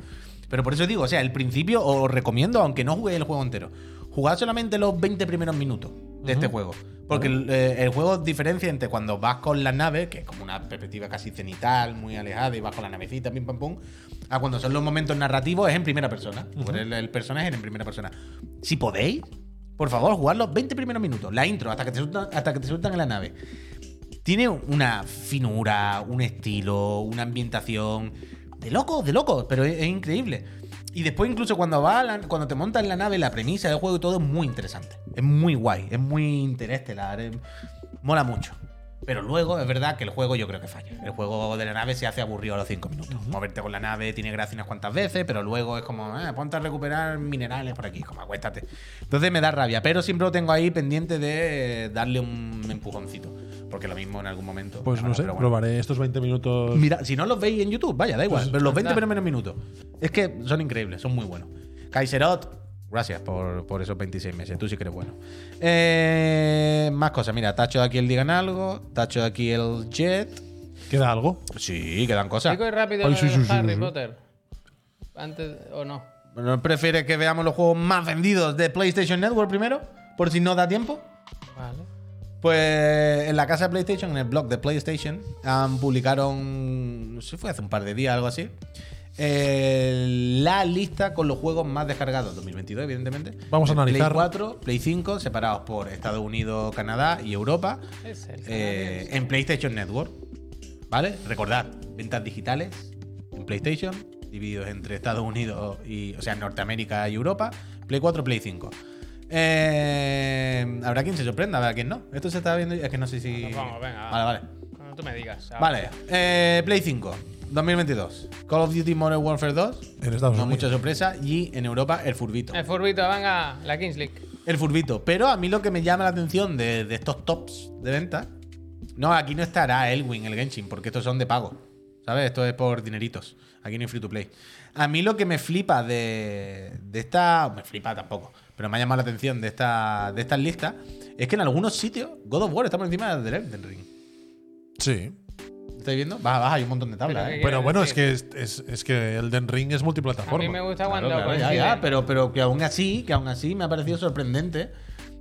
[SPEAKER 5] Pero por eso digo, o sea, el principio os recomiendo, aunque no juguéis el juego entero, jugad solamente los 20 primeros minutos de este juego. Porque el, eh, el juego diferencia entre cuando vas con la nave, que es como una perspectiva casi cenital, muy alejada, y vas con la navecita, pim pam pum, a cuando son los momentos narrativos, es en primera persona. Tú eres el, el personaje en primera persona. Si podéis, por favor, jugad los 20 primeros minutos, la intro, hasta que te sueltan, hasta que te sueltan en la nave. Tiene una finura, un estilo, una ambientación de loco, de loco, pero es, es increíble. Y después incluso cuando va, a la- cuando te montas en la nave, la premisa del juego y todo es muy interesante. Es muy guay, es muy interestelar, es- mola mucho. Pero luego es verdad que el juego yo creo que falla. El juego de la nave se hace aburrido a los 5 minutos. Moverte con la nave tiene gracia unas cuantas veces, pero luego es como, eh, ponte a recuperar minerales por aquí, como acuéstate. Entonces me da rabia, pero siempre lo tengo ahí pendiente de darle un empujoncito. Porque lo mismo en algún momento.
[SPEAKER 1] Pues no
[SPEAKER 5] ahora,
[SPEAKER 1] sé,
[SPEAKER 5] pero bueno.
[SPEAKER 1] probaré estos 20 minutos.
[SPEAKER 5] Mira, si no los veis en YouTube, vaya, da igual.
[SPEAKER 1] Pues,
[SPEAKER 5] pero los 20
[SPEAKER 3] anda.
[SPEAKER 5] primeros minutos. Es que son increíbles, son muy buenos. Kaiserot, gracias por, por esos 26 meses. Tú sí que eres bueno. Eh, más cosas. Mira, tacho de aquí el Digan Algo, tacho de aquí el Jet.
[SPEAKER 1] ¿Queda algo?
[SPEAKER 5] Sí, quedan cosas.
[SPEAKER 3] Chico y rápido
[SPEAKER 1] Ay,
[SPEAKER 3] lo
[SPEAKER 1] sí,
[SPEAKER 3] del
[SPEAKER 1] sí, sí,
[SPEAKER 3] Harry
[SPEAKER 1] sí.
[SPEAKER 3] Potter. Antes o no.
[SPEAKER 5] ¿No prefieres que veamos los juegos más vendidos de PlayStation Network primero? Por si no da tiempo.
[SPEAKER 3] Vale.
[SPEAKER 5] Pues en la casa de PlayStation, en el blog de PlayStation, han publicaron, no sé, fue hace un par de días, algo así, eh, la lista con los juegos más descargados 2022, evidentemente.
[SPEAKER 1] Vamos a
[SPEAKER 5] De
[SPEAKER 1] analizar.
[SPEAKER 5] Play 4, Play 5, separados por Estados Unidos, Canadá y Europa,
[SPEAKER 3] Es el
[SPEAKER 5] eh, en PlayStation Network. ¿Vale? Recordad, ventas digitales en PlayStation, divididos entre Estados Unidos y, o sea, Norteamérica y Europa, Play 4, Play 5. Eh, habrá quien se sorprenda, habrá quien no. Esto se está viendo, es que no sé si...
[SPEAKER 3] Nos vamos, venga, va.
[SPEAKER 5] Vale, vale.
[SPEAKER 3] Cuando tú me digas. ahora.
[SPEAKER 5] Vale, eh, Play 5, 2022. Call of Duty Modern Warfare 2,
[SPEAKER 1] En Estados
[SPEAKER 5] no
[SPEAKER 1] Unidos.
[SPEAKER 5] mucha sorpresa, y en Europa el furbito.
[SPEAKER 3] El Eh, furbito, venga, la Kings League.
[SPEAKER 5] El furbito. Pero a mí lo que me llama la atención de, de estos tops de venta. No, aquí no estará Elwin, el Genshin, porque estos son de pago. ¿Sabes? Esto es por dineritos. Aquí no hay free to play. A mí lo que me flipa de, de esta. Me flipa tampoco. Pero me ha llamado la atención de esta, de estas listas. Es que en algunos sitios God of War está por encima del Elden Ring.
[SPEAKER 1] Sí.
[SPEAKER 5] ¿Estáis viendo? Baja, baja, hay un montón de tablas.
[SPEAKER 3] Pero
[SPEAKER 5] ¿eh?
[SPEAKER 3] que-
[SPEAKER 1] Pero bueno, es
[SPEAKER 3] decir-
[SPEAKER 1] que, es, es- es que Elden Ring es
[SPEAKER 3] A mí me
[SPEAKER 1] multiplataforma.
[SPEAKER 3] gusta cuando.
[SPEAKER 5] Claro, claro, ya,
[SPEAKER 3] coinciden.
[SPEAKER 1] eh.
[SPEAKER 5] ya, pero, pero que aún así, que aún así me ha parecido sorprendente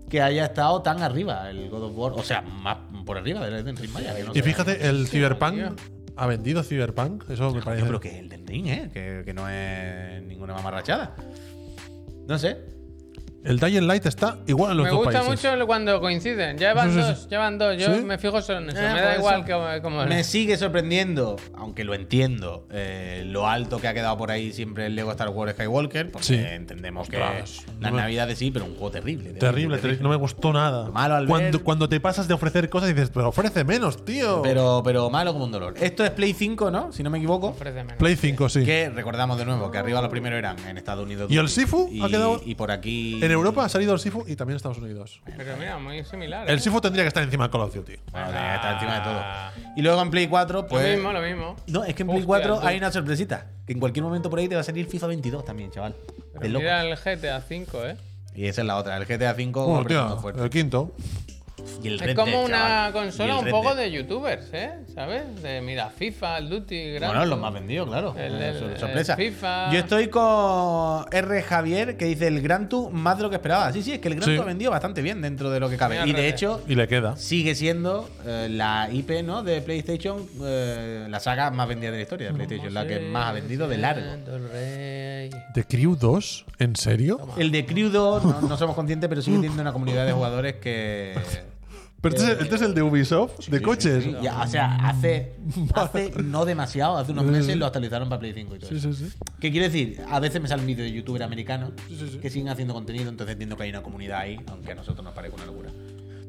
[SPEAKER 5] que haya estado tan arriba el God of War. O sea, más por arriba del Elden Ring. Vaya, que no
[SPEAKER 1] Y
[SPEAKER 5] sé.
[SPEAKER 1] fíjate, el
[SPEAKER 3] tío.
[SPEAKER 1] Cyberpunk ha vendido Cyberpunk. Eso me
[SPEAKER 5] Coño,
[SPEAKER 1] parece.
[SPEAKER 5] pero que es Elden Ring, ¿eh? Que, que no es ninguna mamarrachada. No sé.
[SPEAKER 1] El Dying Light está igual en los
[SPEAKER 3] Me
[SPEAKER 1] dos
[SPEAKER 3] gusta
[SPEAKER 1] países.
[SPEAKER 3] mucho cuando coinciden. Llevan
[SPEAKER 1] Sí, sí, sí.
[SPEAKER 3] dos, llevan dos. Yo
[SPEAKER 1] ¿Sí?
[SPEAKER 3] me fijo solo en eso.
[SPEAKER 5] Eh,
[SPEAKER 3] me
[SPEAKER 5] por
[SPEAKER 3] da
[SPEAKER 5] eso.
[SPEAKER 3] igual que, como.
[SPEAKER 5] Me sigue sorprendiendo, aunque lo entiendo, eh, lo alto que ha quedado por ahí siempre el Lego Star Wars Skywalker, porque
[SPEAKER 1] Sí.
[SPEAKER 5] entendemos que
[SPEAKER 1] Ostras, no
[SPEAKER 5] las
[SPEAKER 1] me-
[SPEAKER 5] navidades sí, pero un juego terrible.
[SPEAKER 1] Terrible, terrible, no me gustó nada.
[SPEAKER 5] Malo, Albert.
[SPEAKER 1] cuando, cuando te pasas de ofrecer cosas dices, pero ofrece menos, tío.
[SPEAKER 5] Pero, pero malo como un dolor. Esto es Play 5, ¿no? Si no me equivoco.
[SPEAKER 3] Ofrece menos.
[SPEAKER 1] Play 5, sí.
[SPEAKER 5] Que recordamos de nuevo que arriba los primeros eran en Estados Unidos.
[SPEAKER 1] ¿Y el Sifu?
[SPEAKER 5] Y,
[SPEAKER 1] ¿Ha quedado?
[SPEAKER 5] y por aquí.
[SPEAKER 1] En Europa ha salido el Sifu y también en Estados Unidos.
[SPEAKER 3] Pero mira, muy similar.
[SPEAKER 1] El
[SPEAKER 3] ¿eh?
[SPEAKER 1] Sifu tendría que estar encima de Call of Duty.
[SPEAKER 5] Bueno, tenía que estar encima de
[SPEAKER 3] Ah.
[SPEAKER 5] todo. Y luego en Play 4,
[SPEAKER 3] Lo
[SPEAKER 5] pues.
[SPEAKER 3] mismo, lo mismo.
[SPEAKER 5] No, es que en Play
[SPEAKER 3] Hostia,
[SPEAKER 5] 4
[SPEAKER 3] tú.
[SPEAKER 5] hay una sorpresita. Que en cualquier momento por ahí te va a salir FIFA 22 también, chaval.
[SPEAKER 3] Pero
[SPEAKER 5] De loco.
[SPEAKER 3] Mira el GTA V, ¿eh?
[SPEAKER 5] Y esa es la otra. El GTA 5
[SPEAKER 1] Bueno,
[SPEAKER 5] apretando
[SPEAKER 1] tío,
[SPEAKER 5] Oh, fuerte.
[SPEAKER 1] el quinto.
[SPEAKER 5] Y el
[SPEAKER 3] Es
[SPEAKER 5] Red
[SPEAKER 3] como
[SPEAKER 5] Dead,
[SPEAKER 3] una
[SPEAKER 5] chaval. Y
[SPEAKER 3] consola
[SPEAKER 5] el
[SPEAKER 3] un
[SPEAKER 5] Red
[SPEAKER 3] poco
[SPEAKER 5] Dead.
[SPEAKER 3] de youtubers, ¿eh? ¿Sabes? De, mira, FIFA, el Duty, Gran
[SPEAKER 5] Bueno, los
[SPEAKER 3] Turismo.
[SPEAKER 5] más vendidos, claro.
[SPEAKER 3] El-
[SPEAKER 5] Eh,
[SPEAKER 3] el-
[SPEAKER 5] sor-
[SPEAKER 3] el
[SPEAKER 5] sorpresa.
[SPEAKER 3] FIFA.
[SPEAKER 5] Yo estoy con R. Javier, que dice el Gran Tour más de lo que esperaba. Sí, sí, es que el Gran
[SPEAKER 1] Sí.
[SPEAKER 5] Tour ha vendido bastante bien dentro de lo que cabe.
[SPEAKER 3] Mira,
[SPEAKER 5] Y de
[SPEAKER 3] R.
[SPEAKER 5] hecho,
[SPEAKER 1] Y le queda.
[SPEAKER 5] sigue siendo eh, la IP ¿no? de PlayStation, eh, la saga más vendida de la historia de PlayStation, la que más ha vendido de largo.
[SPEAKER 3] El rey.
[SPEAKER 1] ¿The Crew 2? ¿En serio?
[SPEAKER 5] El de Crudo, no, no somos conscientes, pero sigue teniendo una comunidad de jugadores que.
[SPEAKER 1] Pero este, es, este es el de Ubisoft, de coches.
[SPEAKER 5] Sí, ya, o sea, hace, hace no demasiado, hace unos meses lo actualizaron para Play 5 y todo.
[SPEAKER 1] Sí,
[SPEAKER 5] eso.
[SPEAKER 1] sí, sí.
[SPEAKER 5] ¿Qué quiere decir? A veces me salen vídeos de youtuber americanos
[SPEAKER 1] sí, sí.
[SPEAKER 5] que siguen haciendo contenido, entonces entiendo que hay una comunidad ahí, aunque a nosotros nos parezca una locura.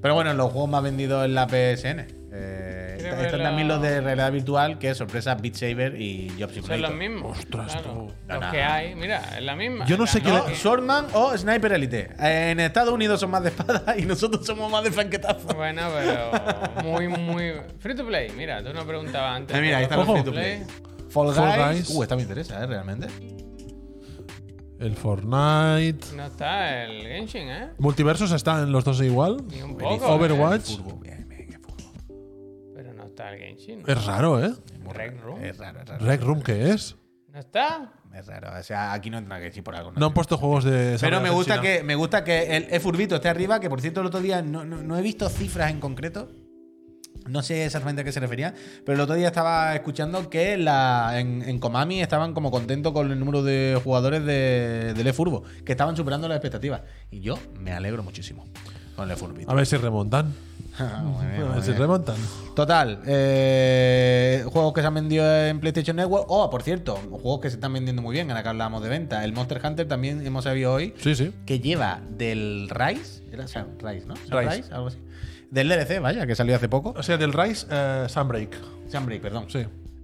[SPEAKER 5] Pero bueno, los juegos más vendidos en la PSN. Eh,
[SPEAKER 3] Creo
[SPEAKER 5] está-
[SPEAKER 3] que
[SPEAKER 5] están
[SPEAKER 3] lo-
[SPEAKER 5] también los de realidad virtual, que es sorpresa Beat Saber y Job
[SPEAKER 3] Son los
[SPEAKER 5] Simulator.
[SPEAKER 3] mismos.
[SPEAKER 1] Ostras,
[SPEAKER 3] claro.
[SPEAKER 1] tú.
[SPEAKER 3] Los
[SPEAKER 5] No,
[SPEAKER 3] que
[SPEAKER 5] no.
[SPEAKER 3] hay, mira, es la misma.
[SPEAKER 1] Yo no sé qué
[SPEAKER 3] La-
[SPEAKER 5] No, Swordman o Sniper Elite. Eh, En Estados Unidos son más de espada y nosotros somos más de franquetazo.
[SPEAKER 3] Bueno, pero muy, muy. Free to play, mira, tú no preguntabas antes.
[SPEAKER 5] Eh, mira, ahí están los
[SPEAKER 1] Ojo.
[SPEAKER 5] free to play. Fall Guys.
[SPEAKER 1] Fall Guys.
[SPEAKER 5] Uh, esta me interesa, ¿eh? Realmente.
[SPEAKER 1] El Fortnite.
[SPEAKER 3] No está el Genshin, ¿eh?
[SPEAKER 1] Multiversos está en los dos igual.
[SPEAKER 3] Ni un
[SPEAKER 5] Buenísimo.
[SPEAKER 3] poco. ¿eh?
[SPEAKER 1] Overwatch.
[SPEAKER 5] Furbo, bien, bien, qué furbo.
[SPEAKER 3] Pero no está el Genshin.
[SPEAKER 1] Es raro, ¿eh?
[SPEAKER 5] Muy
[SPEAKER 3] Rec
[SPEAKER 5] raro,
[SPEAKER 3] Room.
[SPEAKER 5] Es raro, es raro.
[SPEAKER 1] Rec Room, ¿qué es?
[SPEAKER 3] ¿No está?
[SPEAKER 5] Es raro. O sea, aquí no entra que sí por algo.
[SPEAKER 1] No han
[SPEAKER 5] tiene.
[SPEAKER 1] puesto juegos de.
[SPEAKER 5] Pero me
[SPEAKER 1] en
[SPEAKER 5] gusta,
[SPEAKER 1] China.
[SPEAKER 5] que, me gusta que el e furbito esté arriba, que por cierto el otro día no, no- no he visto cifras en concreto. No sé exactamente a qué se refería, pero el otro día estaba escuchando que la, en, en Konami estaban como contentos con el número de jugadores de, del E-Furbo, que estaban superando las expectativas. Y yo me alegro muchísimo con el E-Furbito.
[SPEAKER 1] A ver si remontan.
[SPEAKER 5] Ah, Muy bien,
[SPEAKER 1] A
[SPEAKER 5] muy
[SPEAKER 1] ver si
[SPEAKER 5] bien.
[SPEAKER 1] remontan.
[SPEAKER 5] Total, eh, juegos que se han vendido en PlayStation Network. Oh, por cierto, juegos que se están vendiendo muy bien, ahora que hablábamos de venta. El Monster Hunter también hemos sabido hoy
[SPEAKER 1] Sí, sí.
[SPEAKER 5] que lleva del Rise, era o sea, Rise, ¿no? O sea,
[SPEAKER 1] Rise.
[SPEAKER 5] Rise, algo así. Del DLC, vaya, que salió hace poco.
[SPEAKER 1] O sea, del Rise, eh, Sunbreak.
[SPEAKER 5] Sunbreak, perdón.
[SPEAKER 1] Sí.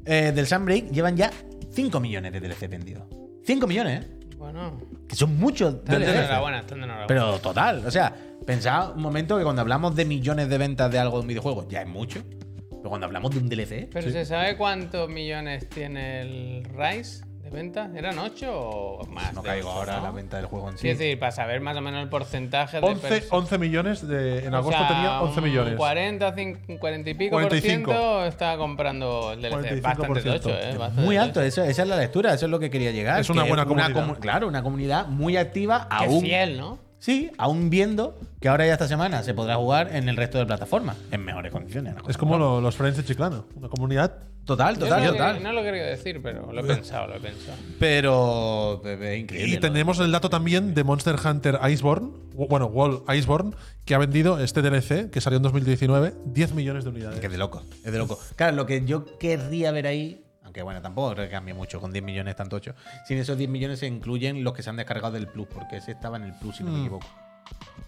[SPEAKER 5] Eh, del Sunbreak llevan ya 5 millones de DLC vendidos. 5 millones, ¿eh?
[SPEAKER 3] Bueno.
[SPEAKER 5] Que son muchos
[SPEAKER 3] Están de
[SPEAKER 5] DLC.
[SPEAKER 3] enhorabuena, están de enhorabuena.
[SPEAKER 5] Pero total, o sea, pensad un momento que cuando hablamos de millones de ventas de algo de un videojuego, ya es mucho. Pero cuando hablamos de un DLC,
[SPEAKER 3] Pero se sabe cuántos millones tiene el Rise de ventas? ¿Eran 8 o más?
[SPEAKER 5] No
[SPEAKER 3] de
[SPEAKER 5] caigo
[SPEAKER 3] ocho,
[SPEAKER 5] ahora en
[SPEAKER 3] no?
[SPEAKER 5] la venta del juego en
[SPEAKER 3] Ah, Sí,
[SPEAKER 5] sí.
[SPEAKER 3] es decir, para saber más o menos el porcentaje de
[SPEAKER 1] 11,
[SPEAKER 3] personas.
[SPEAKER 1] 11 millones de. En
[SPEAKER 3] O
[SPEAKER 1] agosto
[SPEAKER 3] sea,
[SPEAKER 1] tenía 11
[SPEAKER 3] un
[SPEAKER 1] millones.
[SPEAKER 3] 40, cin- 40 y pico por
[SPEAKER 1] 45.
[SPEAKER 3] ciento está comprando el DLC.
[SPEAKER 1] 45%.
[SPEAKER 3] Bastante tocho, ¿eh? Bastante
[SPEAKER 5] Muy
[SPEAKER 3] tocho.
[SPEAKER 5] alto, eso- esa es la lectura, eso es lo que quería llegar.
[SPEAKER 1] Es una
[SPEAKER 5] que
[SPEAKER 1] buena comunidad.
[SPEAKER 5] comu- claro, una comunidad muy activa
[SPEAKER 3] Qué
[SPEAKER 5] aún.
[SPEAKER 3] fiel, ¿no?
[SPEAKER 5] Sí, aún viendo que ahora ya esta semana se podrá jugar en el resto de plataformas, en mejores condiciones.
[SPEAKER 1] Es como lo- los Friends de Chiclana, una comunidad.
[SPEAKER 5] Total,
[SPEAKER 3] Yo
[SPEAKER 5] total,
[SPEAKER 3] no, lo
[SPEAKER 5] total.
[SPEAKER 3] quería- no lo quería decir, pero lo he pensado, lo he pensado.
[SPEAKER 5] Pero es increíble.
[SPEAKER 1] Y tenemos el dato también de Monster Hunter Iceborne, w- bueno, Wall Iceborne, que ha vendido este DLC, que salió en 2019, 10 millones de
[SPEAKER 5] Que
[SPEAKER 1] unidades.
[SPEAKER 5] es de loco, es de loco. Claro, lo que yo querría ver ahí, aunque bueno, tampoco creo que cambie mucho con 10 millones, tanto 8. Sin esos 10 millones se incluyen los que se han descargado del Plus, porque ese estaba en el Plus,
[SPEAKER 1] Mm.
[SPEAKER 5] si no me equivoco.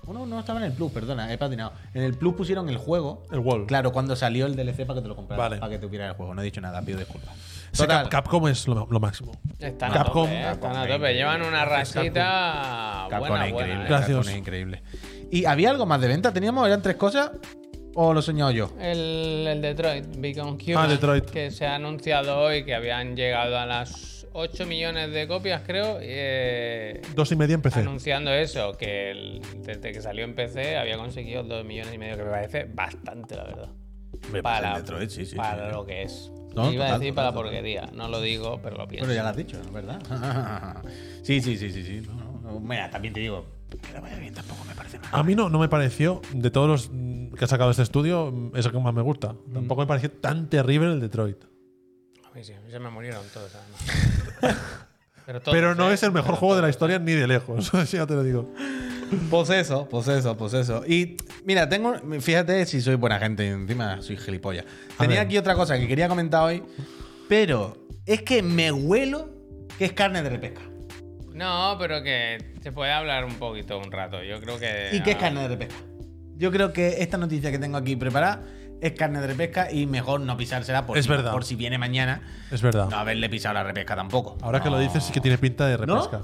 [SPEAKER 5] Uno no estaba en el Plus, perdona, he patinado. En el Plus pusieron el juego.
[SPEAKER 1] El Wall.
[SPEAKER 5] Claro, cuando salió el DLC para que te lo compraras,
[SPEAKER 1] Vale.
[SPEAKER 5] para que te tuviera el juego. No he dicho nada, pido disculpas.
[SPEAKER 1] Ese
[SPEAKER 5] Total,
[SPEAKER 1] Cap- Capcom es lo, lo máximo.
[SPEAKER 3] Están
[SPEAKER 1] Capcom.
[SPEAKER 3] a tope, ¿eh? están a
[SPEAKER 5] Capcom,
[SPEAKER 3] tope. Llevan una rachita
[SPEAKER 5] Capcom
[SPEAKER 3] buena,
[SPEAKER 5] es
[SPEAKER 3] buena.
[SPEAKER 5] increíble.
[SPEAKER 3] ¿eh?
[SPEAKER 1] Gracias.
[SPEAKER 5] Capcom es increíble. ¿Y había algo más de venta? ¿Teníamos? ¿Eran tres cosas? ¿O lo he soñado yo?
[SPEAKER 3] El, el Detroit, Beacon Human,
[SPEAKER 1] Ah, Detroit.
[SPEAKER 3] que se ha anunciado hoy que habían llegado a las 8 millones de copias, creo. y, eh,
[SPEAKER 1] Dos y media en PC.
[SPEAKER 3] anunciando eso, que el- desde que salió en PC había conseguido 2 millones y medio, que me parece bastante, la verdad.
[SPEAKER 1] pues
[SPEAKER 3] para
[SPEAKER 5] el Detroit, sí, sí,
[SPEAKER 3] para
[SPEAKER 1] ¿eh?
[SPEAKER 5] sí.
[SPEAKER 3] lo que es.
[SPEAKER 5] No,
[SPEAKER 3] Iba a
[SPEAKER 5] total,
[SPEAKER 3] decir
[SPEAKER 5] total,
[SPEAKER 3] para la
[SPEAKER 5] total.
[SPEAKER 3] porquería, no lo digo, pero lo pienso.
[SPEAKER 5] Pero ya lo has dicho, ¿no? ¿verdad? sí, sí, sí, sí, sí. No, no, no. Mira, también te digo, que la vaya bien tampoco me parece nada.
[SPEAKER 1] A mí no, no me pareció, de todos los mm, que ha sacado este estudio, mm, es el que más me gusta. Tampoco me pareció tan terrible el Detroit.
[SPEAKER 3] A mí sí, a mí se me murieron todos, además. pero, todos,
[SPEAKER 1] Pero no
[SPEAKER 3] ¿eh?
[SPEAKER 1] es el mejor
[SPEAKER 3] Pero
[SPEAKER 1] juego de la
[SPEAKER 3] todos.
[SPEAKER 1] historia ni de lejos, así ya te lo digo.
[SPEAKER 5] Pues eso, pues eso, pues eso. Y mira, tengo, fíjate si soy buena gente, encima soy gilipollas. Tenía
[SPEAKER 1] ver.
[SPEAKER 5] aquí otra cosa que quería comentar hoy, pero es que me huelo que es carne de repesca.
[SPEAKER 3] No, pero que se puede hablar un poquito un rato. Yo creo que.
[SPEAKER 5] ¿Y qué
[SPEAKER 1] Eh,
[SPEAKER 5] es carne de repesca? Yo creo que esta noticia que tengo aquí preparada es carne de repesca y mejor no pisársela por,
[SPEAKER 1] Es
[SPEAKER 5] si,
[SPEAKER 1] verdad.
[SPEAKER 5] por si viene mañana.
[SPEAKER 1] Es verdad.
[SPEAKER 5] No haberle pisado la repesca tampoco.
[SPEAKER 1] Ahora que lo
[SPEAKER 5] No.
[SPEAKER 1] dices, sí que tiene pinta de
[SPEAKER 5] Ah. ¿No?
[SPEAKER 1] repesca.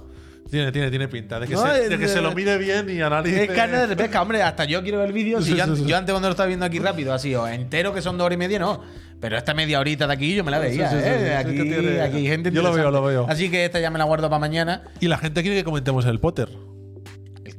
[SPEAKER 1] Tiene, tiene, tiene pinta. De que,
[SPEAKER 5] No,
[SPEAKER 1] se,
[SPEAKER 5] es
[SPEAKER 1] de que
[SPEAKER 5] de-
[SPEAKER 1] se lo mire bien y analice.
[SPEAKER 5] Es carne de repesca, hombre. Hasta yo quiero ver el vídeo. Si
[SPEAKER 1] Sí,
[SPEAKER 5] yo,
[SPEAKER 1] sí, sí.
[SPEAKER 5] yo antes cuando lo estaba viendo aquí rápido, así, o entero que son dos horas y media, no. Pero esta media horita de aquí yo me la veía.
[SPEAKER 1] Sí, sí, sí,
[SPEAKER 5] ¿eh?
[SPEAKER 1] sí, sí,
[SPEAKER 5] aquí,
[SPEAKER 1] que tiene-
[SPEAKER 5] aquí hay gente
[SPEAKER 1] Yo lo veo,
[SPEAKER 5] interesante.
[SPEAKER 1] lo veo.
[SPEAKER 5] Así que esta ya me la guardo para mañana.
[SPEAKER 1] Y la gente quiere que comentemos el Potter.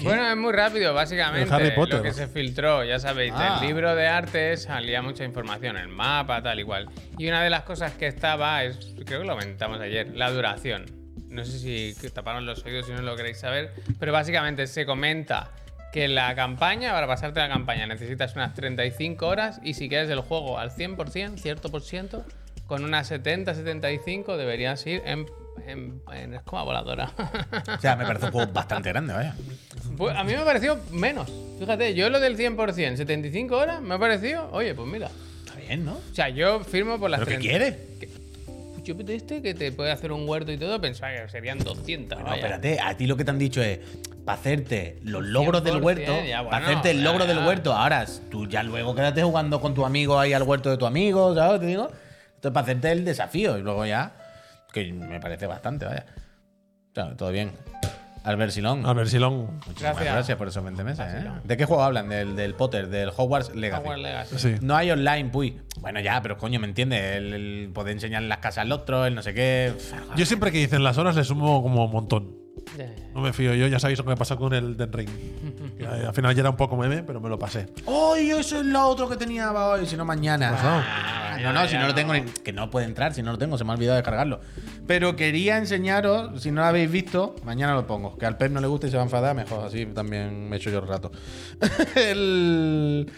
[SPEAKER 3] Bueno, es muy rápido, básicamente.
[SPEAKER 1] El Harry Potter.
[SPEAKER 3] Lo que se filtró, ya sabéis,
[SPEAKER 5] Ah.
[SPEAKER 3] del libro de arte salía mucha información, el mapa, tal y cual. Y una de las cosas que estaba es, creo que lo comentamos ayer, la duración. No sé si que taparon los oídos si no lo queréis saber, pero básicamente se comenta que la campaña, para pasarte la campaña, necesitas unas 35 horas y si quieres el juego al 100%, cierto por ciento, con unas 70-75 deberías ir en, en, en escoba voladora.
[SPEAKER 5] O sea, me parece un juego bastante grande, vaya.
[SPEAKER 3] Pues a mí me pareció menos. Fíjate, yo lo del 100%, 75 horas, me ha parecido. Oye, pues mira.
[SPEAKER 5] Está bien, ¿no?
[SPEAKER 3] O sea, yo firmo por las
[SPEAKER 5] ¿Pero qué
[SPEAKER 3] 30.
[SPEAKER 5] quieres?
[SPEAKER 3] Yo de este que te puede hacer un huerto y todo, pensaba que serían 200.
[SPEAKER 5] No,
[SPEAKER 3] vaya.
[SPEAKER 5] espérate. A ti lo que te han dicho es para hacerte los logros del
[SPEAKER 3] 100%,
[SPEAKER 5] huerto.
[SPEAKER 3] ya, bueno,
[SPEAKER 5] para hacerte el
[SPEAKER 3] ya,
[SPEAKER 5] logro del
[SPEAKER 3] ya.
[SPEAKER 5] huerto. Ahora, tú ya luego quédate jugando con tu amigo ahí al huerto de tu amigo, ¿sabes? Te digo. Esto es para hacerte el desafío. Y luego ya. Que me parece bastante, vaya. Claro, todo bien. Albert Silón.
[SPEAKER 1] A ver, Silón.
[SPEAKER 5] muchísimas
[SPEAKER 3] Gracias.
[SPEAKER 5] gracias. por esos 20 meses. ¿eh?
[SPEAKER 3] Silón.
[SPEAKER 5] ¿De qué juego hablan? Del, del Potter, del Hogwarts Legacy.
[SPEAKER 3] Hogwarts Legacy.
[SPEAKER 1] Sí.
[SPEAKER 5] No hay online, puy. Bueno, ya, pero coño, ¿me entiendes? El, el poder enseñar las casas al otro, el no sé qué.
[SPEAKER 1] Yo siempre que dicen las horas le sumo como un montón.
[SPEAKER 3] Ya, ya, ya.
[SPEAKER 1] No me fío yo, ya sabéis lo que me pasó con el Den Ring. Que, eh, al final ya era un poco meme, pero me lo pasé.
[SPEAKER 5] ¡Ay, eso es lo otro que tenía para hoy! Si no, mañana. Ah, no, no, si no lo tengo. ni- Que no puede entrar, si no lo tengo, se me ha olvidado descargarlo. Pero quería enseñaros, si no lo habéis visto, mañana lo pongo. Que al Pep no le gusta y se va a enfadar, mejor. Así también me echo yo el rato. el.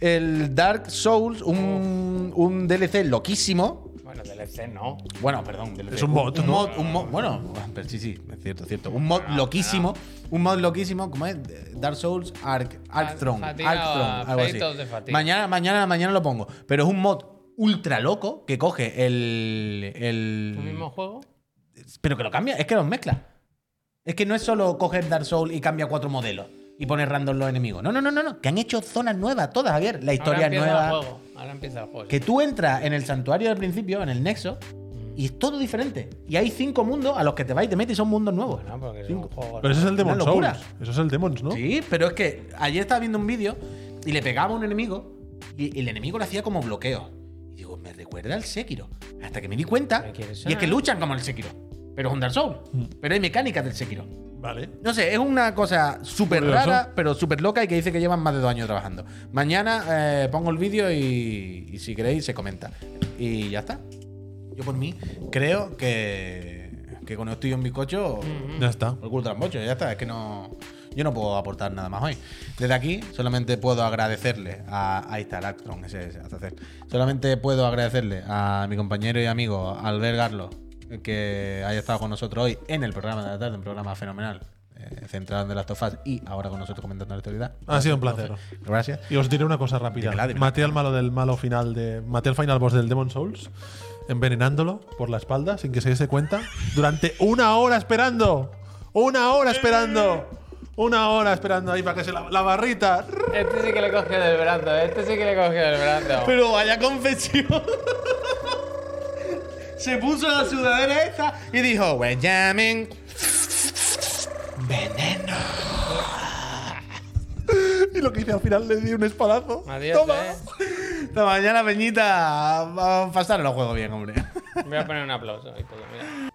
[SPEAKER 5] El Dark Souls, un, un DLC loquísimo.
[SPEAKER 3] Bueno, DLC no.
[SPEAKER 5] Bueno, perdón. DLC.
[SPEAKER 1] Es un mod,
[SPEAKER 5] Un
[SPEAKER 1] ¿no?
[SPEAKER 5] mod, un mod- Ah, bueno, pero sí, sí, es cierto, es cierto. Un mod loquísimo. Un mod loquísimo, como es eh, Dark Souls Ark, Ark Throne. Ark
[SPEAKER 3] Fatiga o
[SPEAKER 5] Throne, algo así.
[SPEAKER 3] pleitos de fatiga.
[SPEAKER 5] Mañana, mañana, mañana lo pongo. Pero es un mod ultra loco que coge el. el-
[SPEAKER 3] ¿Un mismo juego?
[SPEAKER 5] pero que lo cambia, es que los mezcla. Es que no es solo coger Dark Souls y cambia cuatro modelos y poner random los enemigos. No, no, no, no, no. Que han hecho zonas nuevas todas, Javier. La historia
[SPEAKER 3] Ahora
[SPEAKER 5] es
[SPEAKER 3] empieza
[SPEAKER 5] nueva.
[SPEAKER 3] el juego. Ahora empieza el juego.
[SPEAKER 5] Que tú entras en el santuario del principio, en el nexo, y es todo diferente. Y hay cinco mundos a los que te vais y te metes y son mundos nuevos.
[SPEAKER 3] Bueno, porque es un juego.
[SPEAKER 1] Pero ese es el
[SPEAKER 5] Una
[SPEAKER 1] Demon Souls.
[SPEAKER 5] locura.
[SPEAKER 1] Eso es el Demons, ¿no?
[SPEAKER 5] Sí, pero es que ayer estaba viendo un vídeo y le pegaba a un enemigo y el enemigo le hacía como bloqueo. Y digo, me recuerda al Sekiro. Hasta que me di cuenta.
[SPEAKER 3] Me quieres
[SPEAKER 5] Y es que
[SPEAKER 3] sonar.
[SPEAKER 5] luchan como el Sekiro. Pero es un Dark Souls. Pero hay mecánicas del Sekiro.
[SPEAKER 1] Vale.
[SPEAKER 5] No sé, es una cosa súper
[SPEAKER 1] Curioso.
[SPEAKER 5] rara, pero súper loca y que dice que llevan más de dos años trabajando. Mañana eh, pongo el vídeo y, y si queréis se comenta. Y ya está. Yo por mí creo que, que con esto y un bizcocho,
[SPEAKER 1] Ya está.
[SPEAKER 5] el culo trambocho, ya está. Es que no... Yo no puedo aportar nada más hoy. Desde aquí solamente puedo agradecerle a... Ahí está el Actron, ese es hacer. Solamente puedo agradecerle a mi compañero y amigo Albert Garlo que haya estado con nosotros hoy en el programa de la tarde, un programa fenomenal, eh, centrado en The Last of Us y ahora con nosotros comentando la actualidad.
[SPEAKER 1] Ha sido un placer.
[SPEAKER 5] Gracias.
[SPEAKER 1] Y os diré una cosa rápida.
[SPEAKER 5] Dímela, dímela.
[SPEAKER 1] Maté al malo del malo final de. Maté al final boss del Demon Souls, envenenándolo por la espalda sin que se diese cuenta. Durante una hora esperando. Una hora esperando. Una hora esperando ahí para que se la, la barrita.
[SPEAKER 3] Este sí que le cogió del brazo, este sí que le cogió del brazo.
[SPEAKER 5] Pero vaya confesión. Se puso la sudadera esta y dijo, "We're jamming. Veneno.
[SPEAKER 1] Y lo que hice al final le di un espadazo.
[SPEAKER 3] Adiós,
[SPEAKER 1] Toma.
[SPEAKER 3] eh.
[SPEAKER 5] Hasta mañana, Peñita. Vamos a pasar los juegos bien, hombre.
[SPEAKER 3] Voy a poner un aplauso. Víctor, mira.